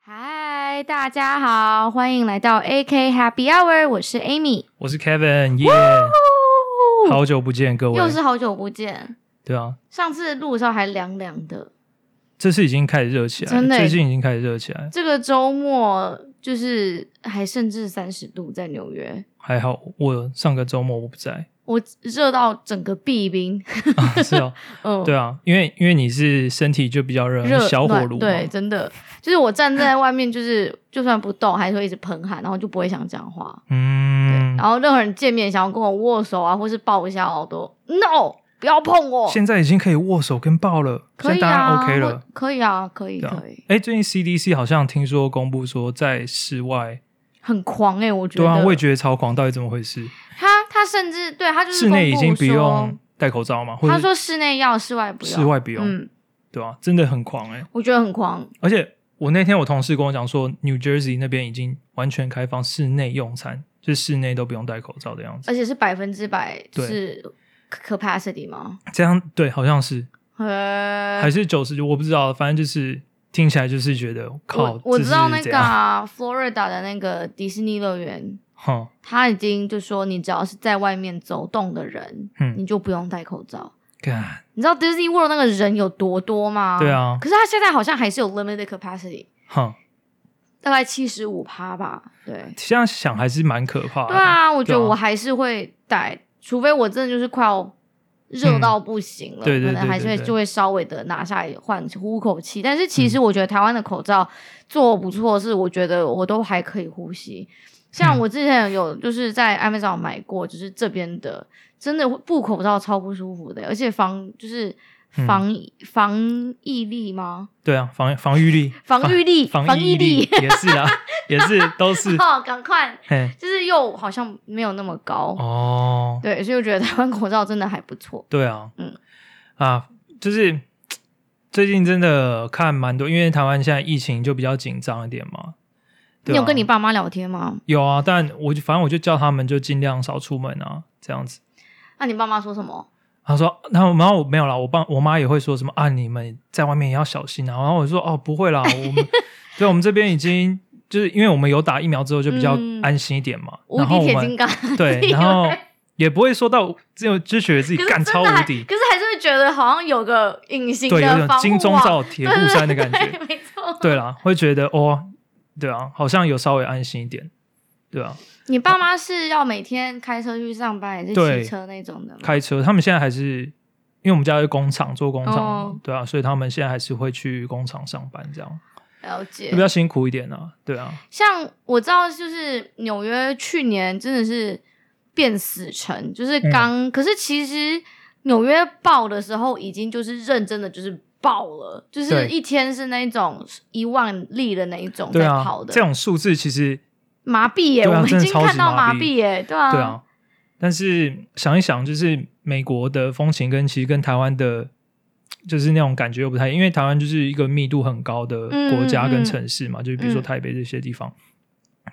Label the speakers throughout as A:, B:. A: 嗨，大家好，欢迎来到 AK Happy Hour，我是 Amy。
B: 我是 Kevin，耶、好久不见各位
A: 又，是好久不见，
B: 对啊，
A: 上次录的时候还凉凉的，
B: 这次已经开始热起来了，
A: 真的耶
B: 最近已经开始热起来了，
A: 这个周末就是还甚至三十度在纽约，
B: 还好我上个周末我 不在，
A: 我热到整个毙冰。
B: 是哦，
A: 嗯，
B: 对啊，因为因为你是身体就比较热，
A: 热
B: 小火
A: 暖
B: 炉嘛，
A: 对，真的就是我站在外面，就是 就算不动，还是会一直喷汗，然后就不会想讲话。
B: 嗯
A: 然，后任何人见面想要跟我握手啊，或是抱一下我都 no，不要碰我。
B: 现在已经可以握手跟抱了，
A: 哦可
B: 现
A: 以
B: 在当然
A: 啊
B: OK
A: 或
B: 了。
A: 可以啊，可以
B: 对啊
A: 可以，
B: 哎，最近 CDC 好像听说公布说在室外，
A: 很狂哎、我觉
B: 对
A: 得。
B: 啊，我也觉得超狂，到底怎么回事？
A: 他他甚至对他就是
B: 室内已经
A: 公布
B: 不
A: 说
B: 用，戴口罩嘛，或
A: 他
B: 者
A: 说室内要，室外不要。
B: 室外不用，
A: 嗯，
B: 对啊，真的很狂哎、
A: 我觉得很狂，
B: 而且我那天我同事跟我讲说，New Jersey 那边已经完全开放室内用餐，就是室内都不用戴口罩的样子。
A: 而且是百分之百
B: 对
A: 是 capacity 吗？
B: 这样对，好像是还
A: 呃，
B: 是九十，我不知道，反正就是听起来就是觉得靠
A: 我，我
B: 这
A: 知
B: 是
A: 道那
B: 怎
A: 个、
B: 样
A: 啊、Florida 的那个迪士尼乐园，
B: 哈，
A: 他已经就说你只要是在外面走动的人，
B: 嗯，
A: 你就不用戴口罩。
B: 干，
A: 你知道 Disney World 那个人有多多吗？
B: 对。啊，
A: 可是他现在好像还是有 limited capacity，
B: 哈，
A: 大概七十五趴吧。对。
B: 这样想还是蛮可怕的。
A: 对啊，我觉
B: 对
A: 得
B: 啊
A: 我还是会戴，除非我真的就是快要热到不行了，
B: 嗯对对
A: 可能
B: 对
A: 还是会
B: 对对嗯
A: 就会稍微的拿下来换呼口气。但是其实我觉得台湾的口罩做得不错，是我觉得我都还可以呼吸。像
B: 嗯
A: 我之前有就是在 Amazon 买过，就是这边的真的布口罩超不舒服的，而且防就是
B: 嗯
A: 防、防疫力吗？
B: 对啊，防防御力，
A: 防御力，
B: 防
A: 防
B: 疫
A: 疫力，，
B: 也是啊，也是都是
A: 哦，赶快，
B: 嘿，
A: 就是又好像没有那么高
B: 哦，
A: 对，所以我觉得台湾口罩真的还不错。
B: 对啊，
A: 嗯
B: 嗯啊，就是最近真的看蛮多，因为台湾现在疫情就比较紧张一点嘛。对
A: 你有
B: 啊
A: 跟你爸妈聊天吗？
B: 有啊，但我就反正我就叫他们就尽量少出门啊，这样子。
A: 那你爸妈说什么？
B: 他说，然后然后我没有啦，我爸我妈也会说什么啊，你们在外面也要小心啊。然后我就说哦，不会啦，我们对我们这边已经就是因为我们有打疫苗之后就比较
A: 嗯
B: 安心一点嘛。
A: 无
B: 然后
A: 敌
B: 我
A: 铁
B: 们
A: 金刚，
B: 对
A: 自 己以为
B: 然后也不会说到只有就觉得自己
A: 可是
B: 干
A: 真
B: 超
A: 的
B: 无
A: 还
B: 敌，
A: 可是还是会觉得好像有个隐形
B: 对，有
A: 的
B: 点
A: 防护
B: 金钟
A: 网
B: 罩铁布衫的感觉。
A: 对 对对没错。
B: 对啦，会觉得哦，对啊，好像有稍微安心一点，对啊，
A: 你爸妈是要每天开车去上班，还是
B: 对
A: 骑车那种的吗？
B: 开车，他们现在还是因为我们家是工厂做工厂嘛，
A: 哦
B: 对啊，所以他们现在还是会去工厂上班，这样
A: 了
B: 就
A: 解
B: 比。较辛苦一点啊，对啊，
A: 像我知道，就是纽约去年真的是变死城，就是
B: 嗯
A: 刚。可是其实纽约爆的时候，已经就是认真的就是爆了，就是
B: 对
A: 一天是那种一万例的那一种
B: 对
A: 在
B: 啊
A: 跑，的，
B: 这种数字其实
A: 麻痹耶、
B: 对啊
A: 我们已
B: 真的
A: 经
B: 超级
A: 看到
B: 麻痹
A: 痹耶、对啊，
B: 对啊，但是想一想，就是美国的风情跟其实跟台湾的。就是那种感觉又不太一样，因为台湾就是一个密度很高的国家
A: 嗯嗯嗯
B: 跟城市嘛，就是比如说
A: 嗯
B: 台北这些地方，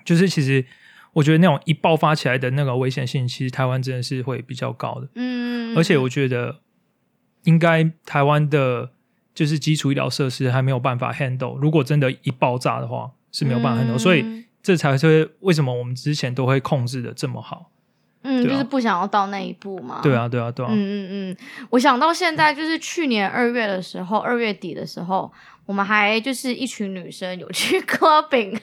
B: 就是其实我觉得那种一爆发起来的那个危险性，其实台湾真的是会比较高的。
A: 嗯，
B: 而且我觉得应该台湾的就是基础医疗设施还没有办法 handle，如果真的一爆炸的话是没有办法 handle，、
A: 嗯
B: 所以这才是为什么我们之前都会控制的这么好。
A: 嗯，
B: 对啊
A: 就是不想要到那一步嘛，
B: 对啊，对啊，对啊，
A: 嗯嗯嗯，我想到现在就是去年二月的时候，二月底的时候，我们还就是一群女生有去 clubbing，、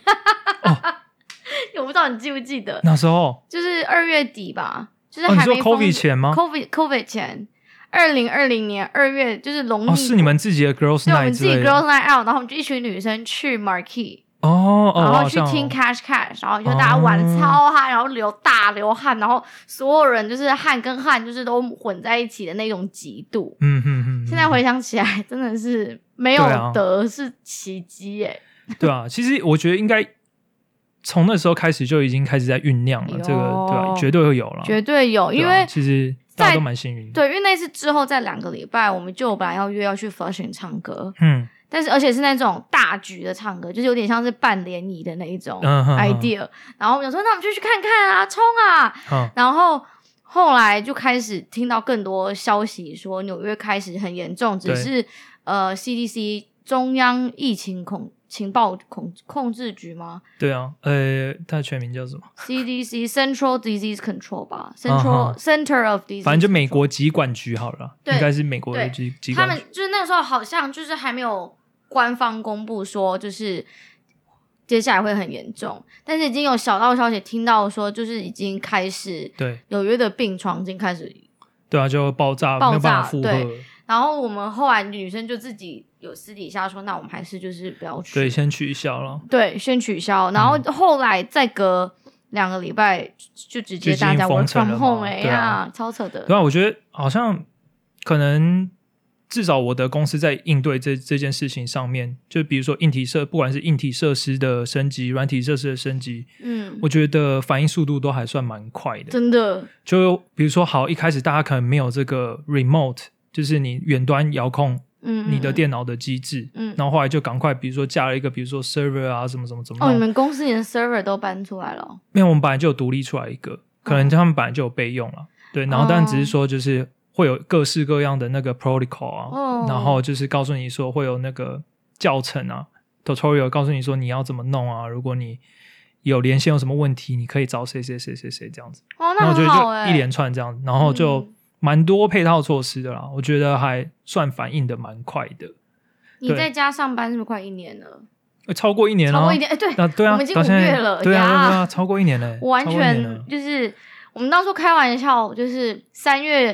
A: 我 不知道你记不记得，
B: 哦那时候
A: 就是二月底吧，就是
B: 哦，你
A: 还
B: 说
A: 没封、
B: COVID 前吗？
A: COVID COVID 前，二零二零年二月就是农历、
B: 哦，是你们自己的 girls
A: 嗯对我
B: night
A: 们自
B: 之
A: 己
B: 类
A: girls
B: 的。
A: night out，然后我们就一群女生去 Marquee。
B: 哦哦，
A: 然后
B: 好
A: 去
B: 像
A: 听
B: 哦
A: Cash Cash，然后就大家玩得超嗨，然后流大流汗，然后所有人就是汗跟汗就是都混在一起的那种极度。
B: 嗯嗯嗯，
A: 现在回想起来，真的是没有
B: 对啊
A: 得是奇迹耶、
B: 嗯 对啊，其实我觉得应该从那时候开始就已经开始在酝酿
A: 有
B: 了，这个对啊，绝对会有了，
A: 哎绝对有，
B: 对啊
A: 因为
B: 其实大家
A: 在
B: 都蛮幸运的。
A: 对，因为那次之后，在两个礼拜，我们就本来要约要去 Flushing 唱歌，
B: 嗯
A: 但是而且是那种大局的唱歌，就是有点像是办联谊的那一种
B: 嗯哼哼
A: idea。然后我们想说，那我们就去看看啊，冲啊！
B: 嗯，
A: 然后后来就开始听到更多消息，说纽约开始很严重，只
B: 对
A: 是呃 CDC 中央疫情控情报控控制局吗
B: 对啊，呃，它的全名叫什么？
A: ？CDC Central Disease Control 吧
B: 啊哈
A: ，Central Center of Disease，
B: 反正就美国疾管局好了，
A: 对
B: 应该是美国的
A: 对
B: 疾疾
A: 他们
B: 管局。
A: 就是那时候好像就是还没有官方公布说，就是接下来会很严重，但是已经有小道消息听到说，就是已经开始
B: 对
A: 纽约的病床已经开始，
B: 对啊，就爆炸，
A: 爆炸
B: 没有办法负荷
A: 对
B: 了。
A: 然后我们后来女生就自己有私底下说，那我们还是就是不要去，
B: 对，嗯先取消了，
A: 对，先取消，然后后来再隔两个礼拜就就直
B: 就
A: 接
B: 已经
A: 大家
B: 封
A: work
B: 城
A: from
B: 了嘛
A: home 哎
B: 对
A: 呀、
B: 啊
A: 超扯的，
B: 对啊，我觉得好像可能至少我的公司在应对这这件事情上面，就比如说硬体设，不管是硬体设施的升级、软体设施的升级，
A: 嗯，
B: 我觉得反应速度都还算蛮快的。
A: 真的，
B: 就比如说，好，一开始大家可能没有这个 remote，就是你远端遥控
A: 嗯，
B: 你的
A: 嗯
B: 电脑的机制，
A: 嗯
B: 然后后来就赶快，比如说加了一个，比如说 server 啊，什么什么怎么
A: 哦，你
B: 弄，
A: 们公司连 server 都搬出来了哦。
B: 因为我们本来就有独立出来一个，可能他们本来就有备用了，对，然后但只
A: 哦
B: 是说就是会有各式各样的那个 protocol 啊，
A: 哦
B: 然后就是告诉你说会有那个教程啊 tutorial 告诉你说你要怎么弄啊，如果你有连线有什么问题，你可以找谁谁谁谁谁这样子，
A: 哦，
B: 然
A: 那
B: 后我觉
A: 很
B: 得
A: 好哎、
B: 就一连串这样，然后就
A: 嗯
B: 蛮多配套措施的啦，我觉得还算反应的蛮快的，
A: 你
B: 对
A: 在家上班是不是快一年了？
B: 呃超过一年
A: 超
B: 哦
A: 过一。年，哎、对，
B: 啊，对
A: 我
B: 啊，
A: 们已经
B: 到
A: 五
B: 现在
A: 月了
B: 对啊，对啊
A: 呀
B: 对啊，超过一年嘞，
A: 我完
B: 超过一年
A: 全
B: 了
A: 就是我们当初开玩笑，就是三月，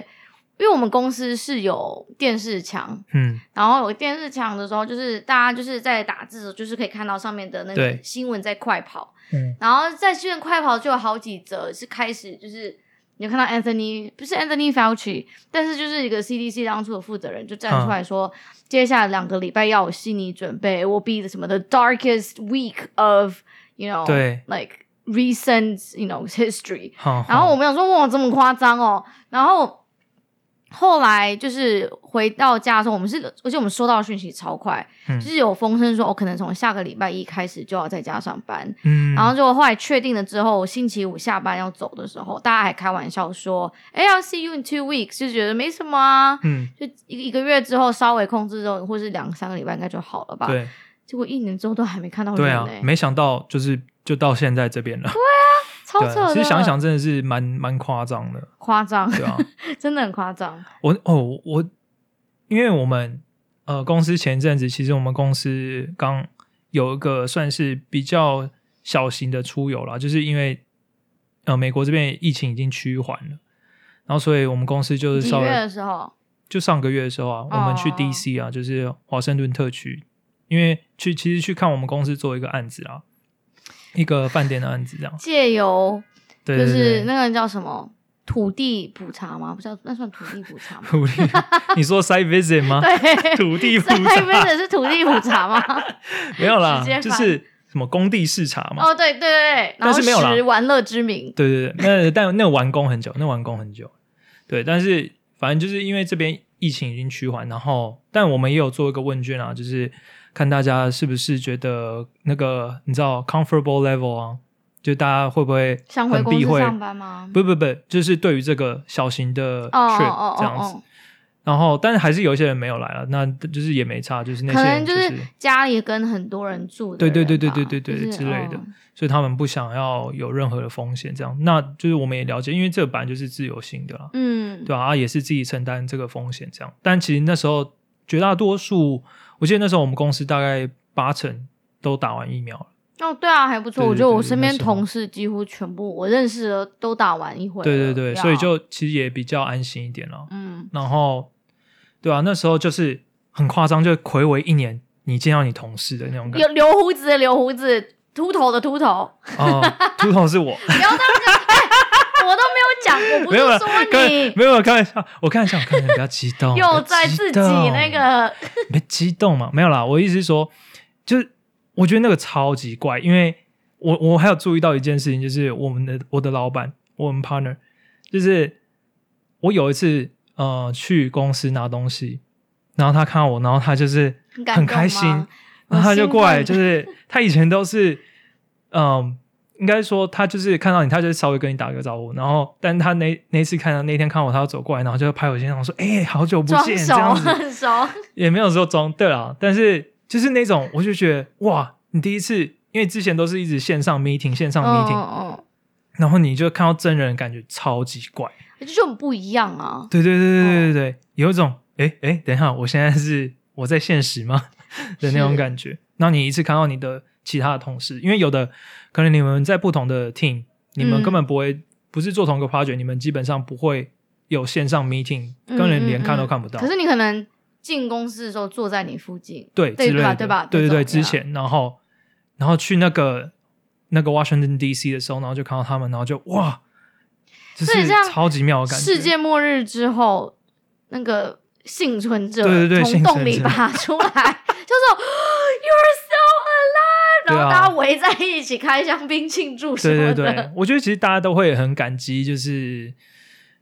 A: 因为我们公司是有电视墙，
B: 嗯，
A: 然后有电视墙的时候，就是大家就是在打字，的时候，就是可以看到上面的那个
B: 对
A: 新闻在快跑，
B: 嗯，
A: 然后在新闻快跑就有好几则是开始就是。你有看到 Anthony 不是 Anthony Fauci，但是就是一个 CDC 当初的负责人就站
B: 嗯
A: 出来说，接下来两个礼拜要有心理准备，it will be 什么 the darkest week of you know
B: 对哦
A: like recent you know history。
B: 好，
A: 然后我们想说，哇，这么夸张哦。然后后来就是回到家的时候，我们是而且我们收到讯息超快，
B: 嗯
A: 就是有风声说，我、哦、可能从下个礼拜一开始就要在家上班。
B: 嗯，
A: 然后就后来确定了之后，星期五下班要走的时候，大家还开玩笑说，哎，I'll see you in two weeks，就觉得没什么啊。
B: 嗯，
A: 就一个一个月之后稍微控制之后，或是两三个礼拜应该就好了吧？。
B: 对
A: 结果一年之后都还没看到人
B: 对
A: 呢、
B: 啊，没想到就是就到现在这边了，
A: 啊超
B: 对啊
A: 扯的。
B: 其实想一想真的是蛮蛮夸张的，
A: 夸张，
B: 对啊，
A: 真的很夸张。
B: 我哦我，因为我们呃公司前阵子其实我们公司刚有一个算是比较小型的出游啦，就是因为呃美国这边疫情已经趋缓了，然后所以我们公司就是
A: 几
B: 稍微
A: 月的时候？
B: 就上个月的时候啊，我们去
A: 哦
B: DC 啊，就是华盛顿特区，因为去其实去看我们公司做一个案子啊，一个饭店的案子这 样，
A: 借由
B: 对
A: 就
B: 对
A: 是
B: 对。
A: 那个叫什么土地普查吗？不叫那算土地普查 吗？
B: 土地，你说 site visit 吗？
A: 对，
B: 土地 普
A: 所以那
B: 查
A: 的是土地普查 吗？
B: 没有啦
A: 直接，翻
B: 就是什么工地视察嘛。
A: 哦，对对对对，然
B: 但
A: 后
B: 是没有啦
A: 使玩乐之名，
B: 对对对，那但那完工很久，那完工很久。对，但是反正就是因为这边疫情已经趋缓，然后但我们也有做一个问卷啊，就是看大家是不是觉得那个你知道 comfortable level 啊，就大家会不会
A: 想回
B: 很
A: 公
B: 避
A: 司
B: 讳？
A: 上班吗？
B: 不不不，就是对于这个小型的
A: 哦
B: trip、
A: 哦
B: 这样子。
A: 哦
B: 然后，但是还是有一些人没有来了，那就是也没差，就是
A: 哦，
B: 那
A: 可
B: 些
A: 能
B: 人
A: 就是
B: 是
A: 家里跟很多人住的
B: 对
A: 人吧，
B: 对对对对对对
A: 就是
B: 之类的
A: 嗯
B: 所以他们不想要有任何的风险，这样，那就是我们也了解，因为这版就是自由行的啦，
A: 嗯，
B: 对啊啊，也是自己承担这个风险这样。但其实那时候绝大多数，我记得那时候我们公司大概八成都打完疫苗了，
A: 哦，对啊，还不错。
B: 对
A: 我觉得
B: 对
A: 我
B: 对
A: 身
B: 那
A: 边
B: 时候
A: 同事几乎全部我认识的都打完一回了。
B: 对对对，
A: 呀
B: 所以就其实也比较安心一点了。
A: 嗯，
B: 然后，对啊，那时候就是很夸张，就暌违一年，你见到你同事的那种感
A: 有留胡子的留胡子，秃头的秃头，
B: 觉，哦，秃头是我，
A: 哎我都没有讲，我不
B: 没
A: 是
B: 有了，
A: 说
B: 开
A: 你
B: 没有哦啦开玩笑，我开玩笑，我开玩笑，不要激 动，
A: 又在自己那个，
B: 别激动嘛，没有啦，我意思是说，就是我觉得那个超级怪，因为我我还有注意到一件事情，就是我们的我的老板，我们 partner，就是我有一次呃去公司拿东西，然后他看到我，然后他就是
A: 很感
B: 很
A: 动
B: 开
A: 吗
B: 心，然后他就过来，
A: 很
B: 就
A: 兴
B: 是他以前都是嗯。应该说，他就是看到你，他就稍微跟你打个招呼，然后，但他那那次看到那天看到我，他要走过来，然后就拍我肩膀说：“哎、好久不
A: 装
B: 见，这
A: 熟
B: 样子。”
A: 很熟，
B: 也没有说装对啦，但是就是那种我就觉得哇，你第一次，因为之前都是一直线上 meeting 线上 meeting，、
A: 嗯
B: 然后你就看到真人，感觉超级怪。
A: 嗯，就是很不一样啊。
B: 对对对对对对，有一种哎哎，诶等一下，我现在是我在现实吗 的那种
A: 是
B: 感觉。然后你一次看到你的其他的同事，因为有的可能你们在不同的 team，你们
A: 嗯
B: 根本不会、不是做同一个 project，你们基本上不会有线上 meeting，
A: 嗯
B: 根本连
A: 嗯
B: 看都
A: 嗯
B: 看不到。
A: 可是你可能进公司的时候坐在你附近，
B: 对
A: 对
B: 之类
A: 吧
B: 的，
A: 对吧
B: 对对
A: 这
B: 对，
A: 种对
B: 之
A: 啊
B: 前然后然后去那个那个 Washington D.C. 的时候，然后就看到他们，然后就哇，这
A: 所以
B: 是
A: 这样
B: 超级妙的感觉。
A: 世界末日之后，那个幸存者
B: 对对对幸
A: 从洞里
B: 存者
A: 爬出来， 就是
B: 对
A: “You're so alive”，然
B: 啊
A: 后大家围在一起开香槟庆祝什
B: 对
A: 么
B: 对
A: 的。
B: 对， 我觉得其实大家都会很感激，就是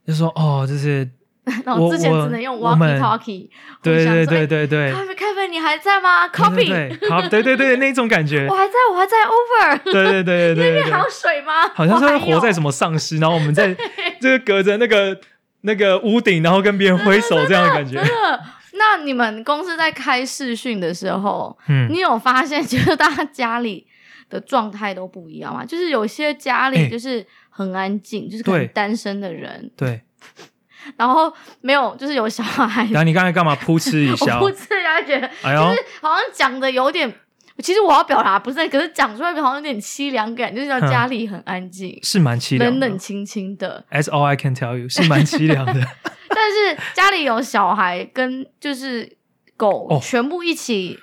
B: 就说哦，就是
A: 然后
B: 我
A: 之前
B: 我
A: 只能用
B: 我们
A: walkie talkie，
B: 对对
A: 对
B: 对对对
A: ，Kevin Kevin 你还在吗
B: 对
A: 哎？Copy，
B: 对好，对对对那种感觉
A: 我，还在，我还在 Over，
B: 对对对对对对
A: 还有，水吗？
B: 好像
A: 我还
B: 是活在
A: 有
B: 什么丧尸，然后我们在 就是隔着那个那个屋顶，然后跟别人挥手这样的感觉
A: 真，的。 那你们公司在开视讯的时候，
B: 嗯
A: 你，有发现，就是大家家里的状态都不一样嘛？就是有些家
B: 哎
A: 里就是很安静，就是可
B: 对
A: 能单身的人，
B: 对。
A: 然后没有，就是有小孩
B: 然。后你刚才干嘛扑哧一 笑
A: 我？不自然觉得，
B: 哎呦
A: 就，是好像讲的有点，其实我要表达不是，可是讲出来好像有点凄凉感，就是要
B: 嗯
A: 家里很安静，
B: 是蛮凄凉啊
A: 冷
B: 的。
A: 冷清清的。
B: That's all I can tell you，是蛮凄 凉的。
A: 但是家里有小孩跟就是狗，
B: 哦
A: 全部一起，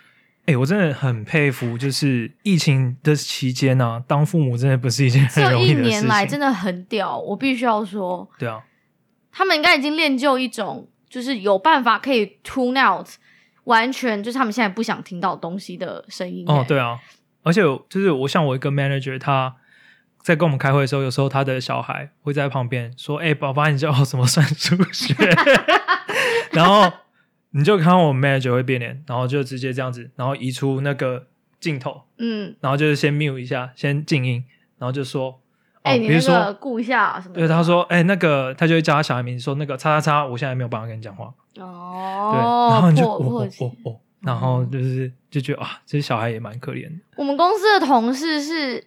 B: 哎、我真的很佩服，就是疫情的期间呢、啊，当父母真的不是一件
A: 只
B: 很
A: 有
B: 容
A: 一
B: 易的事
A: 年来
B: 情。
A: 真的很屌，我必须要说。
B: 对啊，
A: 他们应该已经练就一种，就是有办法可以 tune out，完全就是他们现在不想听到东西的声音。欸
B: 哦，，对啊，而且就是我像我一个 manager，他在跟我们开会的时候，有时候他的小孩会在旁边说：“哎、爸爸，你教我怎么算数学？” 然后你就看到我们 manager 会变脸，然后就直接这样子，然后移出那个镜头，
A: 嗯，
B: 然后就是先 mute 一下，先静音，然后就说：“哦，
A: 哎、你
B: 比
A: 那
B: 如说
A: 个顾一下什么的？
B: 对，他，说，哎、那个，他就会叫他小孩名字，说那个叉叉叉，我现在没有办法跟你讲话。对，然
A: 哦
B: 后，你就
A: 破破嗯
B: 哦哦
A: 题。
B: 哦哦，然后就是就觉得啊，这小孩也蛮可怜的。
A: 我们公司的同事是。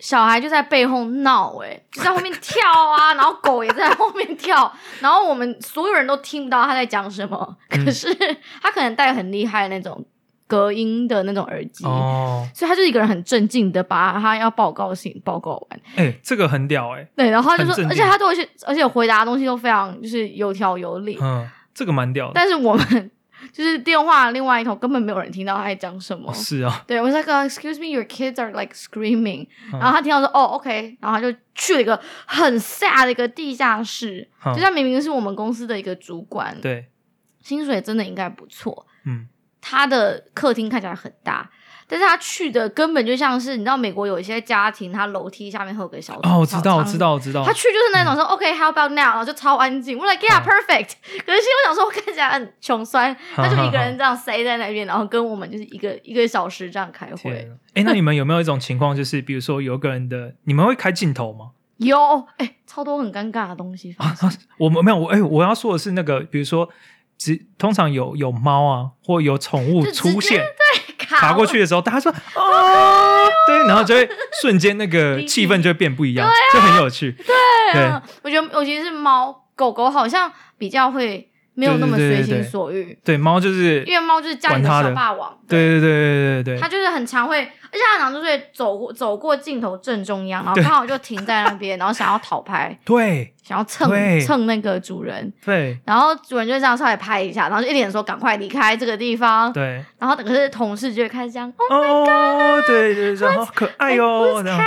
A: 小孩就在背后闹、哎，就在后面跳 啊，然后狗也在后面跳，然后我们所有人都听不到他在讲什么。
B: 嗯
A: 可是他可能戴很厉害的那种隔音的那种耳机，
B: 哦，
A: 所以他就一个人很镇静的把他要报告的事情报告完。
B: 哎、这个很屌哎、
A: 对，然后他就
B: 很镇
A: 说，而且
B: 定
A: 他对我去，而且回答的东西都非常就是有条有理。
B: 嗯，这个蛮屌的。
A: 但是我们就是电话另外一头根本没有人听到他在讲什么。
B: 哦是啊，
A: 对，我说、like, “Excuse me, your kids are like screaming”，、
B: 嗯
A: 然后他听到说“哦，OK”，然后他就去了一个很 sad 的一个地下室，
B: 嗯
A: 就像明明是我们公司的一个主管，
B: 对，
A: 薪水真的应该不错，
B: 嗯，
A: 他的客厅看起来很大，但是他去的根本就像是你知道美国有一些家庭，他楼梯下面会有个小
B: 哦，我知道，我知。
A: 小仓
B: 道，我知道
A: 他。去就是那种说、OK，how about now，然后就超安静。我 like
B: 嗯
A: yeah perfect，、可是心里想说，我看起来很穷 酸，他就一个人这样塞在那边，然后跟我们就是一个一个小时这样开
B: 天
A: 会。
B: 啊，哎、那你们有没有一种情况，就是比如说有一个人的，你们会开镜头吗？
A: 有哎、超多很尴尬的东西发生。
B: 我们没有，我哎、我要说的是那个，比如说，只通常有有猫啊，或有宠物
A: 就直接
B: 出现，爬
A: 卡
B: 过去的时候，大家说哦，对，然后就会瞬间那个
A: 理解
B: 气氛就会变不一样，就很有趣。
A: 对啊，我觉得尤其是猫狗狗好像比较会没有那么
B: 对对对
A: 随
B: 对对
A: 心所欲，
B: 对，猫就是，
A: 因为猫就是家里的
B: 管它的
A: 小霸王。
B: 对对对对对
A: 他
B: 对，
A: 就是很常会，而且他常就是会走过走过镜头正中央，然后
B: 对
A: 刚好就停在那边，然后想要讨 拍，
B: 对
A: 想要蹭
B: 对
A: 蹭那个主人，
B: 对
A: 然后主人就这样上来拍一下，然后就一脸说赶快离开这个地方，
B: 对，
A: 然后可是同事就会开始讲，Oh
B: 哦，对对对，好可爱
A: my whose
B: 哦，
A: cat is
B: 然后
A: that?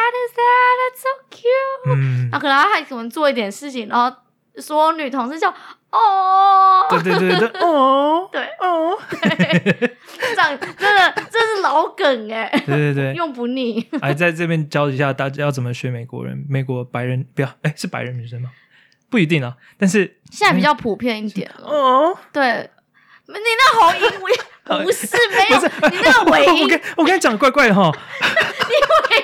A: That's so cute。
B: 嗯
A: 然，后可能他还可能做一点事情，然后说女同事就哦，
B: 对对对对，哦，
A: 对
B: 哦，
A: 这样真的这是老梗哎、
B: 对对对，
A: 用不腻。
B: 哎，在这边教一下大家要怎么学美国人，美国白人不要，哎，是白人女生吗？不一定啊，但是
A: 现在比较普遍一点了。
B: 哦，
A: 对，你那喉音 我不是没有，
B: 不是
A: 哎你那个尾音，
B: 我
A: 你尾
B: 跟我跟你讲怪怪的哈，
A: 音，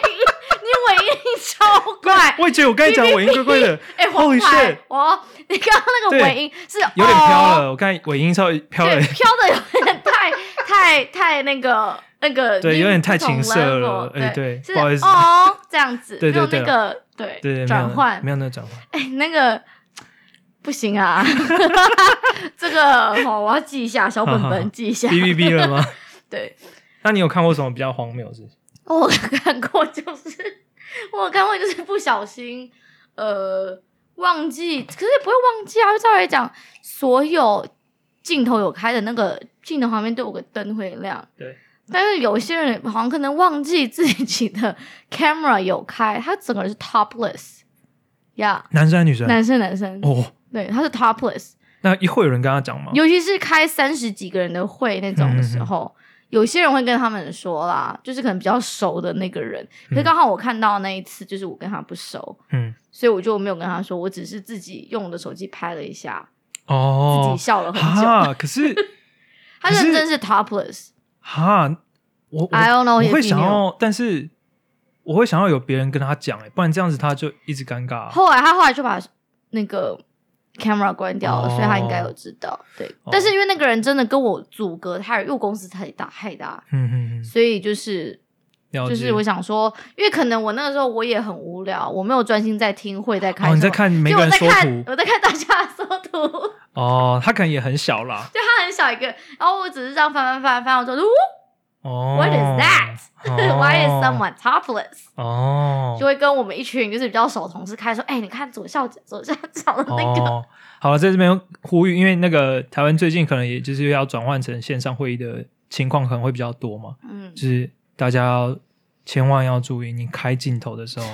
A: 你尾音超怪，快。
B: 我也觉得我刚才讲尾音怪怪的，
A: 哎、黄
B: Holy
A: 牌
B: shit，
A: 哦，你刚刚那
B: 对
A: 个尾音是
B: 有点飘
A: 哦，
B: 了。我刚才尾音稍微飘了
A: 对，，飘的有点太太太那个那个，
B: 对有点太情色了哎
A: 对
B: 对
A: 是
B: 不好意思
A: 哦，这样子，
B: 对对对
A: 没有那个对
B: 对对，没有
A: 转换
B: 没，有那个转换。
A: 哎、那个不行 啊，这个哦，我要记一下，小本
B: 好好好
A: 本记一下。
B: B B B 了吗？
A: 对，
B: 那你有看过什么比较荒谬的事情？
A: 我看过就是我看过就是不小心呃忘记，可是不会忘记啊。照理讲，所有镜头有开的那个镜头旁边都有个灯会亮。
B: 对。
A: 但是有些人好像可能忘记自己的 camera 有开，他整个人是 topless 呀、
B: 男生还是女生？
A: 男生男生，
B: 哦，
A: 对，他是 topless，
B: 那一会有人跟他讲吗？
A: 尤其是开三十几个人的会那种的
B: 嗯
A: 时候，有些人会跟他们说啦，就是可能比较熟的那个人。可是刚好我看到那一次，就是我跟他不熟，
B: 嗯，
A: 所以我就没有跟他说，我只是自己用我的手机拍了一下，自
B: 哦
A: 己，笑了很久。
B: 哈，可是
A: 他
B: 可是
A: 认真是 topless，I
B: 哈，我我
A: don't know，
B: 我
A: if
B: 会
A: you
B: 想
A: knew
B: 要，但是我会想要有别人跟他讲，哎，不然这样子他就一直尴尬啊。
A: 后来他后来就把那个 camera 关掉了，
B: 哦
A: 所以他应该有知道。对，
B: 哦
A: 但是因为那个人真的跟我阻隔太远，因为我公司太大太大，
B: 嗯嗯嗯，
A: 所以就是
B: 了
A: 就
B: 解。
A: 是我想说，因为可能我那个时候我也很无聊，我没有专心在听会在看、
B: 哦，你在，看每
A: 就
B: 个
A: 我
B: 人
A: 在
B: 说
A: 看
B: 图
A: 我在看大家的缩图，就
B: 哦，他可能也很小啦。
A: 它很小一个，然后我只是这样翻翻翻翻，我就说
B: 哦
A: What is that？
B: 哦
A: Why is someone topless？
B: 哦
A: 就会跟我们一群就是比较熟的同事开说，哎、你看左下角左下角的那个，
B: 哦，好了，在这边呼吁，因为那个台湾最近可能也就是要转换成线上会议的情况可能会比较多嘛，
A: 嗯，
B: 就是大家要千万要注意，你开镜头的时候。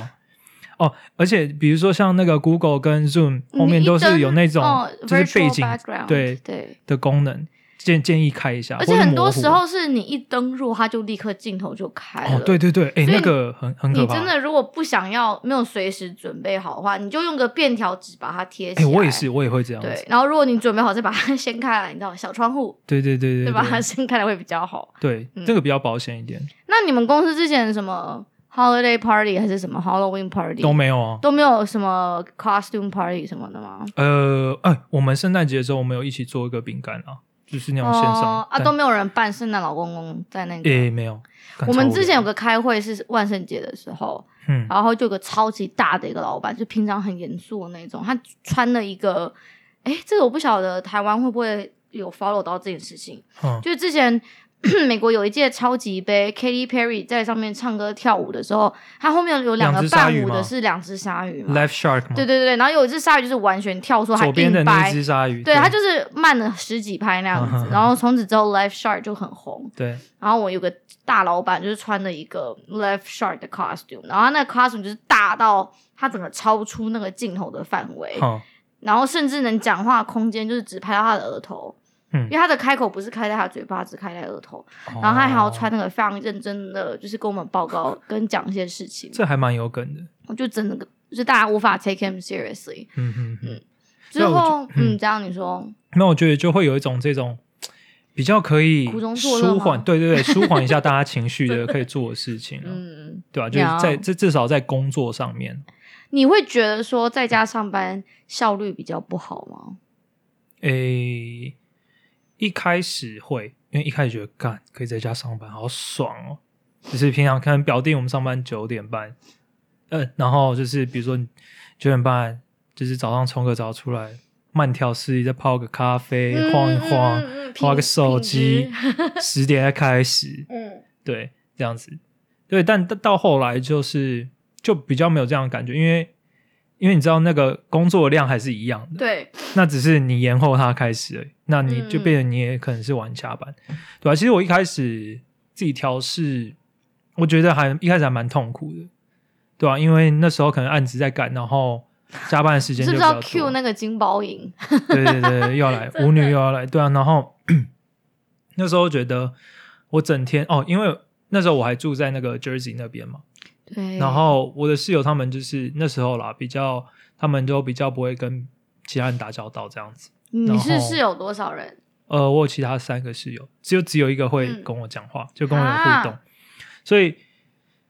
B: 哦，而且比如说像那个 Google 跟 Zoom 后面都是有那种
A: 嗯哦、
B: 就是背景
A: virtual background，
B: 对
A: 对。
B: 的功能，建建议开一下，
A: 而且
B: 或是
A: 很多
B: 模糊
A: 时候是你一登入，它就立刻镜头就开了。
B: 哦，对对对，
A: 所
B: 哎、
A: 以
B: 那个很很可
A: 你
B: 怕。
A: 真的如果不想要没有随时准备好的话，你就用个便条纸把它贴起
B: 哎、
A: 来。
B: 我也是，。我也会这样子。
A: 对，然后如果你准备好再把它 掀开来，你知道小窗户
B: 对对对
A: 对
B: 对对
A: 把它掀开来会比较好。
B: 对
A: 嗯
B: 这个比较保险一点，
A: 那你们公司之前什么 holiday party 还是什么 Halloween party
B: 都没有啊。
A: 都没有什么 costume party 什么的吗？
B: 呃，哎、我们圣诞节的时候，我们有一起做一个饼干啊，就是那种线上
A: 哦啊，
B: 但
A: 都没有人扮圣诞老公公在那个。
B: 哎、没有。干
A: 我们
B: 超无
A: 之前有
B: 聊
A: 个开会是万圣节的时候，
B: 嗯
A: 然后就有个超级大的一个老板，就平常很严肃的那种，他穿了一个，哎，这个我不晓得台湾会不会有 follow 到这件事情，
B: 嗯
A: 就是之前 美国有一届超级杯，Katy Perry 在上面唱歌跳舞的时候，他后面有两
B: 两
A: 个
B: 只鲨
A: 伴
B: 鱼
A: 舞
B: 吗
A: 的是两只鲨鱼嘛，
B: ，Live Shark 嘛，
A: 对对对，然后有一只鲨鱼就是完全跳出，还
B: 左边的
A: 硬
B: 那一
A: 掰。
B: 只鲨鱼，嗯
A: 对他就是慢了十几拍那样子，然后从此之后，Life Shark 就很红。
B: 对
A: 然后我有个大老板，就是穿了一个 left shark 的 costume，然后他那个 costume 就是大到他整个超出那个镜头的范围，
B: 好、
A: 然后甚至能讲话空间就是只拍到他的额头，
B: 嗯
A: 因为他的开口不是开在他的嘴巴，只开在额头，
B: 嗯
A: 然后他还要
B: 哦
A: 穿那个非常认真的，就是跟我们报告跟讲一些事情，
B: 这还蛮有梗的，
A: 我就真的就是大家无法 take him seriously。
B: 嗯嗯嗯。
A: 之
B: 那我
A: 后，
B: 嗯
A: 嗯，这样你说，
B: 那我觉得就会有一种这种比较可以
A: 苦中作乐吗
B: 舒缓，对对对，舒缓一下大家情绪的可以做的事情、啊，
A: 嗯，
B: 对吧、就是
A: 有
B: 在这至少在工作上面，
A: 你会觉得说在家上班效率比较不好吗？
B: 诶，一开始会，因为一开始觉得干可以在家上班，好爽哦。就是平常可能表弟我们上班九点半，呃，然后就是比如说你九点半，就是早上冲个澡出来，慢条斯理再泡个咖啡，晃一晃，
A: 嗯嗯嗯
B: 划个手机
A: 品质
B: 十点再开始，
A: 嗯，
B: 对，这样子，对，但到到后来就是就比较没有这样的感觉，因为因为你知道那个工作量还是一样的，
A: 对，
B: 那只是你延后它开始而已，那你就
A: 嗯
B: 变成你也可能是晚下班，对吧、其实我一开始自己调试，我觉得还一开始还蛮痛苦的，对吧、因为那时候可能案子在赶，然后加班的时间
A: 是
B: 就
A: 不
B: 比
A: 是
B: 较
A: 要
B: 多。
A: Q 那个金包银？
B: 对对对，又 要来舞女又要来，对啊。然后 那时候觉得我整天哦，因为那时候我还住在那个 Jersey 那边嘛，
A: 对，
B: 然后我的室友他们就是那时候啦，比较他们都比较不会跟其他人打交道这样子。
A: 你
B: 然
A: 是
B: 后
A: 是有多少人？
B: 呃，我有其他三个室友，只有只有一个会
A: 嗯
B: 跟我讲话，就跟我有互
A: 啊
B: 动，所以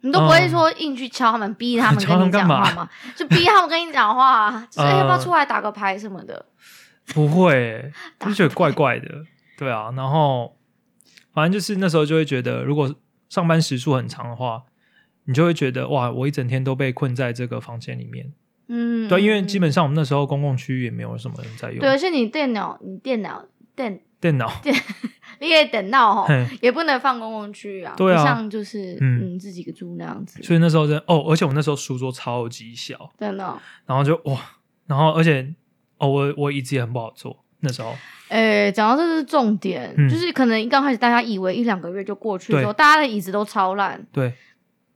A: 你都不会说硬去敲他们，逼他们
B: 嗯 敲他
A: 跟
B: 们
A: 你讲
B: 干嘛
A: 话吗？就逼他们跟你讲话 啊，就是
B: 呃
A: 要不要出来打个牌什么的。
B: 不 会欸、
A: 打
B: 就觉得怪怪的。对啊，然后反正就是那时候就会觉得，如果上班时数很长的话，你就会觉得哇，我一整天都被困在这个房间里面。
A: 嗯，
B: 对啊、因为
A: 嗯
B: 基本上我们那时候公共区域也没有什么人在用
A: 对，而且你电脑，你电脑电，
B: 电脑，
A: 你也等到哦，
B: 嘿
A: 也不能放公共区域啊，
B: 对啊
A: 不像就是
B: 嗯
A: 嗯自己住那样子，
B: 所以那时候真的哦，而且我那时候书桌超级小，
A: 真的哦。
B: 然后就哇，然后而且哦，我我椅子也很不好坐，那时候
A: 诶，讲到这是重点，
B: 嗯
A: 就是可能刚开始大家以为一两个月就过去的时候，
B: 对
A: 大家的椅子都超烂，
B: 对，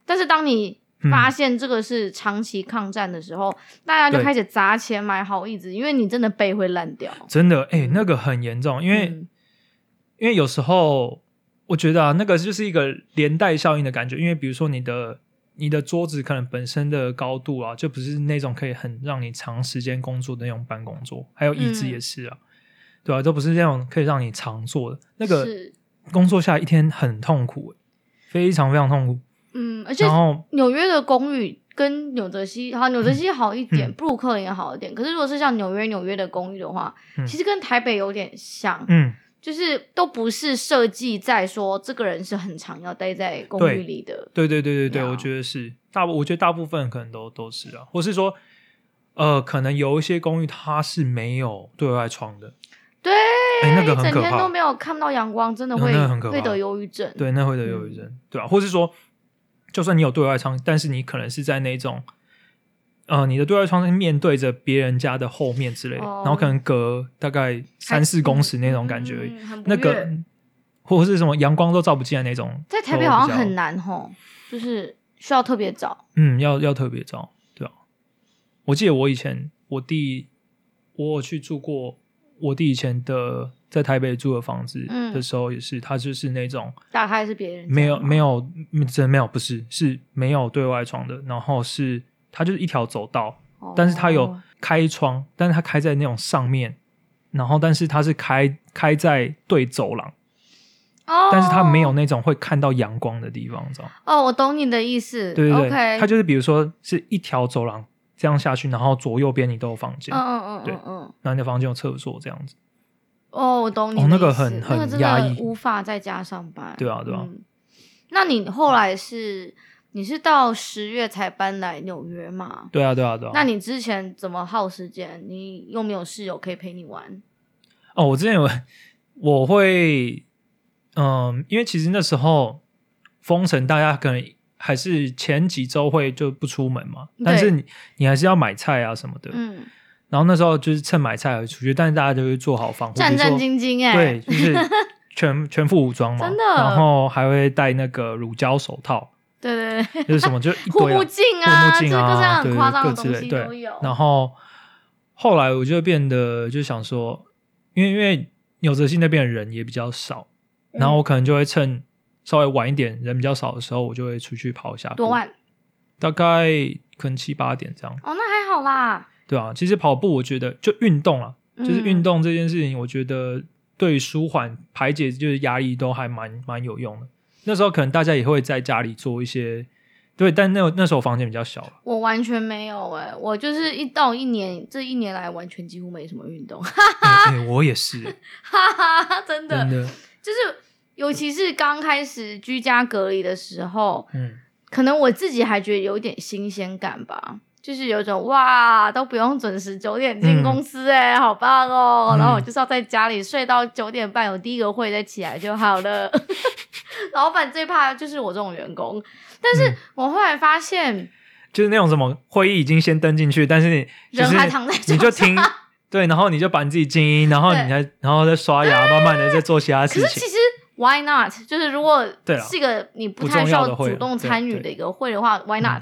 A: 但是当你
B: 嗯、
A: 发现这个是长期抗战的时候，大家就
B: 对
A: 开始砸钱买好椅子，因为你真的背会烂掉。
B: 真的哎、那个很严重，因为、
A: 嗯
B: 因为有时候我觉得啊，那个就是一个连带效应的感觉，因为比如说你的你的桌子可能本身的高度啊，就不是那种可以很让你长时间工作的那种办公桌，还有椅子
A: 嗯
B: 也是啊，对啊，都不是那种可以让你常坐的，那个
A: 是
B: 工作下一天很痛苦、非常非常痛苦。
A: 嗯，而且
B: 然后
A: 纽约的公寓跟纽泽西，好，纽泽西好一点，
B: 嗯
A: 布鲁克林也好一点。可是如果是像纽约纽约的公寓的话，
B: 嗯
A: 其实跟台北有点像，
B: 嗯，
A: 就是都不是设计在说这个人是很常要待在公
B: 对
A: 寓里的。
B: 对对对对
A: 对
B: 对，
A: 啊
B: 我觉得是大部，我觉得大部分可能都都是啊，或是说。呃，可能有一些公寓它是没有对外窗的，
A: 对，
B: 哎，那个
A: 一
B: 很
A: 整
B: 可
A: 天
B: 怕，哦
A: 都没有看到阳光，真的
B: 那
A: 会、
B: 那很可怕
A: 会得忧郁症。
B: 对，那会得
A: 嗯
B: 忧郁症，对啊吧、或是说，就算你有对外窗，但是你可能是在那种，呃，你的对外窗是面对着别人家的后面之类的，
A: 哦
B: 然后可能隔大概三四公尺那种感觉而已，
A: 嗯很不
B: 那个
A: 悦
B: 或者是什么阳光都照不进来那种，
A: 在台北好像很，难吼，就是需要特别早。
B: 嗯，要要特别照，对吧、我记得我以前我弟，我有去住过我弟以前的在台北住的房子
A: 嗯
B: 的时候，也是，他就是那种。
A: 打开是别人家
B: 没有
A: 吗
B: 没有，嗯真没有，不是是没有对外窗的，然后是它就是一条走道，
A: 哦
B: 但是它有开窗，但是它开在那种上面，然后但是它是开开在对走廊，
A: 哦，
B: 但是它没有那种会看到阳光的地方，你知道吗？
A: 哦，我懂你的意思。
B: 对对对
A: o k
B: 它就是比如说是一条走廊这样下去，然后左右边你都有房间，
A: 嗯嗯嗯
B: 对
A: 嗯嗯，
B: 然后你的房间有厕所这样子，
A: 哦，我懂你的
B: 哦
A: 意思。
B: 那个很
A: 那个
B: 很
A: 真
B: 压抑
A: 的无法在家上班。
B: 对啊对啊
A: 嗯那你后来是你是到十月才搬来纽约嘛？
B: 对啊对啊对啊。
A: 那你之前怎么耗时间？你又没有室友可以陪你玩？
B: 哦，我之前有我会，嗯，因为其实那时候封城，大家可能还是前几周会就不出门嘛，但是
A: 对
B: 你你还是要买菜啊什么的。
A: 嗯，
B: 然后那时候就是趁买菜而出去，但是大家就会做好防护，
A: 战战
B: 兢，
A: 兢兢哎、
B: 对，就是全 全副武装嘛，
A: 真的
B: 然后还会戴那个乳胶手套，
A: 对对对，
B: 就是什么就一
A: 护
B: 堆、啊
A: 目。镜
B: 护
A: 啊，
B: 目
A: 这
B: 镜
A: 个各
B: 啊，
A: 样
B: 对
A: 很夸张
B: 各
A: 的
B: 之
A: 东
B: 类
A: 西
B: 对
A: 都有。
B: 然后后来我就变得就想说，因为因为纽泽西那边的人也比较少，
A: 嗯
B: 然后我可能就会趁稍微晚一点人比较少的时候，我就会出去跑一下步，
A: 多晚？
B: 大概可能七八点这样，
A: 哦，那还好啦，
B: 对啊，其实跑步我觉得就运动啊， 就是运
A: 嗯。
B: 动这件事情，我觉得对于舒缓排解就是压力都还蛮蛮有用的。那时候可能大家也会在家里做一些，对，但那那时候房间比 较小了。
A: 我完全没有哎、我就是一到一年这一年来完全几乎没什么运动，
B: 哎、哎我也是，
A: 哈哈哈，真的
B: 真的，
A: 就是，尤其是刚开始居家隔离的时候，
B: 嗯，
A: 可能我自己还觉得有点新鲜感吧。就是有一种哇，都不用准时九点进
B: 嗯
A: 公司哎、好棒哦！
B: 嗯
A: 然后我就是要在家里睡到九点半，有第一个会再起来就好了。 老板最怕就是我这种员工，但是
B: 嗯
A: 我后来发现，
B: 就是那种什么会议已经先登进去，但是你就
A: 人
B: 是
A: 还躺在
B: 你
A: 床
B: 就
A: 上
B: 听对，然后你就把你自己静音，然后你
A: 对
B: 还然后再刷牙，慢慢的再做其他
A: 可
B: 事
A: 是其。
B: 情
A: 实 why not？就是如果
B: 对啦
A: 是一个你不
B: 不
A: 太
B: 重
A: 需
B: 要
A: 要
B: 的会
A: 主动
B: 对
A: 参与
B: 对嗯
A: 的一个会的话，why not？、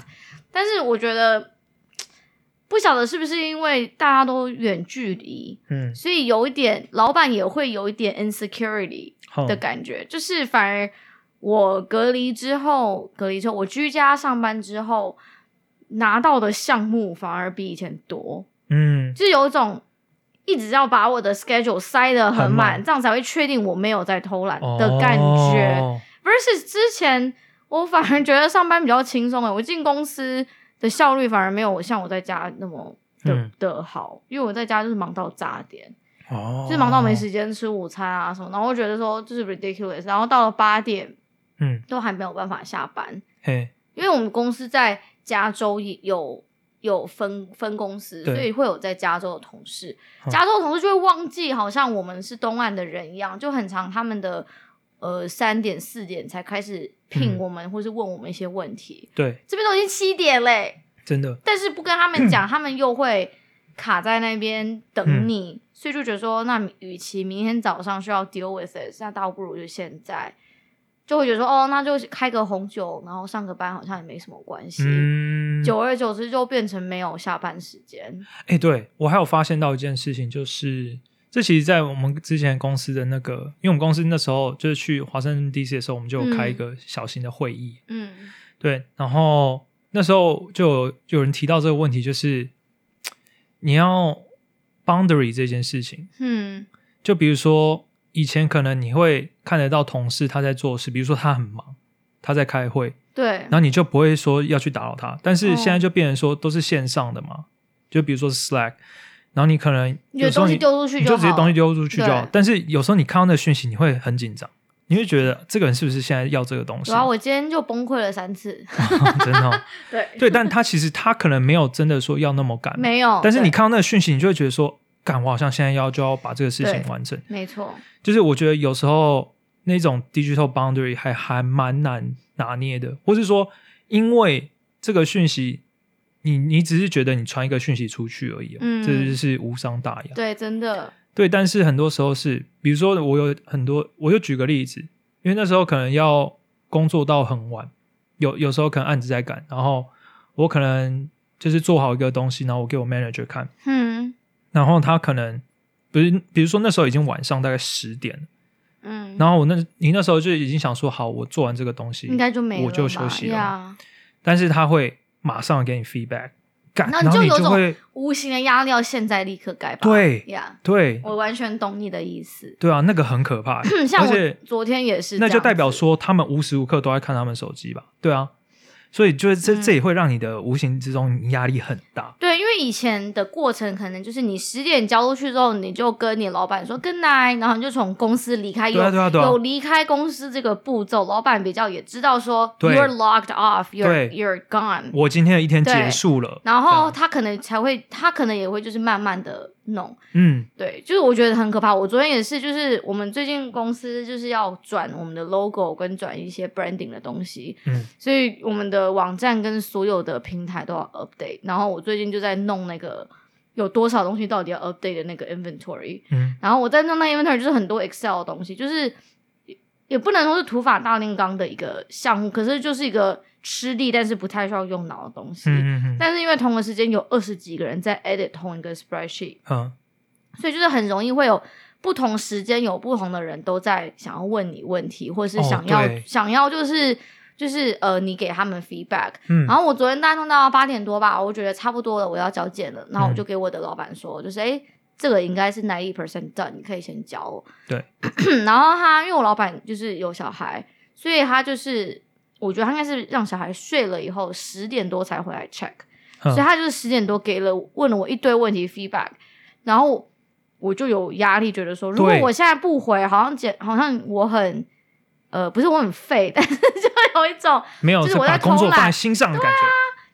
A: 但是我觉得不晓得是不是因为大家都远距离，
B: 嗯，
A: 所以有一点老板也会有一点 insecurity
B: 好
A: 的感觉，就是反而我隔离之后，隔离之后我居家上班之后拿到的项目反而比以前多，
B: 嗯，
A: 就是有一种一直要把我的 schedule 塞得很
B: 很
A: 满，哦
B: 满
A: 这样才会确定我没有在偷懒的感觉。
B: 哦
A: versus 之前我反而觉得上班比较轻松欸诶，我进公司的效率反而没有我像我在家那么的、
B: 嗯
A: 的好，因为我在家就是忙到炸点，
B: 哦，
A: 就是忙到没，时间吃午餐啊什么，然后我觉得说就是 ridiculous，然后到了八点
B: 嗯，
A: 都还没有办法下班，
B: 嘿，
A: 因为我们公司在加州有有分分公司，
B: 对
A: 所以会有在加州的同事
B: 嗯。
A: 加州的同事就会忘记，好像我们是东岸的人一样，就很常他们的呃三点四点才开始聘
B: 嗯
A: 我们，或是问我们一些问题。
B: 对，
A: 这边都已经七点嘞，
B: 真的，
A: 但是不跟他们 讲，他们又会卡在那边等你，
B: 嗯
A: 所以就觉得说，那与其明天早上需要 deal with it，那倒不如就现在。就会觉得说，哦，那就开个红酒，然后上个班好像也没什么关系。
B: 嗯，
A: 久而久之就变成没有下班时间。
B: 哎、对我还有发现到一件事情，就是这其实，在我们之前公司的那个，因为我们公司那时候就是去华盛顿 DC 的时候，我们就有开一
A: 嗯
B: 个小型的会议，
A: 嗯
B: 对，然后那时候就有就有人提到这个问题，就是你要 boundary 这件事情，
A: 嗯
B: 就比如说以前可能你会看得到同事他在做事，比如说他很忙，他在开会，
A: 对
B: 然，后你就不会说要去打扰他。但是
A: 哦
B: 现在就变成说都是线上的嘛，就比如说 Slack，然后你可能
A: 你觉
B: 有
A: 得
B: 时候
A: 东西
B: 你
A: 丢出去
B: 你就直
A: 好
B: 接东西丢出去就好
A: 对。
B: 但是有时候你看到那个讯息，你会很紧张，你会觉得这个人是不是现在要这个东西？
A: 有啊，我今天就崩溃了三次。
B: 真的哦、
A: 对，
B: 对，但他其实他可能没有真的说要那么赶，
A: 没有。
B: 但是你
A: 对
B: 看到那个讯息，你就会觉得说，干，我好像现在要就要把这个事情
A: 对
B: 完成。
A: 没错，
B: 就是我觉得有时候那种 digital boundary 还还蛮难拿捏的，或是说因为这个讯息，你你只是觉得你传一个讯息出去而已、哦，
A: 嗯
B: 这就是无伤大雅。
A: 对，真的，
B: 对，但是很多时候是，比如说我有很多，我就举个例子，因为那时候可能要工作到很晚，有有时候可能案子在赶，然后我可能就是做好一个东西，然后我给我 manager 看，
A: 嗯
B: 然后他可能不是，比如说那时候已经晚上大概十点了。
A: 嗯，
B: 然后我那你那时候就已经想说，好，我做完这个东西
A: 应，该就没了吧，
B: 我就休息了
A: 呀
B: 但是他会马上给你 feedback，干，
A: 那
B: 然
A: 你
B: 后
A: 就
B: 你
A: 有
B: 就会
A: 种无形的压力，要现在立刻改吧。
B: 对
A: 呀
B: 对
A: 我完全懂你的意思。
B: 对啊，那个很可怕，
A: 像
B: 而且
A: 我昨天也是这
B: 那
A: 样子，
B: 就代表说他们无时无刻都在看他们手机吧？对啊，所以就是这、
A: 嗯
B: 这也会让你的无形之中压力很大，
A: 对，因为以前的过程可能就是你十点交出去之后，你就跟你老板说 good night，然后你就从公司离开，
B: 对啊
A: 有
B: 对啊对啊
A: 有离开公司这个步骤，老板比较也知道说
B: 对
A: you're locked off，you're
B: 对啊
A: you're gone，
B: 我今天的一天
A: 嗯对
B: 结束了，
A: 然
B: 这
A: 后
B: 样
A: 他可能才会，他可能也会就是慢慢的弄，
B: 嗯
A: 对，就是我觉得很可怕。我昨天也是，就是我们最近公司就是要转我们的 logo 跟转一些 branding 的东西，
B: 嗯，
A: 所以我们的网站跟所有的平台都要 update。然后我最近就在弄那个有多少东西到底要 update 的那个 inventory，
B: 嗯，
A: 然后我在弄那 inventory 就是很多 Excel 的东西，就是也也不能说是土法大炼钢的一个项目，可是就是一个吃力但是不太需要用脑的东西。
B: 嗯嗯嗯
A: 但是因为同个时间有二十几个人在 edit 同一个 spreadsheet，
B: 嗯
A: 所以就是很容易会有不同时间有不同的人都在想要问你问题，或是
B: 哦
A: 想要、
B: 对
A: 想要就是就是呃你给他们 feedback。
B: 嗯，
A: 然后我昨天大概弄到八点多吧，我觉得差不多了，我要交件了。然后我
B: 嗯
A: 就给我的老板说，就是诶，这个应该是 ninety percent done，你可以先交我。
B: 对。
A: 然后他因为我老板就是有小孩，所以他就是我觉得他应该是让小孩睡了以后十点多才回来 check。
B: 嗯
A: 所以他就是十点多给了问了我一堆问题 feedback，然后我就有压力，觉得说如果
B: 对
A: 我现在不回，好像简好像我很呃不是我很废， 但是就有一种
B: 没有
A: 就是
B: 是
A: 我在
B: 把工
A: 偷
B: 作
A: 懒
B: 放在心上的感觉，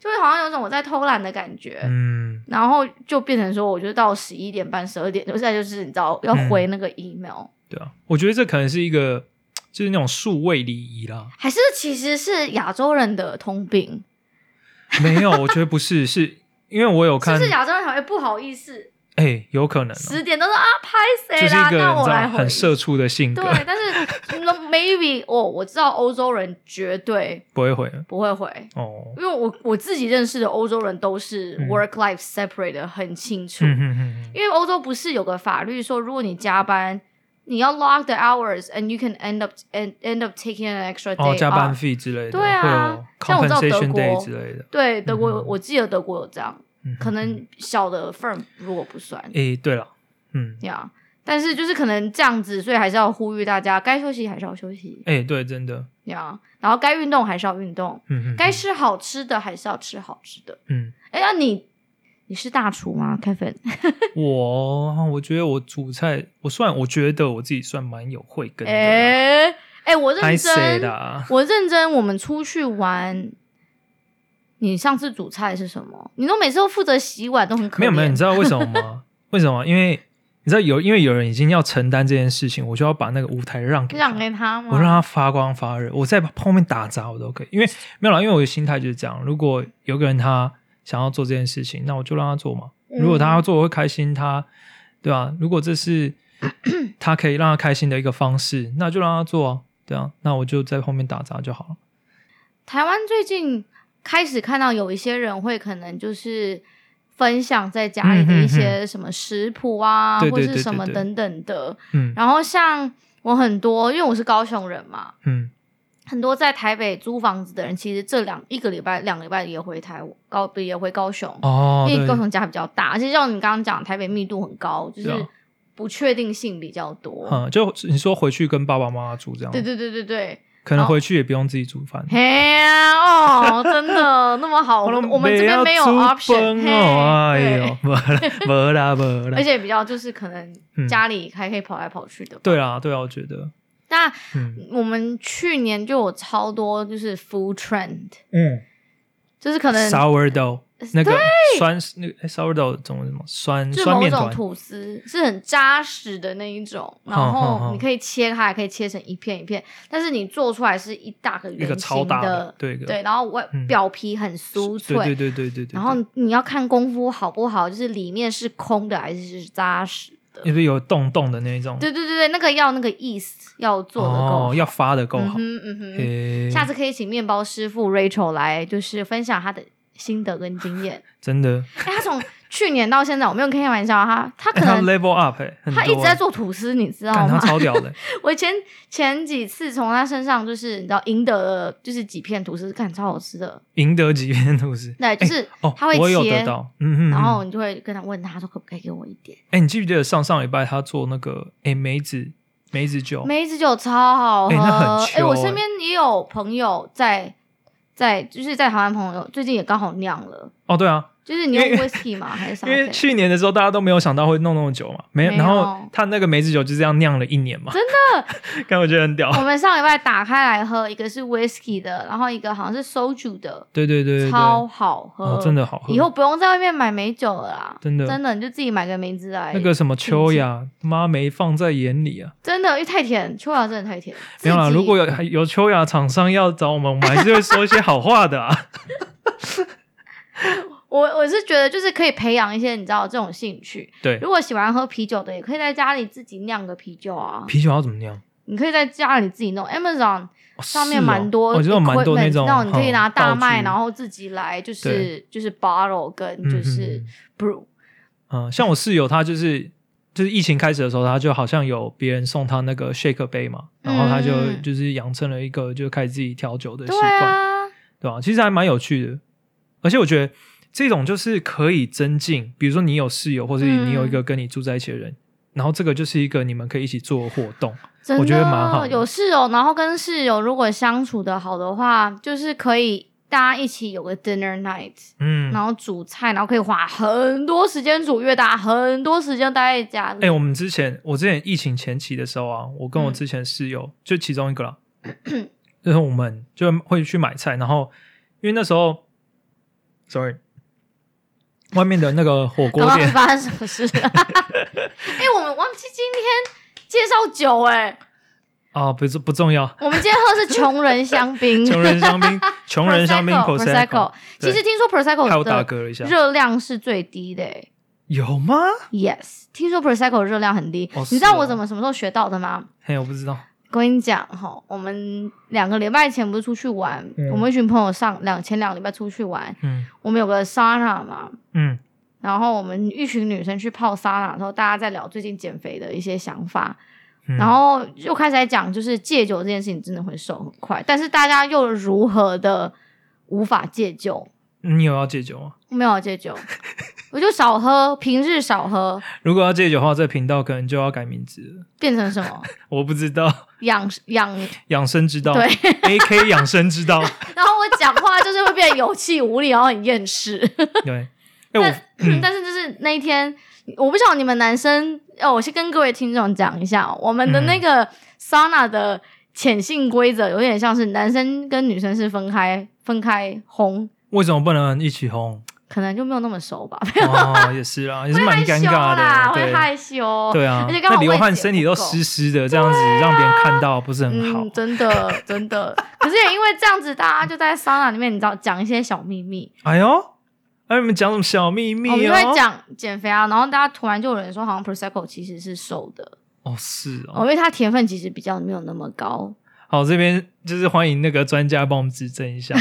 A: 就会好像有一种我在偷懒的感觉，
B: 嗯
A: 然后就变成说，我就到十一点半、十二点，现在就是你知道要回
B: 嗯
A: 那个 email，、
B: 对啊，我觉得这可能是一个就是那种数位礼仪啦，
A: 还是其实是亚洲人的通病，
B: 没 有，我觉得不是，是因为我有
A: 是
B: 看
A: 不，是亚洲人才会不好意思，
B: 哎、有可能、哦，
A: 十点都说啊拍
B: 就
A: 谁
B: 是
A: 啦
B: 一，个
A: 那
B: 你
A: 我
B: 知
A: 来
B: 道
A: 回
B: 很社畜的性格
A: 对，，但是那 maybe 哦，我知道欧洲人绝对
B: 不会回
A: 不会回，
B: 哦。
A: 因为我我自己认识的欧洲人都是
B: 嗯
A: work life separate 的很清楚，
B: 嗯哼哼哼，
A: 因为欧洲不是有个法律说，如果你加班，你要 log the hours and you can end up end end up taking an extra day
B: 哦，加班
A: off
B: 费之类的，
A: 对啊
B: 会有
A: 像我知道德
B: compensation
A: 国
B: day 之类的。
A: 对，德国有、
B: 嗯
A: 我记得德国有这样，
B: 嗯哼
A: 可能小的 firm 如果不算
B: 诶、对了，嗯，
A: 呀。但是就是可能这样子，所以还是要呼吁大家，该休息还是要休息
B: 哎、对，真的，
A: 呀然后该运动还是要运动，
B: 嗯嗯，
A: 该吃好吃的还是要吃好吃的。
B: 嗯，
A: 哎，那你你是大厨吗，Kevin？
B: 我啊我觉得我煮菜，我算我觉得我自己算蛮有慧根的啦，
A: 哎哎，我认
B: 拍谁
A: 真，
B: 的啊？
A: 我认真，我们出去玩。你上次煮菜是什么？你都每次都负责洗碗，都很可怜。
B: 没有没有，你知道为什么吗？为什么？因为你知道有，因为有人已经要承担这件事情，我就要把那个舞台让给他
A: 让给他吗？
B: 我让它发光发热，我在后面打杂我都可以，因为没有啦，因为我的心态就是这样。如果有个人他想要做这件事情，那我就让他做嘛。
A: 嗯
B: 如果他做我会开心，他对吧、如果这 是他可以让他开心的一个方式，那就让他做啊，对啊，那我就在后面打杂就好了。
A: 台湾最近开始看到有一些人会可能就是分享在家
B: 嗯
A: 里的一些什么食谱啊，
B: 对对
A: 或
B: 对
A: 是
B: 对
A: 什么
B: 对
A: 等等的。
B: 嗯
A: 然后像我很多，因为我是高雄人嘛，
B: 嗯
A: 很多在台北租房子的人，其实这两一个礼拜、两个礼拜也回台高，也回高雄，
B: 哦，
A: 因为
B: 对
A: 高雄家比较大，而且像你刚刚讲，台北密度很高，就是
B: 啊
A: 是不确定性比较多。
B: 嗯，就你说回去跟爸爸妈妈住这样，
A: 对哦对对对对，
B: 可能回去也不用自己煮饭。
A: 嘿呀、哦，真的那么好，我们我们这边没有
B: 不要煮
A: option，
B: 饭哦，
A: 嘿对
B: 哎呦，没啦没啦没啦，
A: 而且比较就是可能
B: 嗯
A: 家里还可以跑来跑去的。，
B: 对啦对啊，我觉得，
A: 那
B: 嗯
A: 我们去年就有超多就是 food trend，
B: 嗯。
A: 就是可能
B: sourdough 那个酸那个哎 sourdough 中文怎么酸
A: 就是
B: 酸
A: 某
B: 面
A: 种
B: 团？
A: 吐司是很扎实的那一种，然
B: 好
A: 后
B: 好
A: 你可以切开，可以切成一片一片，但是你做出来是一大个
B: 一个
A: 圆
B: 超
A: 形
B: 大的，对一个
A: 对，然后外
B: 嗯
A: 表皮很酥脆，
B: 对对对对对对。
A: 然后你要看功夫好不好，就是里面是空的还是是扎实的。
B: 因为有洞洞的那一种，
A: 对对对对，那个要那个意思要做的够好
B: 哦，要发的够
A: 嗯
B: 好。
A: 哼嗯哼，
B: 诶，
A: 下次可以请面包师傅 Rachel 来，就是分享她的心得跟经验。
B: 真的，哎
A: 哎、她从去年到现在，我没有开玩笑，她她可
B: 他
A: 能
B: level up 哎，很
A: 她一
B: 多
A: 直在
B: 哎，
A: 做吐司，你知道
B: 干他
A: 吗？
B: 超屌的，
A: 我前前几次从她身上就是你知道赢得了就是几片吐司，看超好吃的。
B: 赢得几片吐司。
A: 对，就是
B: 哦，
A: 她会
B: 我有
A: 切
B: 得到，嗯嗯。
A: 然后
B: 嗯，
A: 你就会跟她问她说可不可以给我一点。
B: 哎，你记不记得上上礼拜他做那个哎梅子梅子酒？
A: 梅子酒超好喝，
B: 哦哎
A: 哎、
B: 那很 chill
A: 我
B: 哎
A: 身边也有朋友在在就是在台湾朋友最近也刚好酿了。
B: 哦，对啊，
A: 就是你用
B: 因为
A: whisky 吗？还是啥
B: 因？为去年的时候大家都没有想到会弄那么久嘛，没，
A: 没有
B: 然后他那个梅子酒就这样酿了一年嘛，真的， 看我觉得很屌。
A: 我们上礼拜打开来喝，一个是 whisky 的，然后一个好像是 soju 的，
B: 对对对对对，
A: 超好喝、
B: 哦，真。的好喝。
A: 以后不用在外面买美酒了啦，
B: 真的
A: 真的，你就自己买个梅子来。
B: 那个什么
A: 禁
B: 秋
A: 忌
B: 雅，他妈没放在眼里啊！
A: 真的，因为太甜，秋雅真的太甜。
B: 没有啦，
A: 自己
B: 如果有还有秋雅厂商要找我们，我们还是会说一些好话 的啊。
A: 我我是觉得就是可以培养一些你知道这种兴趣。
B: 对，
A: 如果喜欢喝啤酒的，也可以在家里自己酿个啤酒啊。
B: 啤酒要怎么酿？
A: 你可以在家里自己弄，Amazon
B: 哦
A: 上面
B: 是哦
A: 蛮多
B: 我
A: equipment，
B: 觉得蛮多那种，
A: 你可以拿
B: 嗯
A: 大麦，然
B: 道
A: 后自己来，就
B: 对
A: 是就是 bottle 跟
B: 具
A: 就
B: 嗯
A: 是
B: 嗯
A: brew，
B: 嗯嗯像我室友他就是。就是疫情开始的时候，他就好像有别人送他那个 shake 杯嘛，然后他就、
A: 嗯
B: 就是养成了一个就开始自己调酒的习
A: 对
B: 惯，
A: 啊，
B: 对吧、其实还蛮有趣的，而且我觉得这种就是可以增进，比如说你有室友，或者
A: 嗯
B: 你有一个跟你住在一起的人，然后这个就是一个你们可以一起做的活动。
A: 真的
B: 我觉得蛮好的
A: 有室友，然后跟室友如果相处的好的话，就是可以大家一起有个 dinner night，、
B: 嗯，
A: 然后煮菜，然后可以花很多时间煮，越大很多时间待在家里。
B: 哎、我们之前我之前疫情前期的时候啊，我跟我
A: 嗯
B: 之前室友、就其中一 个啦，就是我们就会去买菜，然后因为那时候，sorry，外面的那个火锅
A: 刚刚
B: 店，
A: 发生什么 事？哎、我们忘记今天介绍酒哎、
B: 啊，不是不重要，
A: 我们今天喝是穷人香槟，
B: 穷人香 槟，穷人香槟
A: Prosecco，Prosecco。
B: 对
A: 其实听说
B: 害我
A: Prosecco
B: 打
A: 的
B: 嗝了一下，
A: 热量是最低的、欸、
B: 有吗？
A: ，Yes，听说 Prosecco 热量很低。
B: 哦
A: 你知道
B: 是哦
A: 我怎么什么时候学到的吗？
B: 嘿，我不知道，
A: 我跟你讲哈，我们两个礼拜前不是出去玩，
B: 嗯
A: 我们一群朋友上两前两个礼拜出去玩，
B: 嗯
A: 我们有个 sauna 嘛，
B: 嗯
A: 然后我们一群女生去泡 sauna 的时候，大家在聊最近减肥的一些想法，
B: 嗯，
A: 然后又开始在讲，就是戒酒这件事情真的会瘦很快，但是大家又如何的无法戒酒？
B: 你有要戒酒吗？
A: 没有戒酒，我就少喝，平日少喝，
B: 如果要戒酒的话，这频道可能就要改名字了。
A: 变成什么
B: 我不知道
A: 养养？
B: 养生之道，
A: 对
B: ，A K 养生之道，
A: 然后我讲话就是会变得有气无力，然后很厌世。
B: 对。哎、我
A: 但、但是就是那一天，我不晓得你们男生，哦，我先跟各位听众讲一下哦、我们的那
B: 嗯
A: 个 sauna 的潜性规则有点像是男生跟女生是分开分开烘，
B: 为什么不能一起红？
A: 可能就没有那么熟吧，
B: 哦，也是 啦，也是
A: 会
B: 蛮
A: 害
B: 尴
A: 羞
B: 尬
A: 啦，
B: 的，
A: 会
B: 对
A: 害羞，
B: 对啊，
A: 而且刚
B: 那
A: 好
B: 流
A: 位
B: 汗
A: 置也
B: 身体
A: 不
B: 都
A: 够
B: 湿湿的，这样子让别人看到不是很好
A: 嗯，。真 的真的。可是也因为这样子，大家就在桑拿里面，你知道讲一些小秘密。
B: 哎呦，哎，你们讲什么小秘密
A: 我们就会
B: 哦？
A: 讲减肥啊，然后大家突然就有人说，好像 prosecco 其实是瘦的，
B: 哦，是
A: 哦，
B: 哦。
A: 因为它甜分其实比较没有那么高。
B: 好，这边就是欢迎那个专家帮我们指正 一下。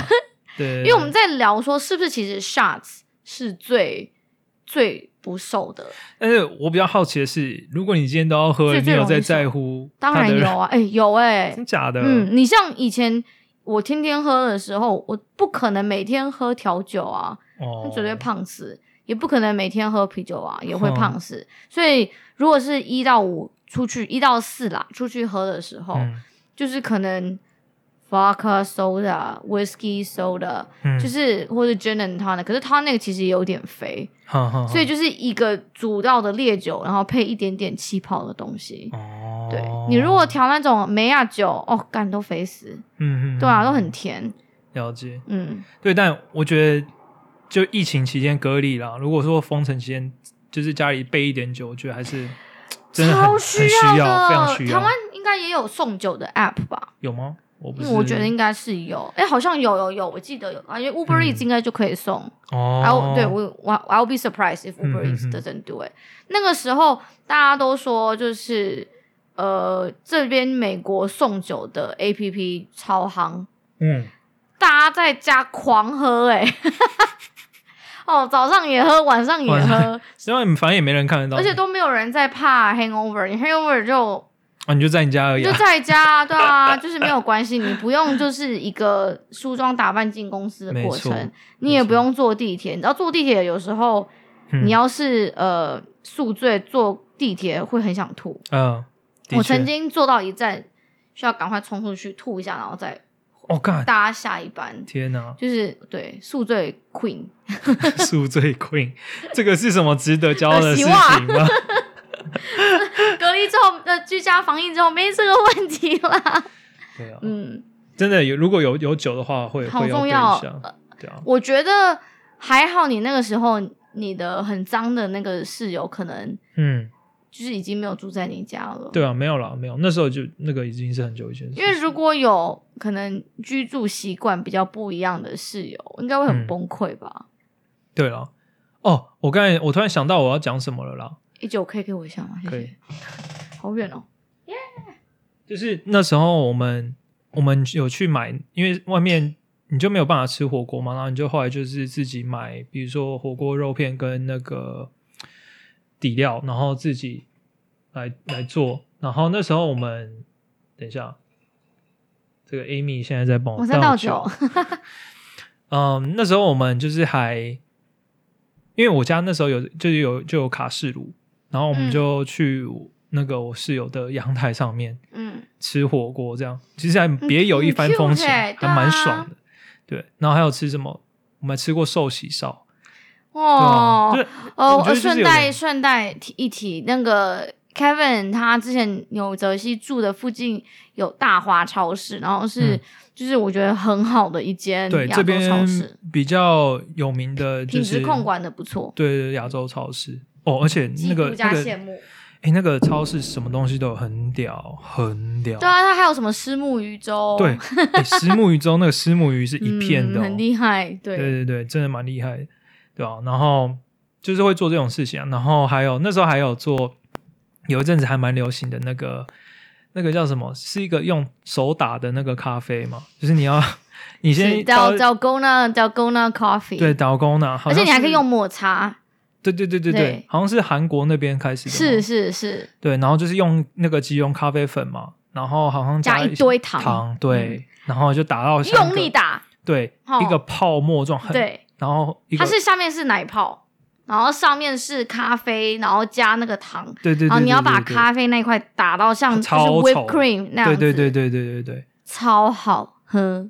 B: 对，
A: 因为我们在聊说，是不是其实 shots 是最最不瘦的？
B: 但是我比较好奇的是，如果你今天都要喝，
A: 最
B: 你有
A: 最容
B: 在
A: 易
B: 在乎它
A: 当
B: 的？
A: 然有啊，哎、有哎、
B: 真假的？
A: 嗯，你像以前我天天喝的时候，我不可能每天喝调酒啊，
B: 哦
A: 那，绝对胖死，也不可能每天喝啤酒 啊，也会胖死。所以如果是一到五出去，一到四啦，出去喝的时候，
B: 嗯，
A: 就是可能 vodka soda、whiskey soda，、
B: 嗯
A: 就是或者 gin and tonic，可是它那个其实也有点肥，
B: 好好好
A: 所以就是一个主要的烈酒，然后配一点点气泡的东西。
B: 哦，
A: 对你如果调那种梅亚酒，哦，干都肥死，
B: 嗯嗯，嗯
A: 对啊，都很甜，
B: 了解。
A: 嗯，
B: 对，但我觉得就疫情期间隔离啦，如果说封城期间，就是家里备一点酒，我觉得还是真的很
A: 超
B: 很
A: 需
B: 需
A: 要
B: 非
A: 的。
B: 常需
A: 台
B: 要
A: 湾。应该也有送酒的 app 吧？
B: 有吗？我不
A: 嗯
B: 是，
A: 我觉得应该是有，哎、好像有有有，我记得有，啊，因为 Uber
B: 嗯
A: Eats 应该就可以送。I will-
B: 哦
A: 对我我 I'll be surprised if
B: 嗯
A: Uber
B: 嗯
A: Eats
B: 嗯
A: doesn't do it、那个时候大家都说就是呃，这边美国送酒的 APP 超夯，
B: 嗯，
A: 大家在家狂喝哎、 哦，早上也喝，晚上也
B: 晚上
A: 喝，
B: 因为反正也没人看得到 你，
A: 而且都没有人在怕 hangover，你 hangover 就
B: 啊，你就在你家而已、
A: 就
B: 啊。
A: 在家啊，对啊，就是没有关系，你不用就是一个梳妆打扮进公司的过
B: 没
A: 程
B: 错，
A: 你也不用坐地铁。你知道坐地铁有时候、
B: 嗯
A: 你要是呃宿醉坐地铁会很想吐。
B: 嗯，的
A: 我
B: 确
A: 曾经坐到一站，需要赶快冲出去吐一下，然后再
B: 哦，干，
A: 搭下一班。，
B: 天哪
A: 就是对宿醉 queen，
B: 宿醉 queen，这个是什么值得骄傲的事情
A: 呃
B: 吗？
A: 隔离之后呃居家防疫之后没这个问题啦。
B: 对啊，
A: 嗯，
B: 真的有，如果有有酒的话，会
A: 好
B: 会
A: 重
B: 备一
A: 要呃
B: 下，对啊，
A: 我觉得还好，你那个时候你的很脏的那个室友可能
B: 嗯，
A: 就是已经没有住在你家了。，
B: 对啊，没有啦，没有，那时候就那个已经是很久以前的事情，
A: 因为如果有可能居住习惯比较不一样的室友，应该会很
B: 嗯
A: 崩溃吧？
B: 对了，哦，我刚才我突然想到我要讲什么了啦，
A: 一九可以给我一下吗？谢
B: 可
A: 谢
B: 以。
A: 好远哦，
B: 就是那时候我们我们有去买，因为外面你就没有办法吃火锅嘛，然后你就后来就是自己买，比如说火锅肉片跟那个底料，然后自己来来做。然后那时候我们等一下，这个 Amy 现在在帮
A: 我在
B: 倒
A: 倒酒。
B: 嗯，那时候我们就是还，因为我家那时候有就是有就有卡式炉，然后我们
A: 嗯
B: 就去那个我室友的阳台上面
A: 嗯，
B: 吃火锅，这样其实还别有一番风情，
A: 很嗯 cute 欸啊对
B: 还
A: 啊
B: 蛮爽的。对，然后还有吃什么？我们还吃过寿喜烧，对啊，
A: 哦
B: 就是
A: 哦
B: 我觉，得就是
A: 顺
B: 有
A: 带
B: 点
A: 顺带提一提，那个 Kevin 他之前纽泽西住的附近有大华超市，然后是、
B: 嗯
A: 就是我觉得很好的一间
B: 对
A: 亚
B: 这
A: 洲超
B: 边
A: 市，
B: 比较有名的就
A: 品
B: 是
A: 质控管的不错，
B: 对对亚洲超市哦，而且
A: 极
B: 那个
A: 度加
B: 那
A: 羡
B: 个
A: 慕。
B: 哎，那个超市什么东西都有，很屌，很屌。
A: 对啊，他还有什么虱目鱼粥？
B: 对，诶石目鱼粥那个石目鱼是一片的、哦
A: 嗯，很厉害。对，
B: 对对对，真的蛮厉害的，对吧、然后就是会做这种事情、啊，然后还有那时候还有做，有一阵子还蛮流行的那个那个叫什么，是一个用手打的那个咖啡嘛，就是你要你
A: 是
B: 先
A: 叫
B: 倒
A: 叫 Gona 叫 Gona Coffee。
B: 对，倒工呢，好
A: 而且
B: 像
A: 你还可以
B: 是
A: 用抹茶。
B: 对对对对对，
A: 对
B: 好像是韩国那边开始的嘛，
A: 是是是，
B: 对，然后就是用那个即溶咖啡粉嘛，然后好像
A: 加
B: 一
A: 一堆
B: 糖
A: 糖嗯
B: 对，然后就打到像一
A: 用
B: 个
A: 力打。
B: 对、
A: 哦
B: 一个泡沫状，很
A: 对，
B: 然后一个
A: 它是下面是奶泡，然后上面是咖啡，然后加那个糖，
B: 对对对，
A: 然啊哦后你要把
B: 对
A: 咖啡那一块打到像就是
B: 超
A: whipped
B: 稠
A: cream 那样
B: 对
A: 子，
B: 对对对对对对
A: 超好 喝。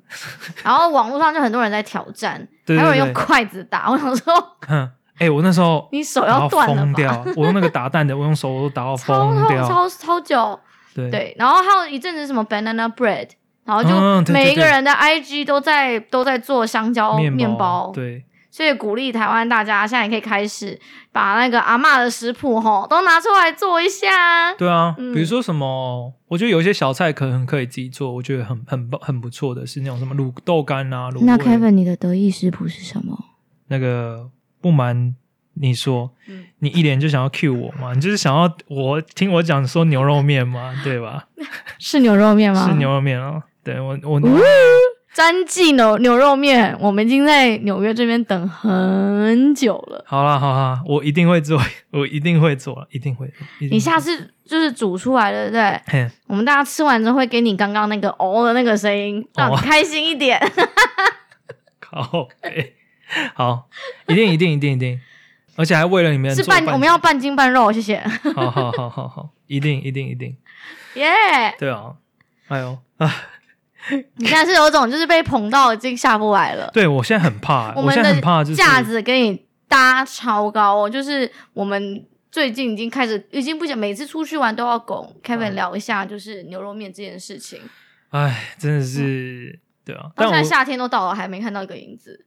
A: 然后网络上就很多人在挑战，
B: 对对对，
A: 还有人用筷子打，我想说
B: 哼，哎，我那时候
A: 你手
B: 打
A: 要
B: 到
A: 断了
B: 疯
A: 吧？
B: 掉，我用那个打蛋的，我用手都打到
A: 超
B: 疯
A: 痛，
B: 掉，
A: 超超久。
B: 对
A: 对，然后还有一阵子什么 banana bread，然后
B: 嗯
A: 就
B: 对
A: 每一
B: 对
A: 个
B: 对
A: 人的 IG 都在都在做香蕉
B: 面
A: 面包，
B: 对
A: 所以鼓励台湾大家现在也可以开始把那个阿嬷的食谱吼都拿出来做一下。
B: 对啊，
A: 嗯
B: 比如说什么，我觉得有一些小菜可能可以自己做，我觉得很很不很不错的是那种什么卤豆干啊，卤
A: 那
B: 味
A: Kevin，你的得意食谱是什么？
B: 那个不瞒你说
A: 嗯，
B: 你一脸就想要 cue 我嘛，你就是想要我听我讲说牛肉面嘛，对吧？
A: 是牛肉面吗？
B: 是牛肉面哦，对我我
A: 呜。詹记牛牛肉面，我们已经在纽约这边等很久了。
B: 好啦好啦，我一定会做， 我一定会做，一定会。一定
A: 你下次就是煮出来了，对不对？
B: 嘿
A: 我们大家吃完之后会给你刚刚那个哦的那个声音，让你
B: 哦
A: 开心一点。
B: 靠北，好，一定一定一定一定，而且还为了你们
A: 是
B: 做
A: 半，我们要半斤半肉，谢谢。
B: 好好好好好，一定一定一定，
A: 耶、
B: 对啊，哎呦啊，
A: 你现在是有种就是被捧到已经下不来了。
B: 对我现在很怕，我
A: 们
B: 现在很怕就
A: 的
B: 是
A: 架子给你搭超高哦，就是我们最近已经开始，已经不想每次出去玩都要跟 Kevin
B: 嗯
A: 聊一下，就是牛肉面这件事情。
B: 哎，真的
A: 嗯
B: 是对啊，
A: 到
B: 但
A: 现
B: 我
A: 在夏天都到了，还没看到一个影子。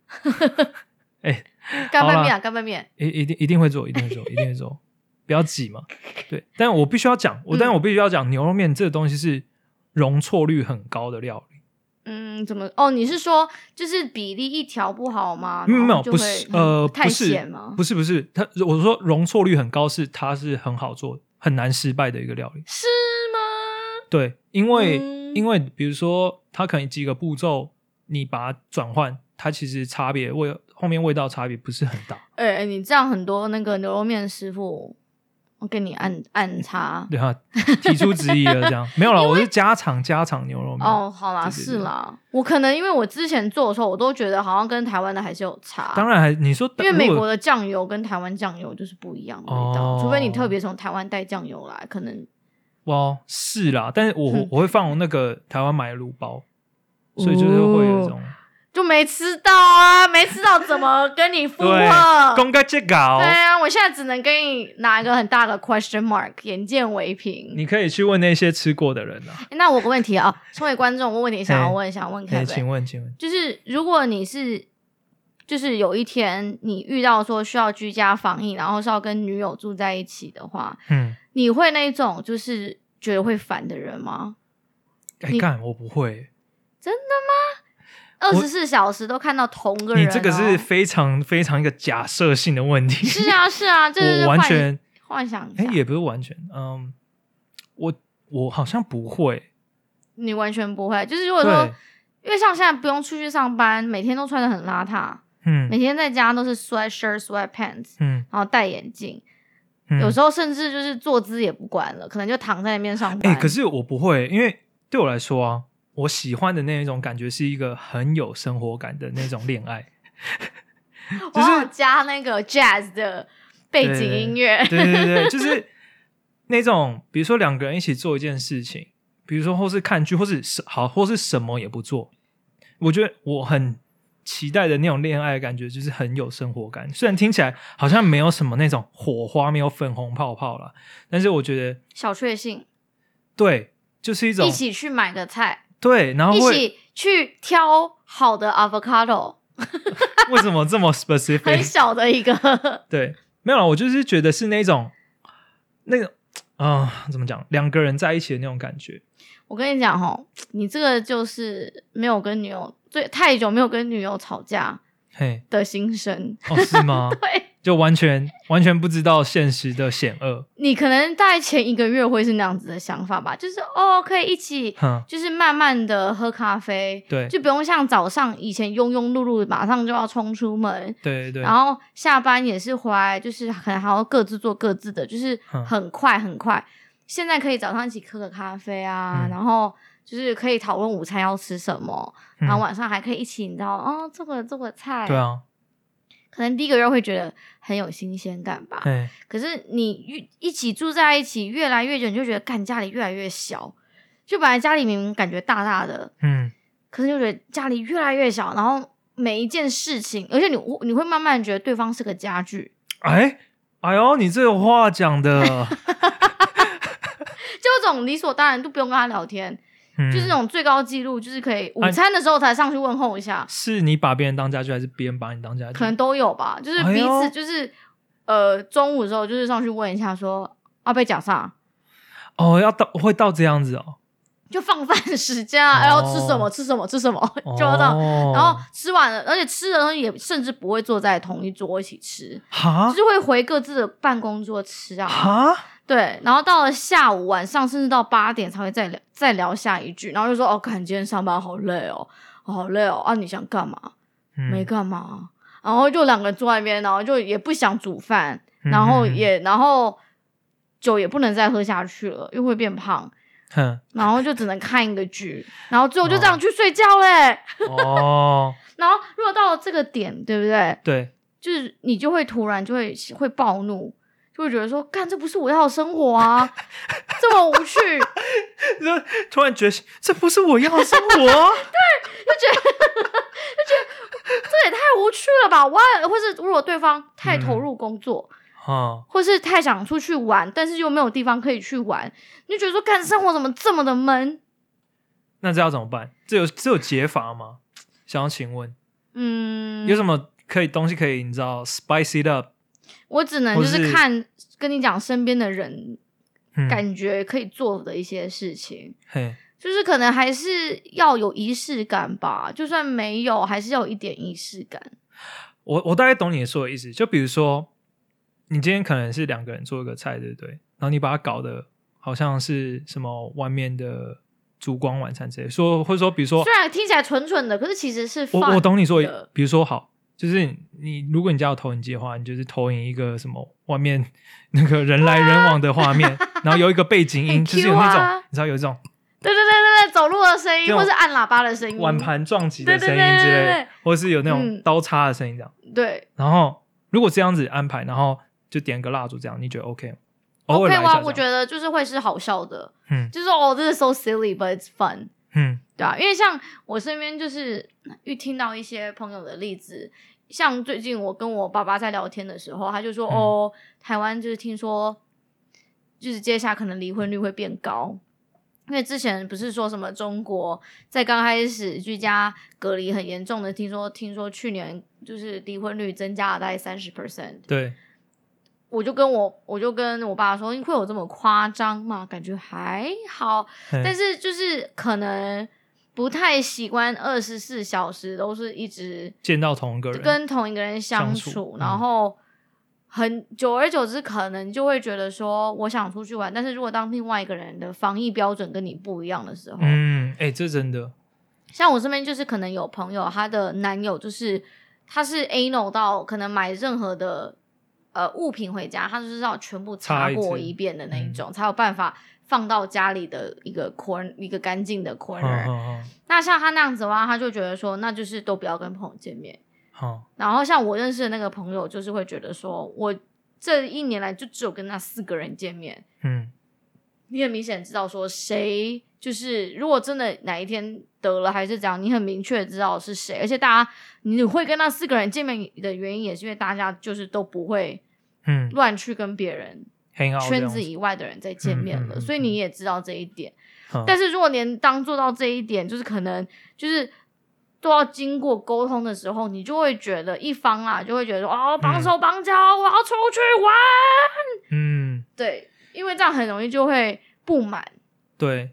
B: 哎
A: 干
B: 好
A: 拌
B: 啦
A: 面啊，干拌面，
B: 一一定一定会做，一定会做，一定会 做，不要挤嘛。对，但我必须要讲，我
A: 嗯
B: 但我必须要讲，牛肉面这个东西是容错率很高的料理，
A: 嗯，怎么？哦，你是说就是比例一调不好吗？
B: 没有嗯没
A: 然
B: 有，
A: 后就
B: 不
A: 会
B: 是呃
A: 太
B: 不
A: 咸
B: 是
A: 吗？
B: 不是不是，它我说容错率很高是它是很好做，很难失败的一个料理。
A: 是吗？
B: 对，因为、
A: 嗯
B: 因为比如说它可能几个步骤你把它转换，它其实差别味后面味道差别不是很大。
A: 哎、哎你这样很多那个牛肉面师傅，我给你按按叉。
B: 对啊，提出质疑了，这样没 有了。我是家常家常牛肉面
A: 哦，好啦，
B: 对对对
A: 是啦，我可能因为我之前做的时候，我都觉得好像跟台湾的还是有差。
B: 当，然还你说，
A: 因为美
B: 如
A: 国
B: 果
A: 的酱油跟台湾酱油就是不一样的味道，
B: 哦
A: 除非你特别从台湾带酱油来，可能
B: 哇哦是啦，但是我、
A: 嗯
B: 我会放那个台湾买的卤包，所以就是会有一种
A: 就没吃到啊，没吃到怎么跟你附
B: 对
A: 和？
B: 公开这搞
A: 哦对，啊，我现在只能给你拿一个很大的 question mark，眼见为凭。
B: 你可以去问那些吃过的人啊。
A: 诶那我有个问题 啊，身为观众，我问你想要
B: 嘿
A: 问，想问
B: 哎，
A: Kevin，
B: 请问，请问，
A: 就是如果你是，就是有一天你遇到说需要居家防疫，然后是要跟女友住在一起的话，
B: 嗯，
A: 你会那种就是觉得会烦的人吗？
B: 哎
A: 你
B: 干，我不会，
A: 二十四小时都看到同个人、
B: 你
A: 哦，
B: 这个是非常非常一个假设性的问 题，
A: 是啊是啊，这就是
B: 我完
A: 幻
B: 全
A: 幻想一
B: 哎
A: 下，
B: 也不是完全，嗯，我我好像不会，
A: 你完全不会。就是如果说
B: 对，，
A: 因为像现在不用出去上班，每天都穿的很邋遢，每
B: 嗯
A: 天在家都是 sweat shirt sweat pants，
B: 嗯，
A: 然后戴眼镜，
B: 嗯
A: 有时候甚至就是坐姿也不管了，可能就躺在那边上
B: 哎、
A: 班。
B: 可是我不会，因为对我来说啊，我喜欢的那一种感觉是一个很有生活感的那种恋爱。
A: 我
B: 就是
A: 好加那个 jazz 的背景音乐，
B: 对对对，对就是那种，比如说两个人一起做一件事情，比如说或是看剧，或是什好，或是什么也不做。我觉得我很期待的那种恋爱的感觉，就是很有生活感。虽然听起来好像没有什么那种火花，没有粉红泡泡啦，但是我觉得
A: 小确幸。
B: 对，就是一种
A: 一起去买个菜，
B: 对，然后
A: 一
B: 会
A: 起去挑好的 avocado，
B: 为什么这么 specific？
A: 很 小的一个。
B: 对，没有啦，我就是觉得是那种那种啊、怎么讲，两个人在一起的那种感觉。
A: 我跟你讲哦，你这个就是没有跟女友最太久没有跟女友吵架
B: 嘿，
A: 的心声。？
B: 哦，是吗
A: 对
B: 就完全完全不知道现实的险恶。
A: 你可能大概前一个月会是那样子的想法吧，就是哦，可以一 起
B: 哼，
A: 就是慢慢的喝咖啡，
B: 对
A: 就不用像早上以前庸庸碌碌，马上就要冲出门，
B: 对对对
A: 然，后下班也是回来，就是可能还要各自做各自的，就是
B: 嗯
A: 很快很快。现在可以早上一起喝个咖啡啊，
B: 嗯
A: 然后就是可以讨论午餐要吃什么，
B: 嗯
A: 然后晚上还可以一起，你知道哦，做个做个菜。
B: 对。啊，
A: 可可能第一个月会觉得很有新鲜感吧。
B: 哎，
A: 可是你越一起住在一起越来越久，你就觉得干家里越来越小。就本来家里明明感觉大大的，
B: 嗯，
A: 可是就觉得家里越来越小，然后每一件事情，而且你你会慢慢觉得对方是个家具，
B: 哎，哎呦，你这个话 讲的，
A: 就这种理所当然都不用跟他聊天，
B: 嗯
A: 就是那种最高纪录，就是可以午
B: 啊
A: 餐的时候才上去问候一下，
B: 是你把别人当家具，还是别人把你当家具？
A: 可能都有吧。就是
B: 哎
A: 彼
B: 呦
A: 此就是、呃中午的时候就是上去问一下说啊被讲上，
B: 哦，要到会到这样子哦，
A: 就放饭时间啊，然后吃什么
B: 哦
A: 吃什么吃什么， 就要这样。
B: 哦
A: 然后吃完了，而且吃的东西也甚至不会坐在同一桌一起吃，
B: 哈
A: 就是会回各自的办公桌吃啊。
B: 啊哈，
A: 对，然后到了下午、晚上，甚至到八点才会再聊再聊下一句，然后就说：“哦，看今天上班好累哦，哦好累哦啊，你想干嘛？
B: 嗯
A: 没干嘛。”然后就两个人坐在那边，然后就也不想煮饭，
B: 嗯
A: 然后
B: 嗯嗯
A: 也然后酒也不能再喝下去了，又会变胖，
B: 哼
A: 然后就只能看一个剧，然后最后就这样去睡觉嘞。
B: 哦，
A: 然后如果到了这个点，对不对？
B: 对，
A: 就是你就会突然就会会暴怒，就会觉得说，干这不是我要的生活啊，这么无趣，就
B: 这突然觉醒，这不是我要的生活
A: 觉得
B: 啊，
A: 就觉得这也太无趣了吧？我要或是如果对方太投
B: 嗯
A: 入工作，
B: 哦
A: 或是太想出去玩，但是又没有地方可以去玩，你就觉得说，干生活怎么这么的闷？
B: 那这要怎么办？这有这有解法吗？想要请问，
A: 嗯，
B: 有什么可以东西可以你知道 spice it up？
A: 我只能就
B: 或
A: 是
B: 是
A: 看跟你讲身边的人
B: 嗯，
A: 感觉可以做的一些事情。
B: 嘿，
A: 就是可能还是要有仪式感吧，就算没有，还是要有一点仪式感。
B: 我我大概懂你说的意思，就比如说，你今天可能是两个人做一个菜，对不对？然后你把它搞得好像是什么外面的烛光晚餐之类，说或者说，比如说
A: 虽，然听起来蠢蠢的，可是其实是
B: 我
A: fun
B: 我懂你说的
A: 的，
B: 比如说好，就是你如果你家有投影机的话，你就是投影一个什么外面那个人来人往的 画面，然后有一个背景音，
A: 很
B: 就是有那
A: Q 啊
B: 种你知道有一种
A: 对对对对对，走路的声音，
B: 这种
A: 或是按喇叭的声音，
B: 碗盘撞击的
A: 对
B: 声
A: 对
B: 音
A: 对对
B: 之
A: 对
B: 类
A: 对，
B: 或是有那种
A: 嗯
B: 刀叉的声音这样。
A: 对
B: 然后如果这样子安排，然后就点个蜡烛，这样你觉得 OK 吗？偶尔
A: ，OK
B: 来一下
A: 哇，我觉得
B: 得，
A: 就是会是好笑的，
B: 嗯
A: 就是哦，这是 so silly but it's fun，
B: 嗯
A: 对啊，因为像我身边就是遇听到一些朋友的例子，像最近我跟我爸爸在聊天的时候，他就说、
B: 嗯
A: 哦，台湾就是听说，就是接下来可能离婚率会变高，因为之前不是说什么中国在刚开始居家隔离很严重的，听说听说去年就是离婚率增加了大概三十 percent，
B: 对，
A: 我就跟我我就跟我爸说，会有这么夸张吗？感觉还好，但
B: 但
A: 是就是可能不太习惯二十四小时都是一直
B: 见到同一个人，
A: 跟同一个人相
B: 相
A: 处，
B: 处
A: 然
B: 嗯
A: 后很久而久之，可能就会觉得说我想出去玩，但是如果当另外一个人的防疫标准跟你不一样的时候，
B: 嗯，哎、这真的，
A: 像我身边就是可能有朋友，她的男友就是他是 a no 到可能买任何的呃物品回家，他就是要全部擦
B: 擦一次嗯
A: 过一遍的那一种，才有办法放到家里的一个 corner 一个干净的
B: 嗯
A: corner。
B: 嗯
A: 那像他那样子的话，他就觉得说，那就是都不要跟朋友见面。
B: 嗯，
A: 然后像我认识的那个朋友，就是会觉得说，我这一年来就只有跟那四个人见面。
B: 嗯
A: 你很明显知道说谁就是，如果真的哪一天得了还是怎样，你很明确知道是谁。而且大家你会跟那四个人见面的原因，也是因为大家就是都不会
B: 嗯
A: 乱去跟别人
B: 很好，
A: 圈子以外的人在见面
B: 嗯嗯
A: 了，
B: 嗯
A: 所以你也知道这一点。
B: 嗯，
A: 但
B: 是
A: 是如果连当做到这一点，就是可能就是都要经过沟通的时候，你就会觉得一方啊就会觉得说哦绑手绑脚，我要出去玩。
B: 嗯，
A: 对，因为这样很容易就会不满，
B: 对，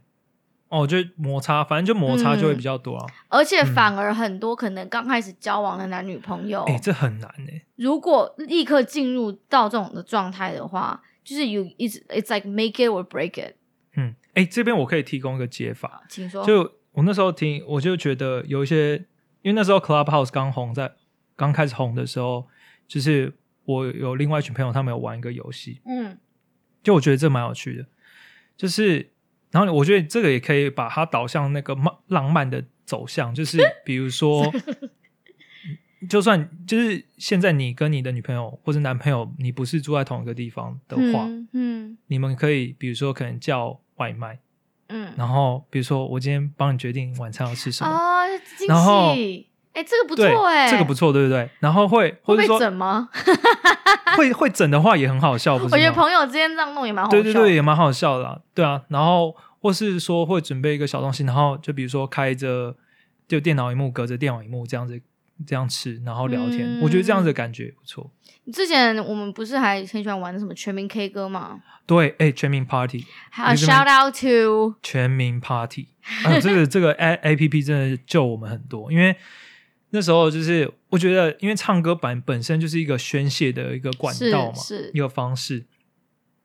B: 哦，就摩擦，反正就摩擦
A: 嗯
B: 就会比较多啊。
A: 而且反而很多可能刚开始交往的男女朋友，
B: 哎、这很难哎、
A: 如果立刻进入到这种的状态的话，就是 you it's it's like make it or break it。
B: 嗯，哎、这边我可以提供一个解法，
A: 请说，
B: 就我那时候听，我就觉得有一些，因为那时候 Clubhouse 刚红在，刚开始红的时候，就是我有另外一群朋友，他们有玩一个游戏，
A: 嗯
B: 就我觉得这蛮有趣的，就是，然后我觉得这个也可以 把它导向那个漫浪漫的走向，就是比如说，就算就是现在你跟你的女朋友或者男朋友，你不是住在同一个地方的话，
A: 嗯嗯
B: 你们可以比如说可能叫外卖，
A: 嗯，
B: 然后比如说我今天帮你决定晚餐要吃什么，
A: 哦，惊
B: 然后
A: 喜，哎，这个不
B: 对
A: 错，哎，
B: 这个不错，对不对？然后会或
A: 会
B: 者
A: 被
B: 说
A: 整吗？
B: 会会整的话也很好笑，不是
A: 我觉得
B: 吗？
A: 朋友之间这样弄也蛮好笑
B: 对
A: 的。
B: 对对，也蛮好笑的啦，对啊。然后或是说会准备一个小东西，然后就比如说开着就电脑荧幕隔着电脑荧幕这样子这样吃，然后聊天，
A: 嗯
B: 我觉得这样子的感觉不错。
A: 之前我们不是还很喜欢玩什么全民 K 歌吗？
B: 对，哎，全民 Party，
A: 还有
B: 你怎么
A: Shout out to
B: 全民 Party，啊，这个这个 A A P P 真的救我们很多，因为那时候就是我觉得，因为唱歌版本身就是一个宣泄的一个管道嘛，
A: 是是
B: 一个方式。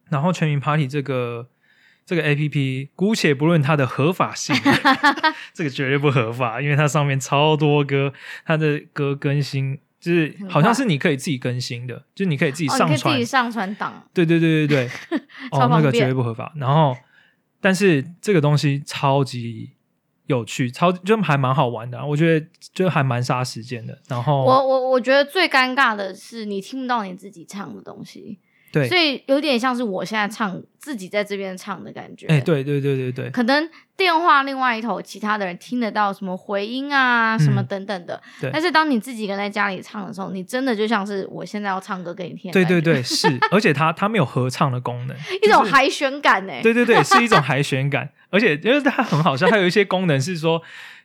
B: 然后全民 Party 这个这个 A P P，姑且不论它的合法性， 这个绝对不合法，因为它上面超多歌，它的歌更新就是
A: 很快
B: 好像是你可以自己更新的，就是你可以自己
A: 哦，你可
B: 上
A: 以自
B: 传
A: 己上传档，
B: 对对对对 对，
A: 超，
B: 哦那
A: 方
B: 个
A: 便
B: 绝对不合法。然后，但是这个东西超级有趣，超就还蛮好玩的啊、我觉得就还蛮杀时间的。然后，
A: 我我我觉得最尴尬的是你听不到你自己唱的东西，
B: 对，
A: 所以有点像是我现在唱自己在这边唱的感觉。
B: 哎，对对对对对
A: 可能电话另外一头其他的人听得到什么回音啊，什么等等的。
B: 嗯对
A: 但是当你自己一个人在家里唱的时候，你真的就像是我现在要唱歌给你听的
B: 对
A: 感觉，
B: 对对，是，而且它它没有合唱的功 能，
A: 一种
B: 就是
A: 海选感欸呢、
B: 对对对，是一种海选感，而且因为它很好笑，它有一些功能是说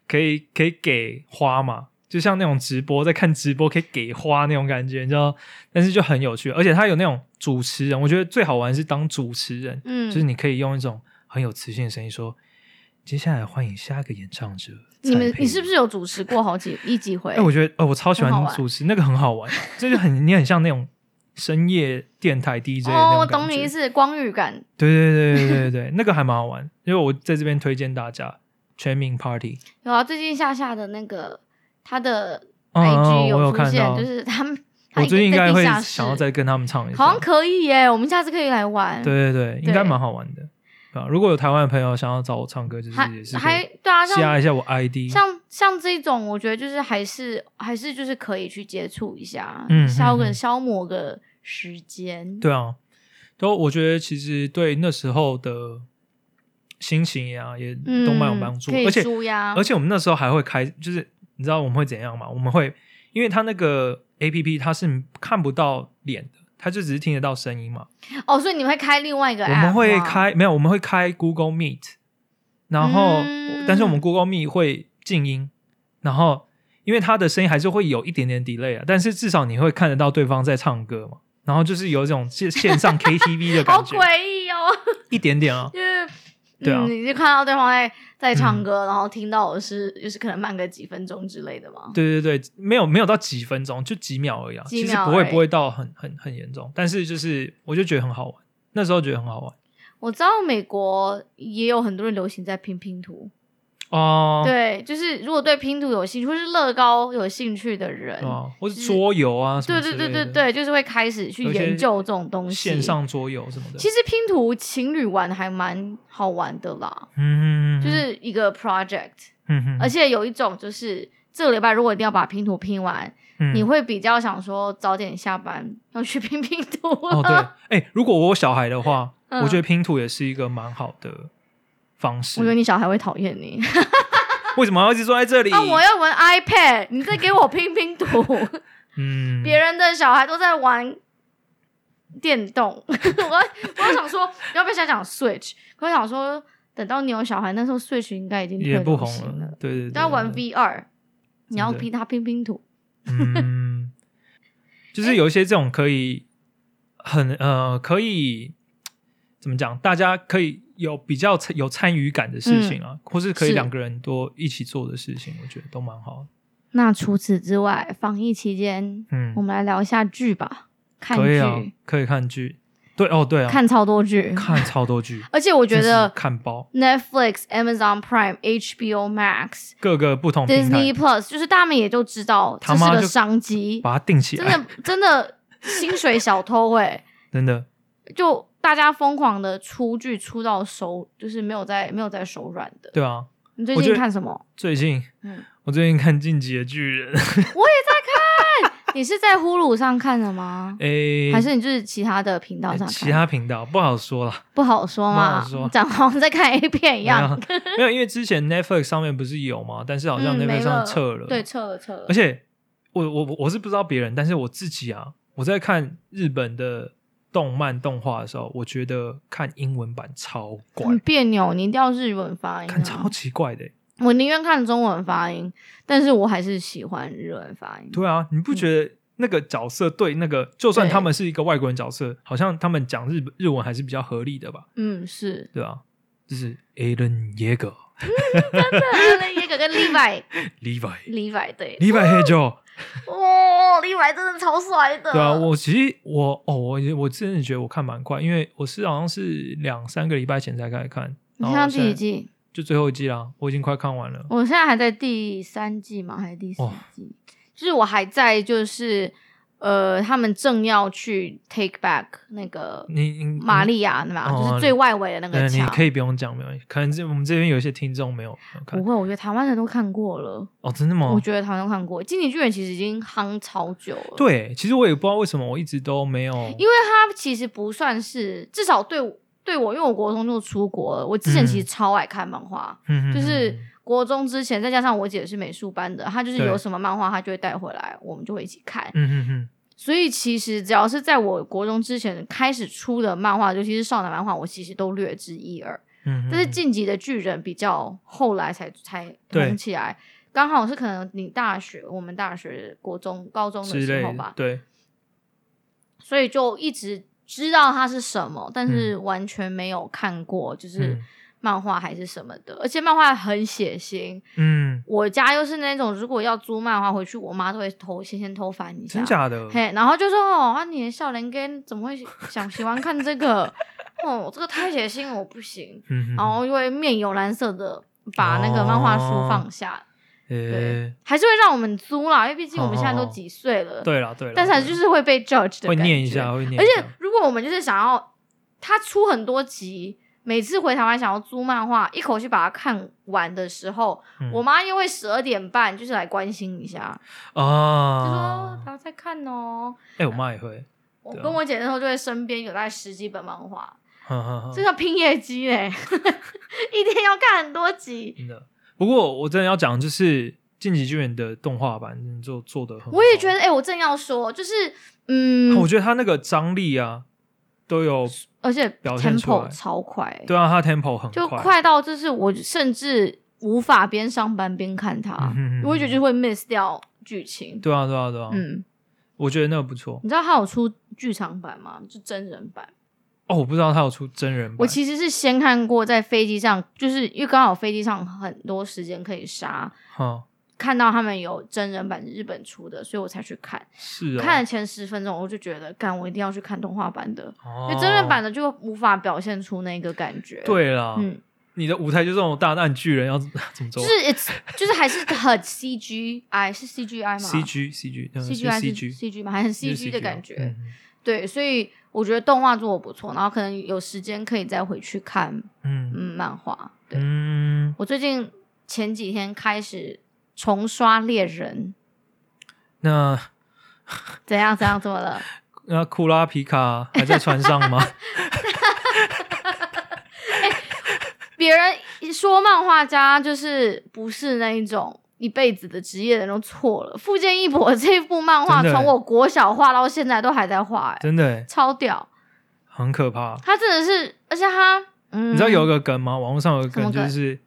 B: 可以可以给花嘛，就像那种直播在看直播可以给花那种感觉，你知道？但是就很有趣，而且它有那种主持人，我觉得最好玩是当主持人，
A: 嗯，
B: 就是你可以用一种很有磁性的声音说，接下来欢迎下一个演唱者。
A: 你们
B: 蔡佩
A: 你是不
B: 妮
A: 是有主持过好几一几回？
B: 哎、我觉得，呃，我超喜
A: 很好
B: 欢
A: 玩
B: 主持，那个很好玩，这就很你很像那种深夜电台 DJ 的那
A: 哦，
B: 种
A: 我
B: 感觉。
A: 懂你意思，光遇感。
B: 对对对对对对，那个还蛮好玩，因为我在这边推荐大家全民 Party。
A: 有啊，最近夏夏的那个他的
B: 嗯
A: IG
B: 嗯，我有
A: 出
B: 看
A: 现，
B: 到，
A: 就是他们，他
B: 我最近应
A: 在
B: 该
A: 地
B: 会
A: 下室
B: 想要再跟他们唱一
A: 好
B: 下
A: 像。可以耶，我们下次可以来玩。
B: 对对对，应
A: 对
B: 该蛮好玩的。对啊，如果有台湾的朋友想要找我唱歌，就是
A: 还
B: 也是可
A: 还
B: 以
A: 对啊，
B: 加
A: 像
B: 一下我 ID。
A: 像像这种，我觉得就是还是还是就是可以去接触一下，
B: 嗯
A: 消
B: 嗯嗯
A: 个消磨个时间。
B: 对啊，都我觉得其实对那时候的心情呀，也
A: 嗯，
B: 都蛮有帮助，
A: 可以
B: 而且
A: 舒压，
B: 而且我们那时候还会开，就是你知道我们会怎样吗？我们会，因为它那个 A P P 它是看不到脸的，它就只是听得到声音嘛。
A: 哦，所以你会开另外一个 app，
B: 我们会
A: 吗，
B: 开没有，我们会开 Google Meet，然后、
A: 嗯
B: 但是我们 Google Meet 会静音，然后因为它的声音还是会有一点点 delay 啊，但是至少你会看得到对方在唱歌嘛。然后就是有一种线线上 KTV 的
A: 好
B: 感觉，
A: 诡异哦，
B: 一点点啊，
A: 就是。
B: 对啊嗯
A: 嗯，你就看到对方在在唱歌，然后听到我是就是可能慢个几分钟之类的吗？
B: 对对对，没有没有到几分钟，就几秒而已啊。
A: 几
B: 其实
A: 秒
B: 不会
A: 而已
B: 不会到很很很严重，但是就是我就觉得很好玩，那时候觉得很好玩
A: 我知道美国也有很多人流行在拼拼图，
B: 哦。
A: 对，就是如果对拼图有兴趣，或是乐高有兴趣的人，
B: 哦，或是
A: 就是
B: 桌游啊什么
A: 对
B: 之
A: 对
B: 类
A: 对
B: 的，
A: 对对，就是会开始去
B: 有一些
A: 研究这种东西。
B: 线，上桌游什么的。
A: 其实拼图情侣玩还蛮好玩的啦，
B: 嗯，嗯嗯嗯
A: 就是一个 project，、
B: 嗯嗯，
A: 而且有一种就是这个礼拜如果一定要把拼图拼完，
B: 嗯
A: 你会比较想说早点下班要去拼拼图。啊
B: 哦对，哎，如果我有小孩的话，
A: 嗯
B: 我觉得拼图也是一个蛮好的方式
A: 我觉。得你小孩会讨厌你。
B: 为什么要一直坐在这里
A: 啊，？我要玩 iPad，你再给我拼拼图。
B: 嗯，
A: 别人的小孩都在玩电动， 我我想说，要不要想想 Switch？我想说，等到你有小孩，那时候 Switch 应该已经
B: 也
A: 退
B: 不
A: 流
B: 红
A: 行
B: 了
A: 了，，
B: 对对对，
A: 都要玩
B: 对
A: V 二，你要
B: 真的
A: 逼他拼拼图。
B: 嗯，就是有一些这种可以很呃，可以怎么讲？大家可以有比较参有参与感的事情啊，或是可以
A: 嗯是
B: 两个人多一起做的事情，我觉得都蛮好的。
A: 那除此之外，防疫期间，
B: 嗯
A: 我，们来聊一下剧吧，看
B: 可以啊
A: 剧，，
B: 可以看剧。对哦，对啊，
A: 看超多剧，
B: 看超多剧，
A: 而且我
B: 我
A: 觉得
B: 看包
A: Netflix、Amazon Prime、HBO Max、
B: 各个不同平
A: Disney
B: 台，
A: Plus，就是大家们也就知道
B: 他
A: 这
B: 妈
A: 是个
B: 就
A: 商机，
B: 把它定起
A: 真
B: 来，
A: 的真的薪水小偷哎、
B: 真的。
A: 就大家疯狂的出剧出到手，就是没有在没有在手软的。
B: 对啊，
A: 你最
B: 我觉
A: 近
B: 得
A: 看什么？
B: 最近
A: 嗯，
B: 我最近看《进击的巨人》，
A: 我也在你是在呼噜上看的吗？
B: 诶、
A: 还是你就是其他的频道上看？
B: 其他频道不好说啦，
A: 不好说嘛
B: 不好说，
A: 长得好像在看 A 片一
B: 没
A: 样
B: 有。 没有，因为之前 Netflix 上面不是有嘛，但是好像
A: 嗯
B: Netflix
A: 没
B: 上
A: 了
B: 撤了，
A: 对，撤了撤了
B: 而。且我我我是不知道别人，但是我自己啊，我在看日本的动漫动画的时候，我觉得看英文版超怪，
A: 很别扭，你一定要日文发音啊、
B: 看超奇怪的欸、
A: 我宁愿看中文发音，但是我还是喜欢日文发音。
B: 对啊，你不觉
A: 嗯
B: 得那个角色对那个，就算
A: 对
B: 他们是一个外国人角色，好像他们讲日本日文还是比较合理的吧？
A: 嗯，是。
B: 对啊，就是 Alan Yeager、
A: 阿伦耶格跟 Levi
B: Levi、
A: Levi 对，啊
B: Levi h e d g e
A: 哦，Levi 真的超帅的。
B: 对啊，我其实我哦，我我真的觉得我看蛮快，因为我是好像是两三个礼拜前才开始看，
A: 你
B: 然后
A: 看到
B: 我现
A: 第几
B: 在
A: 季？
B: 就最后一季啦，我已经快看完了。
A: 我现在还在第三季嘛，还是第四
B: 哇
A: 季？就是我还在，就是呃，他们正要去 take back 那个
B: 你你
A: 玛利亚，对吧？
B: 哦
A: 就是最外围的那
B: 你
A: 个
B: 对，你
A: 墙。
B: 可以不用讲，没关系。可能这我们这边有一些听众没有没有
A: 不
B: 看
A: 会，我觉得台湾人都看过了。
B: 哦，真的吗？
A: 我觉得台湾都看过《经理巨人》，其实已经夯超久了。，
B: 对，其实我也不知道为什么我一直都没有，
A: 因为它其实不算是，至少对我对我，因为我国中就出国了。我之前
B: 嗯
A: 其实超爱看漫画，
B: 为
A: 就是国中之前，再加上我姐是美术班的，她就是
B: 对
A: 有什么漫画，她就会带回来，我们就会一起看。
B: 嗯哼哼，
A: 所以其实只要是在我国中之前开始出的漫画，尤其是少男漫画，我其实都略知一二。
B: 嗯哼，
A: 但是《晋级的巨人》比较后来才才
B: 对
A: 红起来，刚好是可能你大学、我们大学、国中、高中的
B: 之类
A: 时候
B: 的
A: 吧，
B: 对，
A: 所以就一直知道它是什么，但是完全没有看过，就是
B: 嗯
A: 漫画还是什么的。而且漫画很血腥，
B: 嗯，
A: 我家又是那种如果要租漫画回去，我妈都会偷先先偷翻一下
B: 真，假的，
A: 嘿，然后就说哦，啊，你的笑脸跟怎么会想喜欢看这个？哦，这个太血腥了，我不行。
B: 嗯哼，
A: 然后就会面有蓝色的把那个漫画
B: 哦
A: 书放下，
B: 诶，
A: 还是会让我们租啦，因为毕竟我们现在
B: 哦
A: 都
B: 哦哦
A: 几岁了，
B: 对啦对啦，
A: 但是还
B: 对
A: 是
B: 啦
A: 就是会被 judge 的，
B: 会念一下，。会念一下，
A: 而且如果我们就是想要他出很多集，每次回台湾想要租漫画，一口气把它看完的时候，
B: 嗯
A: 我妈又会十二点半就是来关心一下，就说
B: 啊
A: 不，要再看哦。
B: 哎，我妈也会，
A: 我
B: 对啊
A: 跟我姐那时候就会身边有大概十几本漫画，
B: 哈哈哈
A: 这叫拼业绩嘞， 一天要看很多集。
B: 真的。不过我真的要讲，就是《进击巨人》的动画版真的就做的很好，啊
A: 我也觉得，哎、我正要说，就是，嗯，
B: 我觉得他那个张力啊，都有
A: 而且
B: 表现出来
A: tempo 超快，
B: 对啊，他 tempo 很
A: 就
B: 快，
A: 快到就是我甚至无法边上班边看它
B: 嗯，哼嗯
A: 啊我会觉得
B: 哼
A: 就会 miss 掉剧情。
B: 对啊，对啊，对啊，
A: 嗯，
B: 我觉得那个不错
A: 你知道它有出剧场版吗？就真人版。
B: 哦。我不知道他有出真人版，
A: 我其实是先看过在飞机上，就是因为刚好飞机上很多时间可以杀，
B: 哈
A: 看到他们有真人版日本出的，所以我才去看。
B: 是哦，
A: 看了前十分钟，我就觉得，干，我一定要去看动画版的。
B: 哦
A: 因为真人版的就无法表现出那个感觉。，
B: 对啊啦，
A: 嗯，
B: 你的舞台就这种大难巨人要 怎么
A: 就
B: 做
A: 是 it's 就是还是很 CGI，是 CGI 吗
B: ？CG CG 嗯
A: CGI 是
B: CG
A: CG 嘛，还是
B: 就是
A: CG 的感觉。
B: 嗯嗯
A: 对，所以我觉得动画做的不错，然后可能有时间可以再回去看
B: 嗯
A: 嗯漫画。对、
B: 嗯，
A: 我最近前几天开始重刷《猎人
B: 那》，
A: 怎样怎样怎么了？
B: 那库拉皮卡还在船上 吗？
A: 别人一说漫画家就是不是那一种一辈子的职业的人都错了。富坚义博这部漫画
B: 真的欸
A: 从我国小画到现在都还在画、欸，
B: 真的欸
A: 超屌！
B: 很可怕。
A: 他真的是，而且他，嗯，
B: 你知道有一个梗吗？网络上有一个
A: 什
B: 梗
A: 么梗
B: 就是。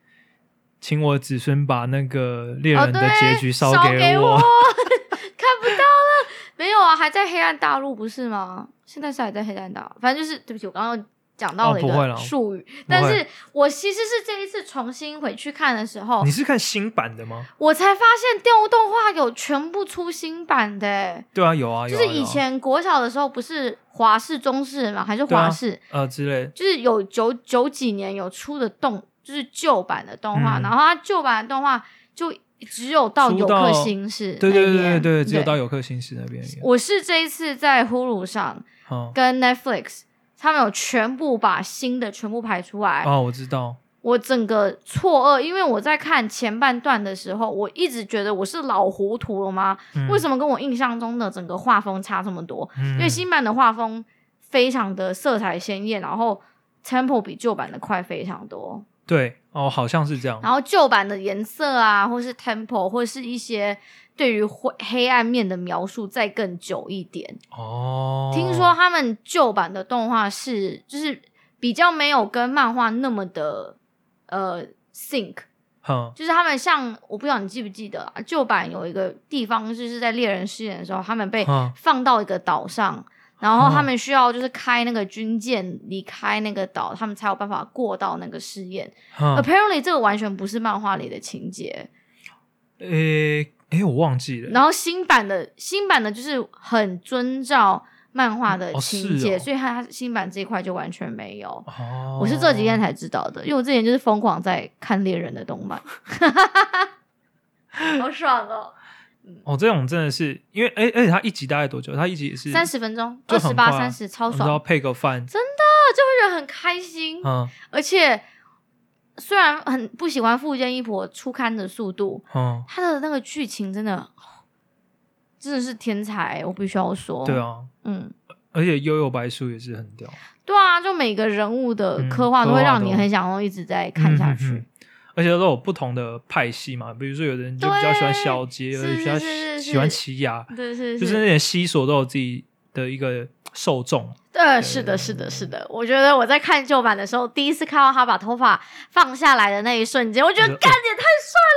B: 请我子孙把那个猎
A: 哦
B: 人的
A: 对
B: 结局
A: 烧
B: 给
A: 我，
B: 我，
A: 看不到了，没有啊，还在黑暗大陆不是吗？现在是还在黑暗大陆，反正就是对不起，我刚刚讲到了一
B: 哦不会啦
A: 个术语，但是我其实是这一次重新回去看的时候
B: 你，是看新版的吗？
A: 我才发现电动画有全部出新版的、欸。
B: 对啊，有啊，有
A: 就是
B: 啊有啊
A: 以前国小的时候，不是华视、中视嘛，还是华视，
B: 呃之类，
A: 就是有九九几年有出的动，就是旧版的动画，
B: 嗯
A: 然后它旧版的动画就只有到
B: 出
A: 游
B: 到
A: 客新视
B: 对对对
A: 对，
B: 对对，只有到游客新市那边有。
A: 我是这一次在呼噜上
B: 哦
A: 跟 Netflix，他们有全部把新的全部排出来，
B: 哦，我知道，
A: 我整个错愕，因为我在看前半段的时候，我一直觉得我是老糊涂了吗？
B: 嗯
A: 为什么跟我印象中的整个画风差这么多？
B: 么
A: 因为新版的画风非常的色彩鲜艳，然后 tempo 比旧版的快非常多，
B: 对哦，好像是这样。
A: 然后旧版的颜色啊，或是 tempo，或是一些对于灰黑暗面的描述再更久一点。
B: 哦，
A: 听说他们旧版的动画是就是比较没有跟漫画那么的呃 sync，
B: 哼，
A: 就是他们像我不知道你记不记得啊，旧版有一个地方就是在猎人试验的时候，他们被
B: 嗯
A: 放到一个岛上，然后他们需要就是开那个军舰离开那个岛，他们才有办法过到那个试验。
B: 哼，
A: Apparently 这个完全不是漫画里的情节。
B: 诶诶，我忘记了。
A: 然后新版的新版的就是很遵照漫画的
B: 哦
A: 情节，
B: 是哦
A: 所以它新版这一块就完全没有。
B: 哦，
A: 我是这几天才知道的，因为我之前就是疯狂在看猎人的动漫， 好爽哦！
B: 哦，这种真的是因为，诶，而且它一集大概多久？它一集也是
A: 三十分钟，
B: 就
A: 二
B: 很
A: 十
B: 快
A: 八、
B: 啊
A: 三十，超
B: 然后
A: 爽，
B: 配个饭，
A: 那就会觉得很开心。
B: 嗯
A: 而且虽然很不喜欢富坚义博出刊的速度，
B: 嗯，
A: 他的那个剧情真的真的是天才，欸我必须要说。
B: 对，啊，
A: 嗯，
B: 而且悠悠白书也是很屌，
A: 对啊，就每个人物的
B: 嗯
A: 刻画都
B: 刻
A: 会
B: 画
A: 让你
B: 都
A: 很想要一直在看下去。
B: 嗯嗯嗯而且都有不同的派系嘛，比如说有的人就比较喜欢小节，
A: 对
B: 有的人比较
A: 是是是是
B: 喜欢奇亚，
A: 对，是
B: 嗯就是那些西索都有自己的一个受众。
A: 对，呃是的，是的，是的。我觉得我在看旧版的时候，第一次看到他把头发放下来的那一瞬间，我觉得
B: 我觉得
A: 干也太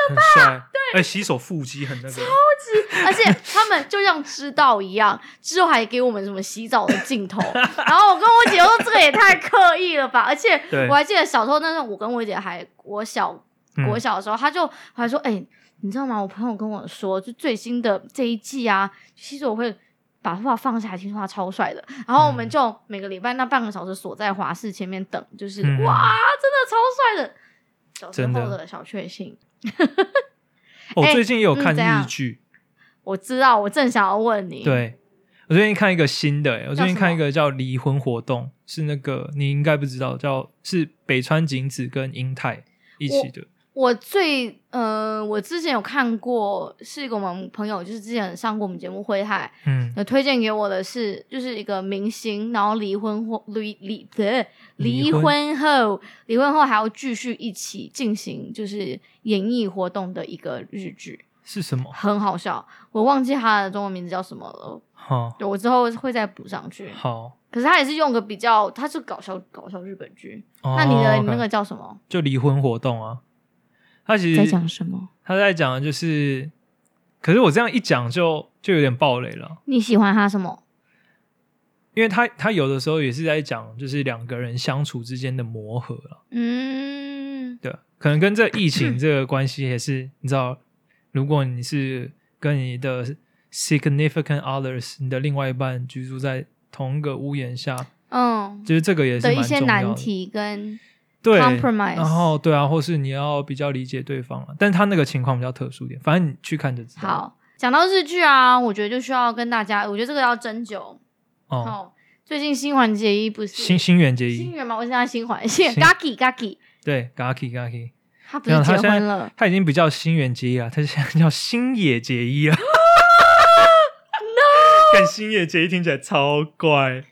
B: 很帅，哎，洗手腹肌很那个，
A: 帅，而且他们就像知道一样，之后还给我们什么洗澡的镜头。然后我跟我姐说，这个也太刻意了吧！而且
B: 对
A: 我还记得小时候那时候，我跟我姐还我小
B: 嗯
A: 国小的时候，他就还说：“哎、你知道吗？我朋友跟我说，就最新的这一季啊，其实我会把头发放下来，听说他超帅的。”然后我们
B: 嗯
A: 就每个礼拜那半个小时锁在华视前面等，就是、
B: 嗯
A: 哇，真的超帅的，小时
B: 真的
A: 候的小确幸。
B: 我
A: 哎
B: 哦最近也有看
A: 嗯怎样
B: 日剧，
A: 我知道，我正想要问你，，
B: 对我最近看一个新的、哎我
A: 叫
B: 最近
A: 什么
B: 看一个叫《离婚活动》，是那个你应该不知道，叫是北川景子跟英泰一起的，
A: 我最呃，我之前有看过，是一个我们朋友，就是之前上过我们节目灰海，
B: 嗯，
A: 有推荐给我的是，就是一个明星，然后离婚或离离呃
B: 离
A: 离婚后，离婚后还要继续一起进行就是演艺活动的一个日剧，
B: 是什么？
A: 很好笑。我忘记它的中文名字叫什么了，
B: 哈、
A: 对我之后会再补上去。
B: 好，
A: 可是它也是用个比较，它是搞笑搞笑日本剧。
B: 哦
A: 那你的你
B: OK
A: 那个叫什么？
B: 就离婚活动啊，他其实
A: 在讲什么？
B: 他在讲的就是，可是我这样一讲就就有点暴雷了。
A: 你喜欢它什么？
B: 因为他他有的时候也是在讲，就是两个人相处之间的磨合了，
A: 嗯，
B: 对，啊可能跟这疫情这个关系也是，你知道，如果你是跟你的 significant others，你的另外一半居住在同一个屋檐下，
A: 嗯
B: 就是这个也是
A: 的
B: 蛮
A: 一些
B: 重要
A: 难
B: 的
A: 题跟
B: 对
A: compromise
B: 然后对啊，或是你要比较理解对方了，但他那个情况比较特殊一点，反正你去看就知道。，
A: 好，讲到日剧啊，我觉得就需要跟大家，我觉得这个要针灸。
B: 哦，
A: 哦，最近新垣结衣不是
B: 新新垣结
A: 新
B: 衣，
A: 垣吗？我现在新垣 新垣
B: 新
A: Gaki Gaki，
B: 对，Gaki Gaki，
A: 他不
B: 没有
A: 是
B: 他
A: 结
B: 现
A: 婚
B: 在
A: 了？
B: 他已经不叫新垣结衣了，他现在叫新野结 衣 了。No，但新野结衣听起来超怪。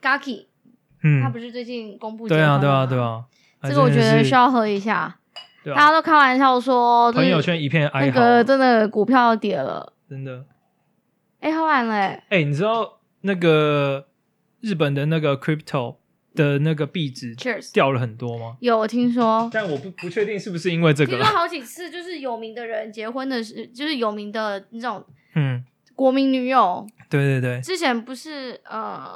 A: ？Gaki 他
B: 嗯
A: 不，是最近公布结
B: 对
A: 婚
B: 啊，
A: 了
B: 对啊，
A: 吗
B: 对。啊。
A: 这个我觉得需
B: 啊
A: 要喝一下，
B: 真的是对
A: 大
B: 啊
A: 家都开玩笑说，
B: 朋友
A: 就是
B: 圈一片哀
A: 那
B: 嚎，
A: 个真的股票跌了，
B: 真的。
A: 哎，喝完了哎，
B: 哎，你知道那个日本的那个 crypto 的那个币值
A: Cheers
B: 掉了很多吗？
A: 有听说。
B: 但我不不确定是不是因为这
A: 听
B: 个
A: 说
B: 啦。
A: 好几次，就是有名的人结婚的时，就是有名的那种
B: 嗯，
A: 国民女友，
B: 对对对，
A: 之前不是呃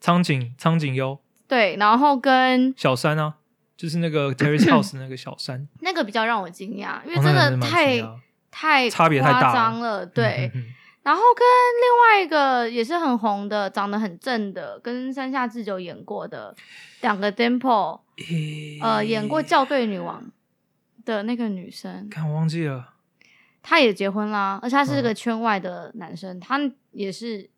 B: 苍井苍井优
A: 对，然后跟
B: 小山啊，就是 那个 Terrace House 那个小山，
A: 那个比较让我惊讶，因为
B: 哦
A: 真
B: 那
A: 的
B: 个蛮
A: 太、
B: 惊讶的
A: 太
B: 差别太大了
A: 夸张了， 对。
B: 嗯嗯嗯
A: 然后跟另外一个也是很红的，长得很正的，跟山下智久演过的两个 Temple，呃，演过《校对女王》的那个女生，
B: 看我忘记了，
A: 她也结婚啦，而且她是
B: 嗯
A: 个圈外的男生，他也是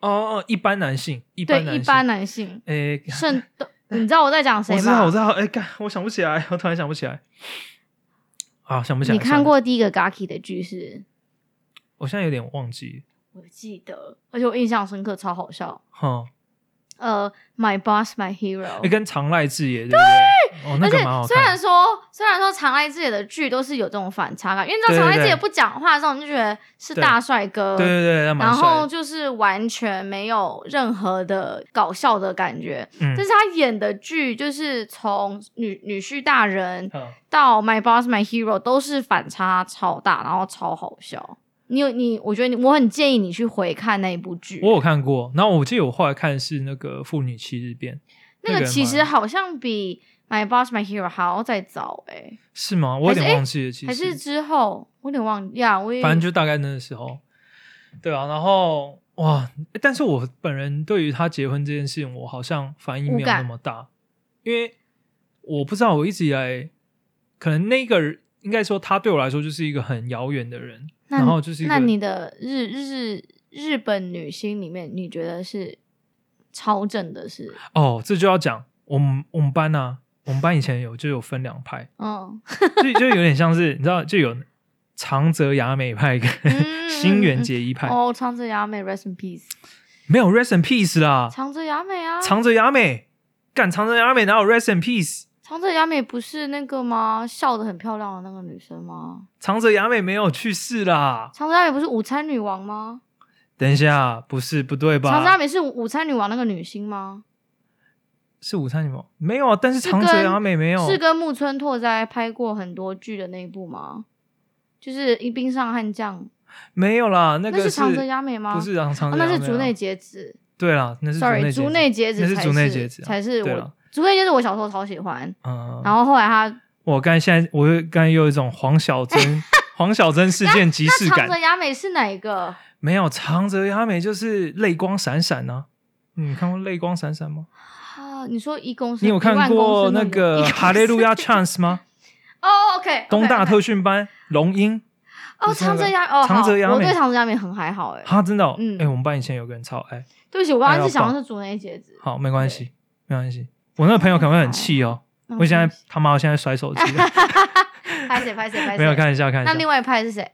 B: 哦哦，一般男性，一
A: 对
B: 般男
A: 一
B: 性，
A: 般男性，
B: 诶，
A: 圣斗你知道我在讲谁吗？
B: 我知道，我知道，哎、干，我想不起来，我突然想不起来，啊，想不起来。
A: 你
B: 算
A: 看
B: 了？
A: 过第一个 Gaki 的剧是？
B: 我现在有点忘记，
A: 我记得，而且我印象深刻，超好笑。
B: 哈，
A: 呃，My Boss My Hero，
B: 哎、跟长濑智也对不对？哦，那
A: 而
B: 个
A: 且
B: 蛮好
A: 虽
B: 看
A: 然
B: 的。
A: 说虽然说长濑智也的剧都是有这种反差感，因为你知道长
B: 对
A: 濑
B: 对
A: 智也
B: 对
A: 不讲话的时候，你就觉得是
B: 对
A: 大帅哥，
B: 对对对，那蛮
A: 然
B: 帅的
A: 后就是完全没有任何的搞笑的感觉。
B: 嗯
A: 但是他演的剧就是从女女婿大人
B: 嗯
A: 到 My Boss My Hero 都是反差超大，然后超好笑。你有你，我觉得你我很建议你去回看那一部剧。
B: 我有看过，然后我记得我后来看的是那个《妇女七日变》，
A: 那
B: 那
A: 个
B: 个
A: 其实
B: 蛮
A: 好像比 My Boss My Hero 还要再早哎、欸
B: 是吗？我有
A: 还是
B: 点
A: 哎
B: 忘记了，其实
A: 还是之后我有点忘呀，我也
B: 反正就大概那个时候，对啊，然后哇，但是我本人对于他结婚这件事情，我好像反应没有那么大，因为我不知道，我一直以来可能那个人应该说他对我来说就是一个很遥远的人，
A: 那
B: 然后就是一个
A: 那你的日日日本女星里面，你觉得是超正的是？
B: 哦，这就要讲我们我们班啊，我们班以前有就有分两派，
A: 嗯，
B: 就就有点像是你知道就有长泽雅美派跟
A: 嗯
B: 新垣结衣派，
A: 哦，长泽雅美，rest in peace，
B: 没有 rest in peace 啦，
A: 长泽雅美啊，
B: 长泽雅美，干长泽雅美哪有 rest in peace？
A: 长泽雅美不是那个吗？笑得很漂亮的那个女生吗？
B: 长泽雅美没有去世啦。
A: 长泽雅美不是午餐女王吗？
B: 等一下，不是不对
A: 长泽雅
B: 吧？
A: 美是午餐女王那个女星吗？
B: 是午餐女王没有啊？但是
A: 是
B: 长泽
A: 跟
B: 雅美没有，
A: 是跟木村拓哉拍过很多剧的那一部吗？就是《一冰上悍将》，
B: 没有啦。那
A: 那
B: 个
A: 是长泽雅美吗？
B: 不是长长
A: 哦
B: 泽雅
A: 那
B: 美啊、
A: 是竹内结子。
B: 对啦，那是
A: sorry，
B: 竹
A: 竹
B: 内
A: 内
B: 结
A: 结
B: 那
A: 子
B: 是
A: 才
B: 竹内结子啊
A: 才是
B: 对了
A: 我竹内结子，我小时候超喜欢。
B: 嗯，
A: 然后后来他
B: 我刚才现在我又刚才又有一种黄 小珍黄小珍事件即视
A: 那长
B: 感
A: 泽，雅美是哪一个？
B: 没有长泽雅美就是泪光闪闪啊。嗯，你看过泪光闪闪吗？
A: 啊，你说一公升，
B: 你有
A: 一
B: 看
A: 万公
B: 过
A: 升
B: 那
A: 一
B: 个
A: 公
B: 《
A: 升
B: 哈利路亚 Chance》吗？
A: 哦，OK，
B: 东大特训班龙樱
A: 哦，
B: 就是那
A: 长
B: 个
A: 泽雅哦，好
B: 长泽雅美
A: 我对长泽雅美很还好哎。
B: 哈，真的、哦，
A: 嗯
B: 哎、我们班以前有个人超爱，
A: 对不起，我刚
B: 哎
A: 刚
B: 呦
A: 是想的是竹内结子。
B: 好，没关系，没关系。我那个朋友可能会很气哦，
A: 那
B: 我现在他妈，我现在甩手机 了，
A: 拍谁拍谁拍谁？
B: 没有，开玩笑，开
A: 那
B: 玩
A: 另
B: 笑。
A: 外一派是谁？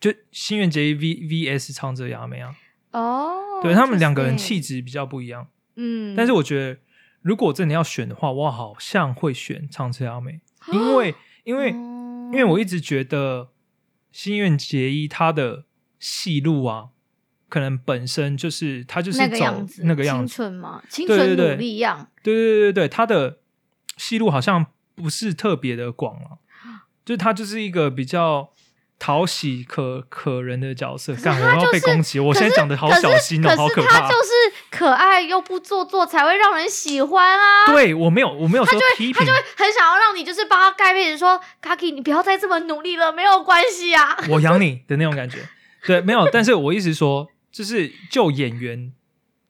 B: 就新垣结衣 V V S 长泽雅美啊，
A: 哦，
B: 对他们两个人
A: interesting
B: 气，质比较不一样，
A: 嗯，
B: 但是我觉得如果真的要选的话，我好像会选长泽雅美，
A: 哦
B: 因为因为
A: 因
B: 因为我一直觉得新垣结衣她的戏路啊，可能本身就是她就是
A: 那个
B: 走
A: 样子，
B: 那个样
A: 清
B: 子，
A: 纯嘛，清
B: 对
A: 纯
B: 对对
A: 努力样，
B: 对对对对，对，他的戏路好像不是特别的广了、就是他就是一个比较讨喜可可人的角色。
A: 可是
B: 干，
A: 他
B: 我要
A: 就
B: 被
A: 是
B: 攻击，我
A: 可
B: 现在
A: 是
B: 讲的好
A: 可是
B: 小心哦，好
A: 可是
B: 怕
A: 他。就是可爱又不做作，才会让人喜欢啊。
B: 对我没有，我没有说批评，
A: 很想要让你就是帮他盖被子，说 Kaki，你不要再这么努力了，没有关系啊。
B: 我养你的那种感觉。对，没有。但是我一直说，就是就演员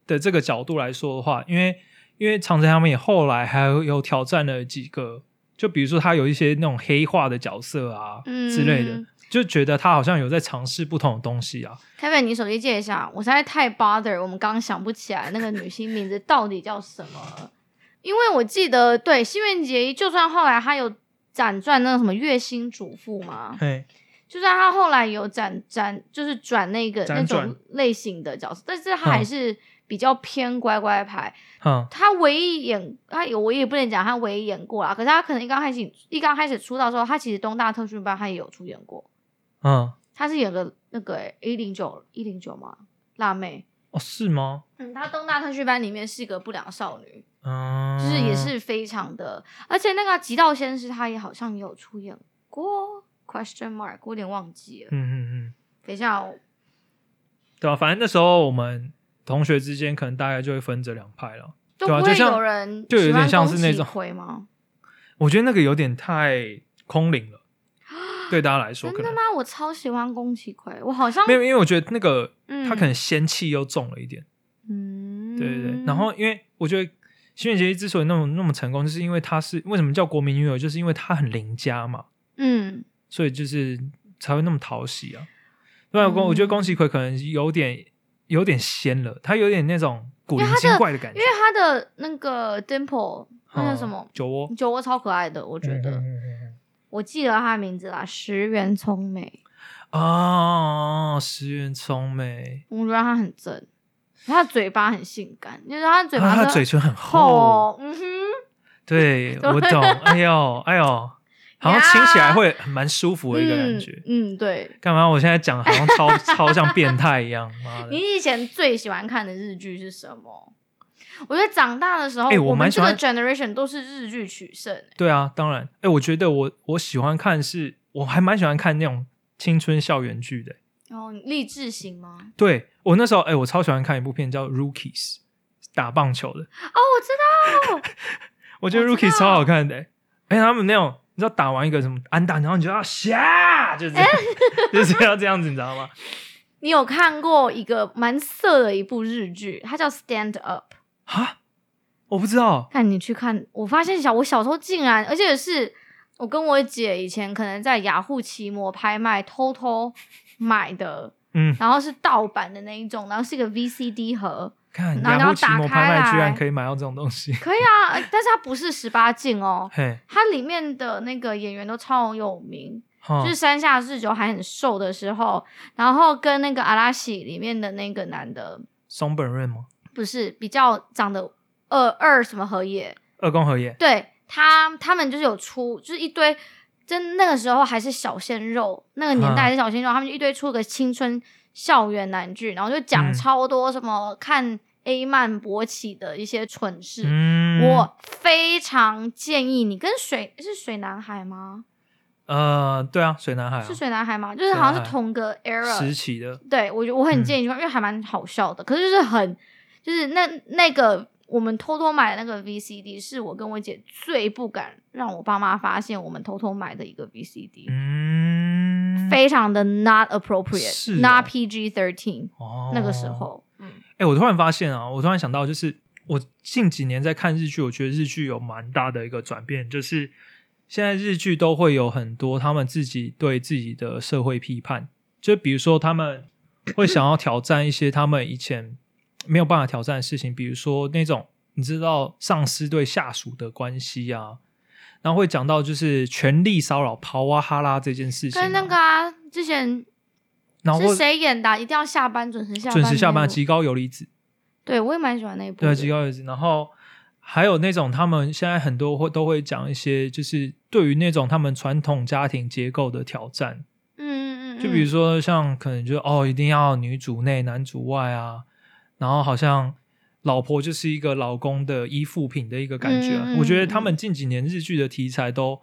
B: 的这个角度来说的话，因为因为长城他们也后来还有有挑战了几个，就比如说他有一些那种黑化的角色啊、
A: 嗯
B: 之类的，就觉得他好像有在尝试不同的东西啊。
A: Kevin，你手机借一下，我实在太 bother，我们刚刚想不起来那个女星名字到底叫什么了，因为我记得对新垣结衣，就算后来她有辗转那个什么月薪主妇嘛，
B: 嘿，
A: 就算她后来有辗辗就是转那个
B: 辗
A: 那
B: 转
A: 种类型的角色，但是她还
B: 嗯
A: 是比较偏乖乖牌，
B: 嗯，
A: 他唯一演，他有我也不能讲他唯一演过啦，可是他可能一刚开始一刚开始出道的时候，他其实东大特训班他也有出演过，
B: 嗯，
A: 他是演个那个欸一零九一零九嘛辣妹，
B: 哦，是吗？
A: 嗯，他东大特训班里面是一个不良少女，
B: 嗯，
A: 就是也是非常的，而且那个极道先师他也好像也有出演过，question mark 我有点忘记了，
B: 嗯，嗯嗯
A: 等一下哦，
B: 对啊，反正那时候我们同学之间可能大概就会分这两派了。
A: 就
B: 对啊
A: 不
B: 就
A: 会
B: 像
A: 有人
B: 就有
A: 喜欢
B: 点像是
A: 宫
B: 那
A: 崎
B: 种
A: 葵吗？
B: 我觉得那个有点太空 灵了，对大家来说
A: 真
B: 可
A: 的
B: 能
A: 吗？我超喜欢宫崎葵，我好像
B: 没有，因为我觉得那个
A: 嗯
B: 他可能仙气又重了一点，
A: 嗯，
B: 对对对。然后因为我觉得新垣结衣之所以那么那么成功，就是因为她是为什么叫国民女友，就是因为她很邻家嘛，
A: 嗯。
B: 所以就是才会那么讨喜啊。对啊，我
A: 嗯
B: 我觉得宫崎葵可能有点有点仙了，他有点那种古灵
A: 因为它的
B: 精怪的感觉
A: 因为。他的那个 dimple 那叫
B: 嗯
A: 什么？
B: 酒窝？
A: 酒窝超可爱的，我觉得、
B: 嗯嗯嗯嗯
A: 我记得他的名字啦，石原聪美，
B: 嗯哦，石原聪美，
A: 我觉得他很正，他的嘴巴很性感，就是他的嘴巴
B: 啊
A: 是、
B: 他嘴唇很
A: 厚、
B: 厚，
A: 嗯哼，
B: 对
A: 怎么
B: 我懂。哎呦，哎呦，好像
A: 呀
B: 亲起来会蛮舒服的一个感觉。
A: 嗯，嗯对。
B: 干嘛？我现在讲好像超 超像变态一样，妈的！
A: 你以前最喜欢看的日剧是什么？我觉得长大的时候，
B: 哎我
A: 我们
B: 蛮喜
A: 这个
B: 欢
A: generation 都是日剧取胜、欸
B: 对啊，当然。哎、我觉得我我喜欢看是，我还蛮喜欢看那种青春校园剧的。
A: 然后哦励志型吗？
B: 对我那时候，哎、我超喜欢看一部片叫《Rookies》，打棒球
A: 哦，
B: 的。
A: 我知道，
B: 我觉得《
A: 我知
B: Rookies》
A: 道
B: 超好看的、哎哎、他们那种，你知道打完一个什么安打，然后你就要下，就是 这样就是要这样子，你知道吗？
A: 你有看过一个蛮色的一部日剧，它叫《Stand Up》。
B: 啊，我不知道。
A: 看你去看，我发现小我小时候竟然，而且是我跟我姐以前可能在雅虎奇摩拍卖偷偷买的，
B: 嗯，
A: 然后是盗版的那一种，然后是一个 VCD 盒，
B: 看
A: 然后
B: 雅虎奇
A: 打
B: 摩
A: 开
B: 拍卖居然
A: 来
B: 可以买到这种东西，
A: 可以啊，呃但是它不是十八禁哦，
B: 嘿，
A: 它里面的那个演员都超有名，
B: 哈
A: 就是山下智久还很瘦的时候，然后跟那个阿拉西里面的那个男的，
B: 松本润吗？
A: 不是比较长得二二什么河野，
B: 二宫和也，
A: 对他他们就是有出，就是一堆，真那个时候还是小鲜肉，那个年代还是小鲜肉，他们就一堆出个青春校园男剧，然后就讲
B: 嗯
A: 超多什么看 A 漫勃起的一些蠢事。
B: 嗯，
A: 我非常建议你跟水是水男孩吗？
B: 呃，对啊，水男孩、啊、
A: 是水男孩吗？就是好像
B: 水男
A: 是
B: 孩
A: 同个 era
B: 时期的，
A: 对我觉我
B: 嗯
A: 很建议去看，因为还蛮好笑的。可是就是很，就是那那个我们偷偷买的那个 VCD，是我跟我姐最不敢让我爸妈发现我们偷偷买的一个 VCD，、
B: 嗯，
A: 非常的 not appropriate，、
B: 是哦
A: not PG thirteen、
B: 哦
A: 那个时，候，嗯，
B: 哎、我突然发现啊，我突然想到，就是我近几年在看日剧，我觉得日剧有蛮大的一个转变，就是现在日剧都会有很多他们自己对自己的社会批判，就比如说他们会想要挑战一些他们以前没有办法挑战的事情，比如说那种你知道上司对下属的关系啊。然后会讲到就是权力骚扰、刨哇哈拉这件事情啊、
A: 跟那个啊，之前
B: 然后
A: 是谁演的啊、一定要下班准时下班，
B: 准时下班，
A: 集。
B: 极高游离子，
A: 对我也蛮喜欢那一部
B: 对，啊
A: 的，
B: 极高游离子。然后还有那种他们现在很多会都会讲一些，就是对于那种他们传统家庭结构的挑战，
A: 嗯嗯嗯，
B: 就比如说像可能就哦，一定要女主内男主外啊，然后好像老婆就是一个老公的依附品的一个感觉啊、
A: 嗯嗯
B: 我觉得他们近几年日剧的题材都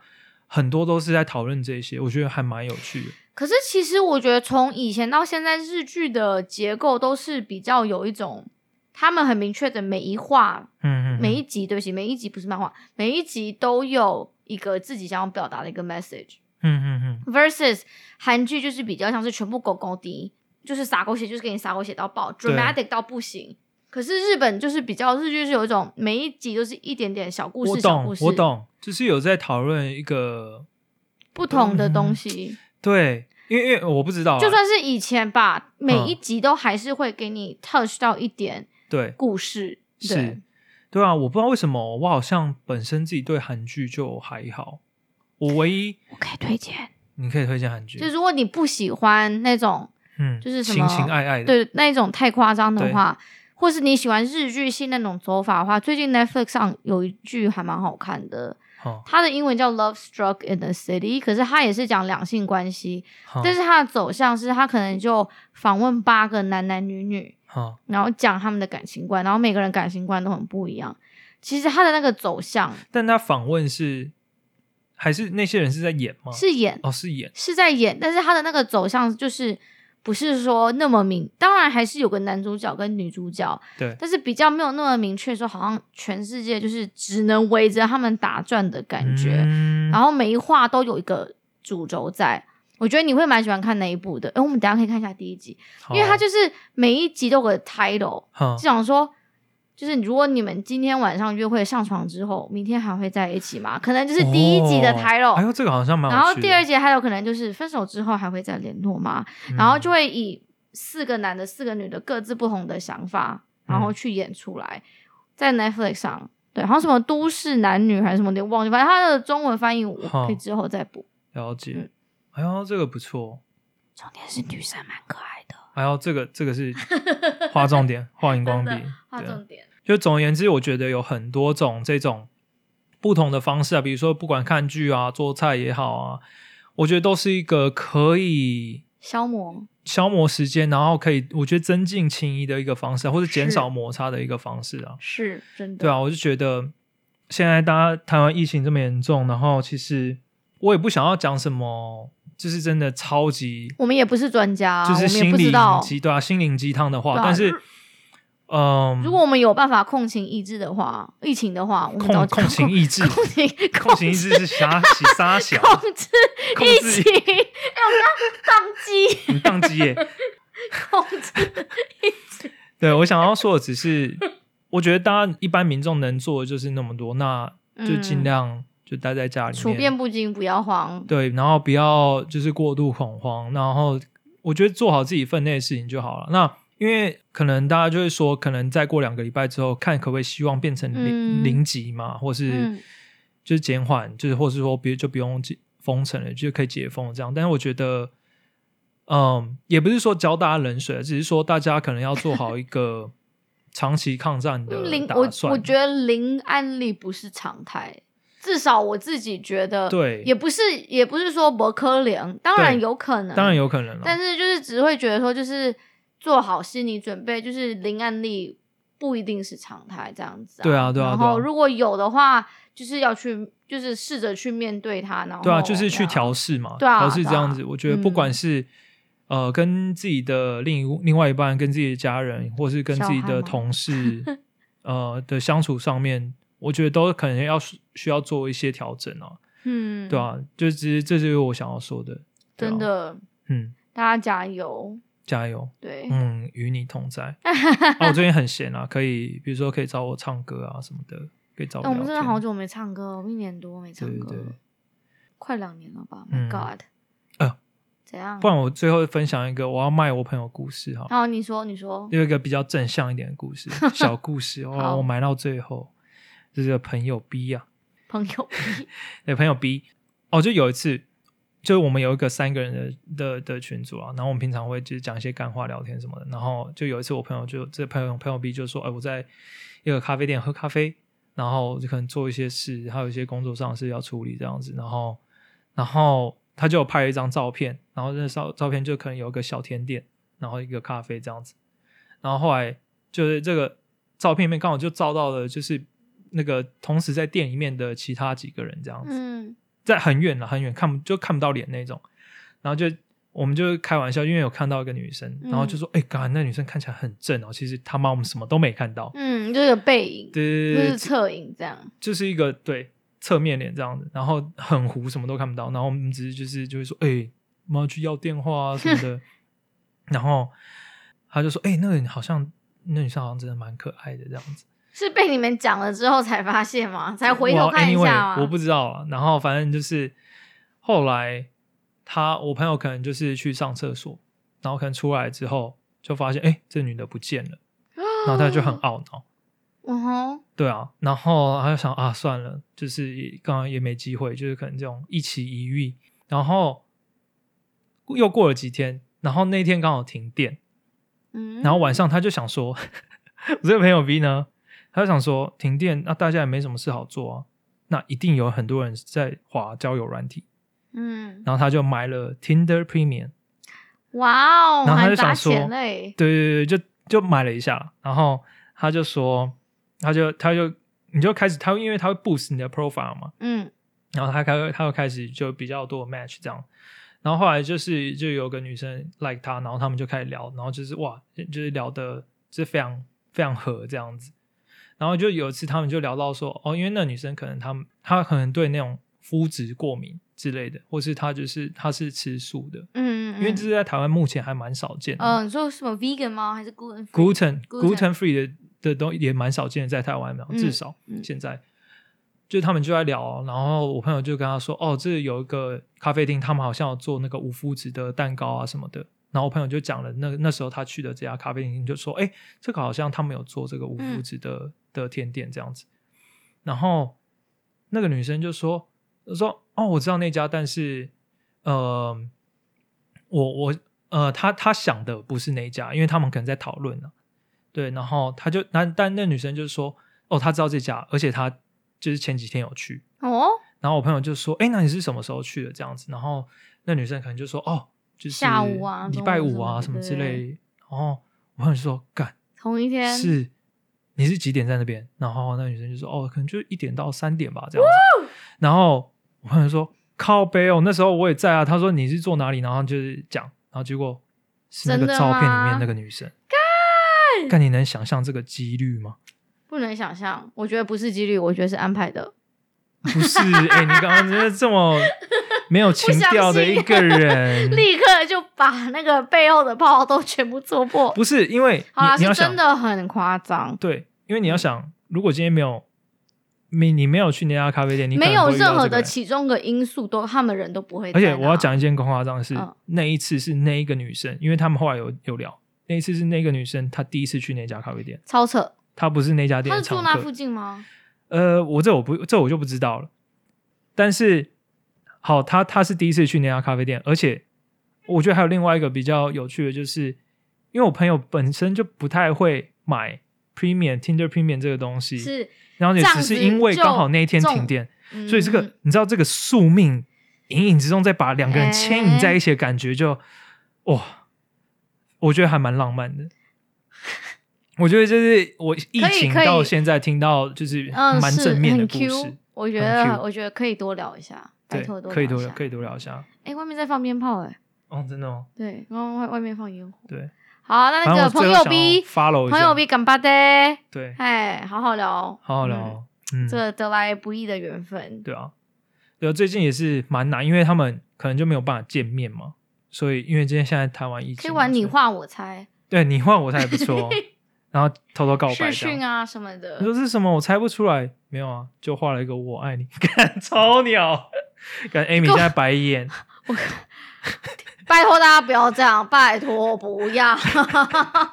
B: 很多都是在讨论这些，我觉得还蛮有趣的。
A: 可是其实我觉得从以前到现在，日剧的结构都是比较有一种，他们很明确的每一话、
B: 嗯嗯，嗯
A: 每一集，对不起，每一集不是漫画，每一集都有一个自己想要表达的一个 message。
B: 嗯嗯嗯
A: versus 韩剧就是比较像是全部狗狗的，就是撒狗血，就是给你撒狗血到爆
B: 对
A: ，dramatic 到不行。可是日本就是比较日剧是有一种每一集都是一点点小故
B: 我
A: 事，小故
B: 懂，
A: 事，
B: 我懂，就是有在讨论一个
A: 不同的东
B: 嗯
A: 西。
B: 对，因为因为我不知道啊、
A: 就算是以前吧，每一集都还是会给你 touch 到一点
B: 对
A: 故事。对
B: 是，对啊，我不知道为什么，我好像本身自己对韩剧就还好。我唯一
A: 我可以推荐。
B: 你可以推荐韩剧，
A: 就如果你不喜欢那种
B: 嗯，
A: 就是什
B: 情
A: 么
B: 情爱爱的，
A: 对那一种太夸张的话，或是你喜欢日剧系那种走法的话，最近 Netflix 上有一剧还蛮好看的，
B: 好，
A: 它的英文叫《Love Struck in the City》，可是它也是讲两性关系，
B: 好
A: 但是它的走向是它可能就访问八个男男女女，
B: 好，
A: 然后讲他们的感情观，然后每个人感情观都很不一样。其实他的那个走向
B: 但他访问是还是那些人是在演吗？
A: 是演、
B: 哦，是演，
A: 是在演，但是他的那个走向就是不是说那么明，当然还是有个男主角跟女主角，
B: 对，
A: 但是比较没有那么明确说，好像全世界就是只能围着他们打转的感觉。
B: 嗯
A: 然后每一话都有一个主轴在，我觉得你会蛮喜欢看那一部的。哎，我们等一下可以看一下第一集，因
B: 哦
A: 为它就是每一集都有个 title，
B: 好
A: 就，想说，就是如果你们今天晚上约会上床之后，明天还会在一起吗？可能就是第一集的
B: 哦
A: title，、
B: 哎呦，这个好像蛮
A: 然
B: 有
A: 后
B: 趣的，嗯
A: 第二集还有可能就是分手之后还会再联络吗？然后就会以四个男的、四个女的各自不同的想法，然后
B: 嗯
A: 去演出来，在 Netflix 上。对，好像什么都市男女还是什么的，忘记，反正它的中文翻译我
B: 好
A: 可以之后再补。
B: 了解
A: 嗯。
B: 哎呦，这个不错。
A: 重点是女生蛮可爱的，
B: 哎呦，这个这个是画重 点，画荧 光笔
A: 真的。画
B: 对，啊
A: 重点。
B: 就总而言之，我觉得有很多种这种不同的方式啊，比如说不管看剧啊、做菜也好啊，我觉得都是一个可以
A: 消磨，
B: 消磨时间，然后可以我觉得增进情谊的一个方式啊，或者减
A: 是
B: 少摩擦的一个方式啊。
A: 是真的。
B: 对啊，我就觉得现在大家台湾疫情这么严重，然后其实我也不想要讲什么，就是真的超级
A: 我们也不是专家啊，
B: 就是
A: 我们也
B: 心
A: 不知
B: 灵
A: 道。
B: 鸡对啊，心灵鸡汤的话，
A: 对啊
B: 但是嗯，
A: 如果我们有办法控情抑制的话，疫情的话，我们早
B: 控控情抑制，
A: 控情
B: 控情抑制是啥？洗 沙小，
A: 控制
B: 控
A: 疫
B: 制
A: 情。哎、我刚刚宕机，
B: 你宕机耶。
A: 控制
B: 对我想要说的只是，我觉得大家一般民众能做的就是那么多，那 就尽量就待在家
A: 嗯
B: 里
A: 处
B: 面
A: 变不惊，不要慌。
B: 对，然后不要就是过度恐慌，然后我觉得做好自己分内的事情就好了。那因为可能大家就会说，可能再过两个礼拜之后，看可不可以希望变成
A: 嗯
B: 零、零级嘛，或是、
A: 嗯
B: 就是减缓，就是或是说，比如就不用解封城了，就可以解封这样。但是我觉得，嗯，也不是说浇大家冷水，啊只是说大家可能要做好一个长期抗战的
A: 嗯零，我
B: 打算。
A: 我觉得零案例不是常态，至少我自己觉得，
B: 对
A: 也不是，也不是说不可能，当然
B: 对
A: 有可能，
B: 当然有可能了，
A: 但是就是只会觉得说，就是做好心理准备，就是零案例不一定是常态这样子、
B: 对啊对啊
A: 然
B: 对啊
A: 后如果有的话，就是要去，就是试着去面对它，然后
B: 对啊，就是
A: 这
B: 去
A: 样
B: 调试嘛，
A: 哦对啊
B: 调试这
A: 对啊
B: 样子。我觉得不管是、呃跟自己的另一另外一半、跟自己的家人，或是跟自己
A: 小孩
B: 的
A: 吗
B: 同事 呃的相处上面，我觉得都可能要需要做一些调整啊。
A: 嗯，
B: 对，啊，就只是这就是我想要说的。对啊
A: 真，的，
B: 嗯，
A: 大家加油，
B: 加油，
A: 对，
B: 嗯，与你同在。啊，我最近很闲啊，可以，比如说可以找我唱歌啊什么的，可以找
A: 哎我们
B: 聊
A: 真的
B: 天
A: 好，久没唱歌，我们一年多没唱
B: 对
A: 歌，
B: 对对
A: 快两年了吧
B: 嗯
A: ？My God，
B: 呃
A: 怎样
B: 不？然我最后分享一个我要卖我朋友故事哈，
A: 好，你说，你说，
B: 有一个比较正向一点的故事，小故事哦，
A: 好
B: 我埋到最后，就是个朋友 B 啊，
A: 朋 友
B: 对，朋友 B，哦，就有一次，就是我们有一个三个人的的的群组啊，然后我们平常会就是讲一些干话、聊天什么的。然后就有一次，我朋友就这朋友朋友 B 就说：“哎，我在一个咖啡店喝咖啡，然后就可能做一些事，还有一些工作上的事要处理这样子。”然后，然后他就有拍了一张照片，然后那照照片就可能有一个小甜点，然后一个咖啡这样子。然后后来就是这个照片里面刚好就照到了，就是那个同时在店里面的其他几个人这样子。
A: 嗯，
B: 在很远了，很远看不就看不到脸那种。然后就我们就开玩笑，因为有看到一个女生，
A: 嗯
B: 然后就说：“哎、刚才那女生看起来很正哦，其实他妈我们什么都没看到。
A: 嗯，就是有背影，
B: 对
A: 就
B: 对对
A: 是
B: 对，
A: 侧影这样，
B: 就是一个对侧面脸这样子，然后很糊，什么都看不到。然后我们只是就是就会说：“哎、我们要去要电话啊什么 的。”然后他就说：“哎、那个人好像那女生好像真的蛮可爱的这样子。”
A: 是被你们讲了之后才发现吗？才回头
B: 我
A: 看一下吗
B: anyway, 我不知道啊。然后反正就是后来他我朋友可能就是去上厕所，然后可能出来之后就发现，哎、这女的不见了，然后他就很，懊恼。
A: 嗯哼，
B: 对啊，然后他就想啊，算了，就是也刚刚也没机会，就是可能这种一期一遇。然后又过了几天，然后那天刚好停电，
A: 嗯，
B: 然后晚上他就想说， 我这个朋友 B 呢，他就想说停电，那、大家也没什么事好做啊，那一定有很多人在滑交友软体，
A: 嗯，
B: 然后他就买了 Tinder Premium，
A: 哇哦，
B: 然后他就
A: 还砸
B: 想说
A: 钱嘞，
B: 对对对，就就买了一下，然后他就说，他就他就你就开始他因为他会 boost 你的 profile 嘛，
A: 嗯
B: 然后他开他又开始就比较多的 match 这样，然后后来就是就有个女生 like 他，然后他们就开始聊，然后就是哇，就是聊的就是非常非常合这样子，然后就有一次他们就聊到说，哦，因为那女生可能他们她可能对那种肤质过敏之类的，或是她就是她是吃素的，
A: 嗯，嗯
B: 因为这是在台湾目前还蛮少见的。
A: 嗯，呃你说什么 vegan 吗？还是 gluten free？
B: gluten gluten free 的的东西也蛮少见的，在台湾嘛，
A: 嗯
B: 至少
A: 嗯
B: 现在、就他们就在聊，然后我朋友就跟他说，哦，这有一个咖啡厅，他们好像有做那个无麸质的蛋糕啊什么的，然后我朋友就讲了那那时候他去的这家咖啡厅，就说：“哎、这个好像他们有做这个无麸质的、的甜点这样子。”然后那个女生就说：“我说哦，我知道那家，但是呃，我我呃，她她想的不是那一家，因为他们可能在讨论呢、对，然后她就那但那女生就说：“哦，她知道这家，而且她就是前几天有去。”
A: 哦，
B: 然后我朋友就说：“哎，那你是什么时候去的？”这样子，然后那女生可能就说：“哦，就是
A: 下午啊
B: 礼拜
A: 中午
B: 五啊，
A: 什
B: 什
A: 么
B: 么
A: 的
B: 之
A: 对
B: 类。”然后我朋友就说：“干，
A: 同一天
B: 是你是几点在那边？”然后那女生就说：“哦，可能就一点到三点吧，这样
A: 哦
B: 子。”然后我朋友说：“靠背哦，那时候我也在啊。”他说：“你是坐哪里？”然后就是讲，然后结果是那
A: 真
B: 个
A: 的
B: 照片里
A: 吗
B: 面那个女生。干，你能想象这个几率吗？
A: 不能想象，我觉得不是几率，我觉得是安排的。
B: 不 是，哎、你刚刚真的这么没有情
A: 相
B: 调的一
A: 信
B: 个人，
A: 立刻就把那个背后的泡泡都全部戳破。
B: 不是因为
A: 好啦，
B: 你你
A: 是
B: 要
A: 真
B: 想
A: 的很夸张，
B: 对，因为你要想，如果今天没有你你没有去那家咖啡店，你可
A: 没
B: 能
A: 有
B: 不会遇到
A: 任何
B: 这个
A: 的
B: 人
A: 其中的因素都，他们人都不会在啊
B: 而
A: 那。
B: 且我要讲一件更夸张的是，
A: 嗯
B: 那一次是那一个女生，因为他们后来有有聊，那一次是那个女生她第一次去那家咖啡店，
A: 超扯，
B: 她不是那家店
A: 他
B: 的
A: 是住
B: 常
A: 那附
B: 客。
A: 近吗？
B: 呃，我这我不这我就不知道了，但是好，她她是第一次去那家咖啡店，而且我觉得还有另外一个比较有趣的，就是因为我朋友本身就不太会买 Premium Tinder Premium 这个东西，
A: 是，
B: 然后也
A: 这样
B: 只是
A: 子
B: 因为
A: 就
B: 刚好那一天
A: 中
B: 停电，
A: 嗯
B: 所以这个、你知道这个宿命隐隐之中再把两个人牵引在一起的感觉就，哇，我觉得还蛮浪 漫的。我觉得这是我疫
A: 可以
B: 情
A: 可以
B: 到现在听到就是
A: 嗯
B: 蛮
A: 是
B: 正面的
A: 很
B: 故
A: Q，
B: 事，
A: 我觉
B: 很
A: 得
B: Q
A: 我觉得可以多聊一下，拜托
B: 对，可以多
A: 聊一下
B: 可。以多聊一下。
A: 哎，外面在放鞭炮，哎，
B: 哦，真的哦，
A: 对，然后外外面放烟火。
B: 对。
A: 好，那那
B: 反正
A: 个
B: 我
A: 朋
B: 最
A: 友
B: 后想要
A: B，
B: follow 一下
A: 朋友 B 干巴的，
B: 对，
A: 哎，好好聊哦，
B: 好好聊
A: 嗯
B: 哦，嗯，
A: 这得来不易的缘分。
B: 对啊，对啊，最近也是蛮难，因为他们可能就没有办法见面嘛，所以因为今天现在台湾疫情嘛，
A: 可以玩你
B: 所以
A: 画我猜，
B: 对你换我猜也不错哦，然后偷偷告哦白
A: 视
B: 这
A: 讯
B: 样。
A: 啊什么的
B: 你。说是什么？我猜不出来。没有啊，就画了一个我爱你，看超鸟，感觉 Amy
A: 够
B: 现在白眼。
A: 拜托大家不要这样，拜托不要。 我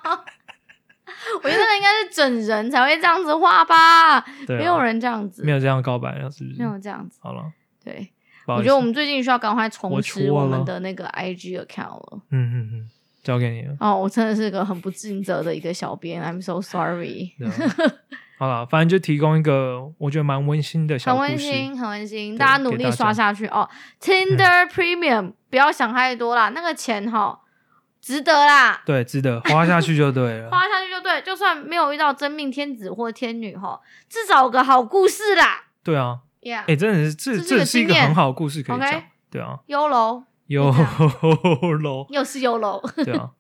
A: 觉得那个应该是整人才会这样子画吧，
B: 对啊、
A: 没有人这样子，
B: 没有这样告白了，是不是？
A: 没有这样子。
B: 好了，
A: 对，
B: 不好
A: 我
B: 意
A: 觉
B: 思
A: 得我们最近需要赶快重
B: 我
A: 拾
B: 错了
A: 我们的那个 IG account 了。
B: 嗯嗯嗯，交给你了。
A: 哦，我真的是个很不尽责的一个小编，I'm so sorry。
B: 对啊好了，反正就提供一个我觉得蛮温馨的小
A: 很
B: 故事。
A: 温馨，很温馨，
B: 对
A: 大家努
B: 给
A: 力
B: 大家
A: 刷下去 哦。Tinder Premium、不要想太多啦，那个钱哈值得啦。
B: 对，值得花下去就对啊了。
A: 花下去就对，就算没有遇到真命天子或天女哈，至少有个好故事啦。
B: 对啊，
A: Yeah，
B: 哎、真的是这
A: 这是一个
B: 这是一
A: 经
B: 个
A: 验
B: 很好的故事可以
A: OK
B: 讲对啊，
A: 优柔
B: 有
A: 这
B: 喽，
A: 又是优柔，
B: 对啊，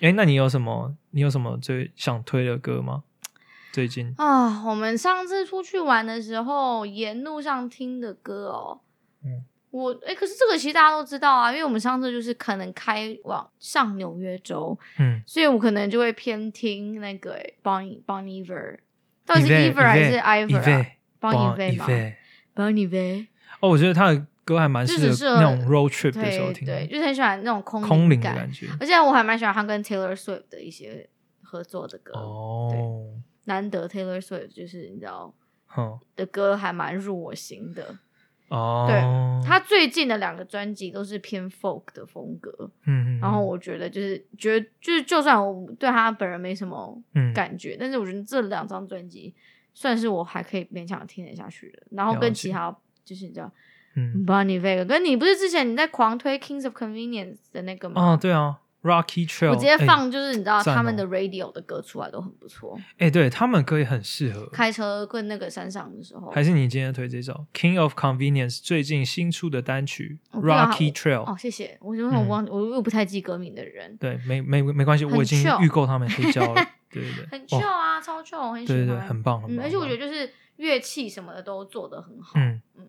B: 哎、那你有什么你有什么最想推的歌吗？最近
A: 啊！我们上次出去玩的时候，沿路上听的歌哦，
B: 嗯，
A: 我哎、可是这个其实大家都知道啊，因为我们上次就是可能开往上纽约州，
B: 嗯，
A: 所以我可能就会偏听那个诶 Bon Bon Iver，到底是
B: Yvette-
A: Iver 还是 Iver
B: Yvette-
A: 啊
B: Yvette-
A: ？Bon
B: Bon
A: Iver 吗
B: Iver
A: ？Bon Iver，
B: 哦，我觉得他的歌还蛮
A: 就
B: 适
A: 只适
B: 合
A: 合
B: 那种 road trip 的时候
A: 对
B: 听，
A: 对，就是很喜欢那种空
B: 空灵的
A: 感。
B: 感觉。
A: 而且我还蛮喜欢他跟 Taylor Swift 的一些合作的歌，
B: 哦，
A: 难得 Taylor Swift 就是你知道
B: 哼，
A: 的歌还蛮入我心的。
B: 哦，
A: 他最近的两个专辑都是偏 folk 的风格，
B: 嗯，嗯，
A: 然后我觉得就是觉得就是就算我对他本人没什么
B: 嗯
A: 感觉，但是我觉得这两张专辑算是我还可以勉强听得下去的。然后
B: 了
A: 跟
B: 解
A: 其他就是你知道
B: 嗯，
A: Bonnie Vega，跟你不是之前你在狂推 Kings of Convenience 的那个吗？
B: 哦，对啊，Rocky Trail，
A: 嗯我直接
B: 诶
A: 放，就是你知道
B: 赞
A: 他们
B: 哦
A: 的 radio 的歌出来都很不错。
B: 哎、对他们歌也很适合，
A: 开车跟那个山上的时候，
B: 呃还是你今天推这首《King of Convenience》最近新出的单曲《
A: 我不知道
B: Rocky Trail》
A: 哦，谢谢，我
B: 嗯
A: 就是我忘，我又不太记歌名的人，
B: 对，没没没关系，
A: 很
B: 我已经
A: chill
B: 预购他们黑胶 了。对对对，
A: 很
B: 哇
A: chill 啊，超 chill，我很
B: 对
A: 喜
B: 哦对
A: 欢，
B: 对，很棒，很
A: 嗯，
B: 棒。
A: 而且我觉得
B: 得，
A: 就是乐器什么的都做得很好，
B: 嗯
A: 嗯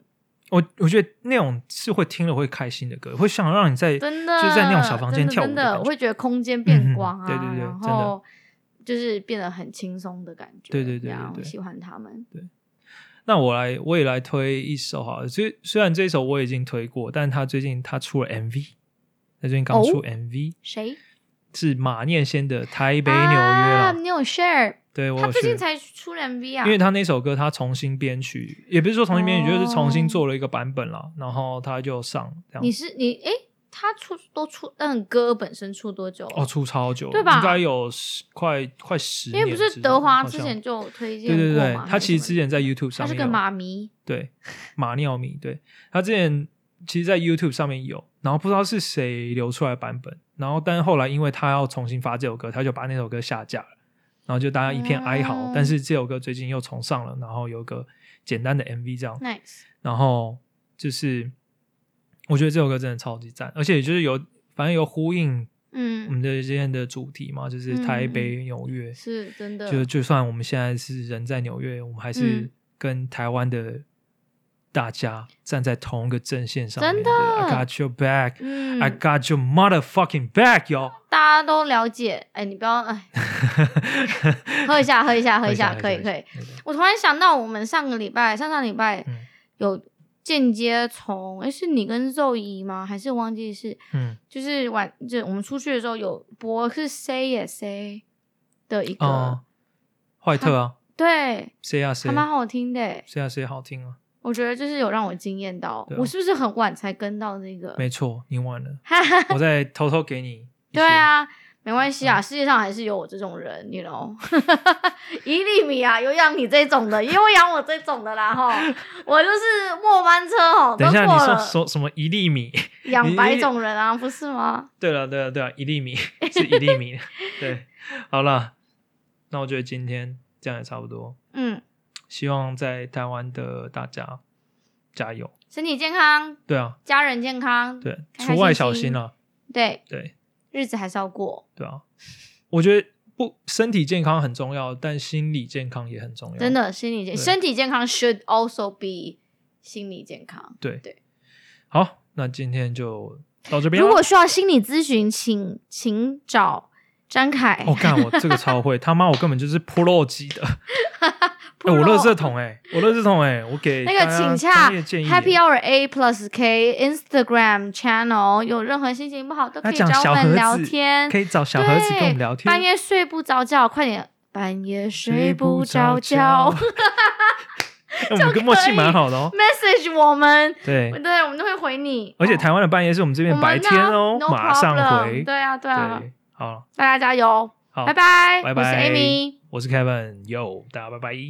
B: 我我觉得那种是会听了会开心的歌，会想让你在
A: 真的，
B: 就是在那种小房间跳舞
A: 真
B: 的
A: 的，真的
B: 感
A: 我
B: 觉。
A: 会觉得空间变光啊，
B: 嗯对对对
A: 然
B: 真的
A: 后就是变得很轻松的感觉，
B: 对对对对
A: 然后
B: 对
A: 喜欢他们，
B: 那我来我也来推一首哈，虽虽然这一首我已经推过，但他最近他出了 MV，他最近刚
A: 哦
B: 出 MV，、
A: 谁？
B: 是马念先的《台北纽约》
A: 啊，
B: 啦。
A: 你有 share？
B: 对我
A: 他
B: 有
A: 最近
B: share，
A: 才出 MV 啊，
B: 因为他那首歌他重新编曲，也不是说重新编曲，
A: 哦
B: 就是重新做了一个版本啦，然后他就上这
A: 你
B: 样。
A: 是你诶，他出都出，嗯，歌本身出多久了？
B: 哦，出超久了，
A: 对吧
B: 应该有十快快十
A: 因
B: 年
A: 为
B: 之
A: 不
B: 上。
A: 是德华
B: 好
A: 之
B: 像
A: 前就有推荐
B: 对对对
A: 过吗，
B: 他其实之前在
A: 还
B: YouTube
A: 是什么他
B: 上
A: 是
B: 面
A: 个
B: 有
A: 马迷，
B: 对，马尿迷，对他之前其实，在 YouTube 上面有，然后不知道是谁流出来的版本，然后但是后来因为他要重新发这首歌，他就把那首歌下架了，然后就大家一片哀嚎。
A: 嗯
B: 但是这首歌最近又重上了，然后有个简单的 MV 这样，
A: nice，
B: 然后就是我觉得这首歌真的超级赞，而且也就是有反正有呼应我
A: 嗯，
B: 们的今天的主题嘛，就是
A: 嗯
B: 台
A: 嗯
B: 北、纽约，
A: 是真的，
B: 就哎就算我们现在是人在纽约，我们还是
A: 嗯
B: 跟台湾的大家站在同一个阵线上面。
A: 真的
B: 对 i got your back,、
A: 嗯，
B: I got your motherfucking back, yo
A: 大家都了解，哎，你不要哎，喝一下，喝一下， 喝
B: 喝
A: 一
B: 一
A: 下，
B: 下。
A: 可以，可以。
B: 对。对
A: 我突然想到，我们上个礼拜、上上礼拜
B: 嗯
A: 有间接从，哎，是你跟肉姨吗？还是忘记是？
B: 嗯，
A: 就是晚，就我们出去的时候有播是 Say 也 Say 的一个，
B: 哦，坏特啊，
A: 对，
B: 谁啊谁
A: 还，蛮好听的耶。
B: 谁啊谁好听啊，
A: 我觉得就是有让我惊艳到，
B: 对啊
A: 我是不是很晚才跟到那个？，
B: 没错，你晚了
A: 哈哈，
B: 我再偷偷给你。
A: 对，啊，没
B: 嗯
A: 关系啊，世界上还是有我这种人，you know，一粒米啊，有养你这种的，也有养我这种的啦哈。我就是末班车哦，都
B: 等一下
A: 过
B: 你说
A: 了
B: 说什么一粒米？
A: 养
B: 你
A: 百种人啊，不是吗？
B: 对了对了对了，一粒米是一粒米， 对，好了，那我觉得今天这样也差不多。
A: 嗯，
B: 希望在台湾的大家加油。
A: 身体健康，
B: 对啊，
A: 家人健康，
B: 对，
A: 嗯开开
B: 除外
A: 心
B: 小
A: 心
B: 心了。
A: 对，
B: 对
A: 日子还是要过。
B: 对啊，我觉得不身体健康很重要，但心理健康也很重要。
A: 真，的，心理健
B: 对
A: 身体健康 should also be 心理健康。
B: 对
A: 对。
B: 好，那今天就到这边
A: 如
B: 了。
A: 果需要心理咨询，请请找张凯。
B: 我哦干、我这个超会，他妈我根本就是 pro 级的。哎、
A: Pro
B: 我乐色桶哎、我乐色桶哎、我给
A: 那个
B: 大家
A: 请洽
B: 专业建议
A: Happy Hour A Plus K Instagram Channel，有任何心情不好都
B: 他
A: 可以
B: 讲
A: 找
B: 小
A: 我
B: 盒
A: 们聊
B: 子，
A: 天，
B: 可以找小盒子跟我们
A: 对
B: 聊天。
A: 半夜睡不着觉，快点，半夜睡
B: 睡
A: 不
B: 不
A: 着
B: 着
A: 觉
B: 觉哎 我们跟默契蛮好的哦。
A: ，message 我们，
B: 对，
A: 对，我们都会回你。
B: 哎而且
A: 哦
B: 台湾的半夜是我们这
A: 我
B: 边
A: 们
B: 白
A: 呢
B: 天哦，
A: no
B: 马上
A: problem，
B: 回。
A: 对啊，对啊，
B: 对，好，
A: 大家加油，
B: 好，
A: 拜拜，
B: 拜
A: 我是
B: 拜
A: Amy。
B: 我是 Kevin，Yo，大家拜拜。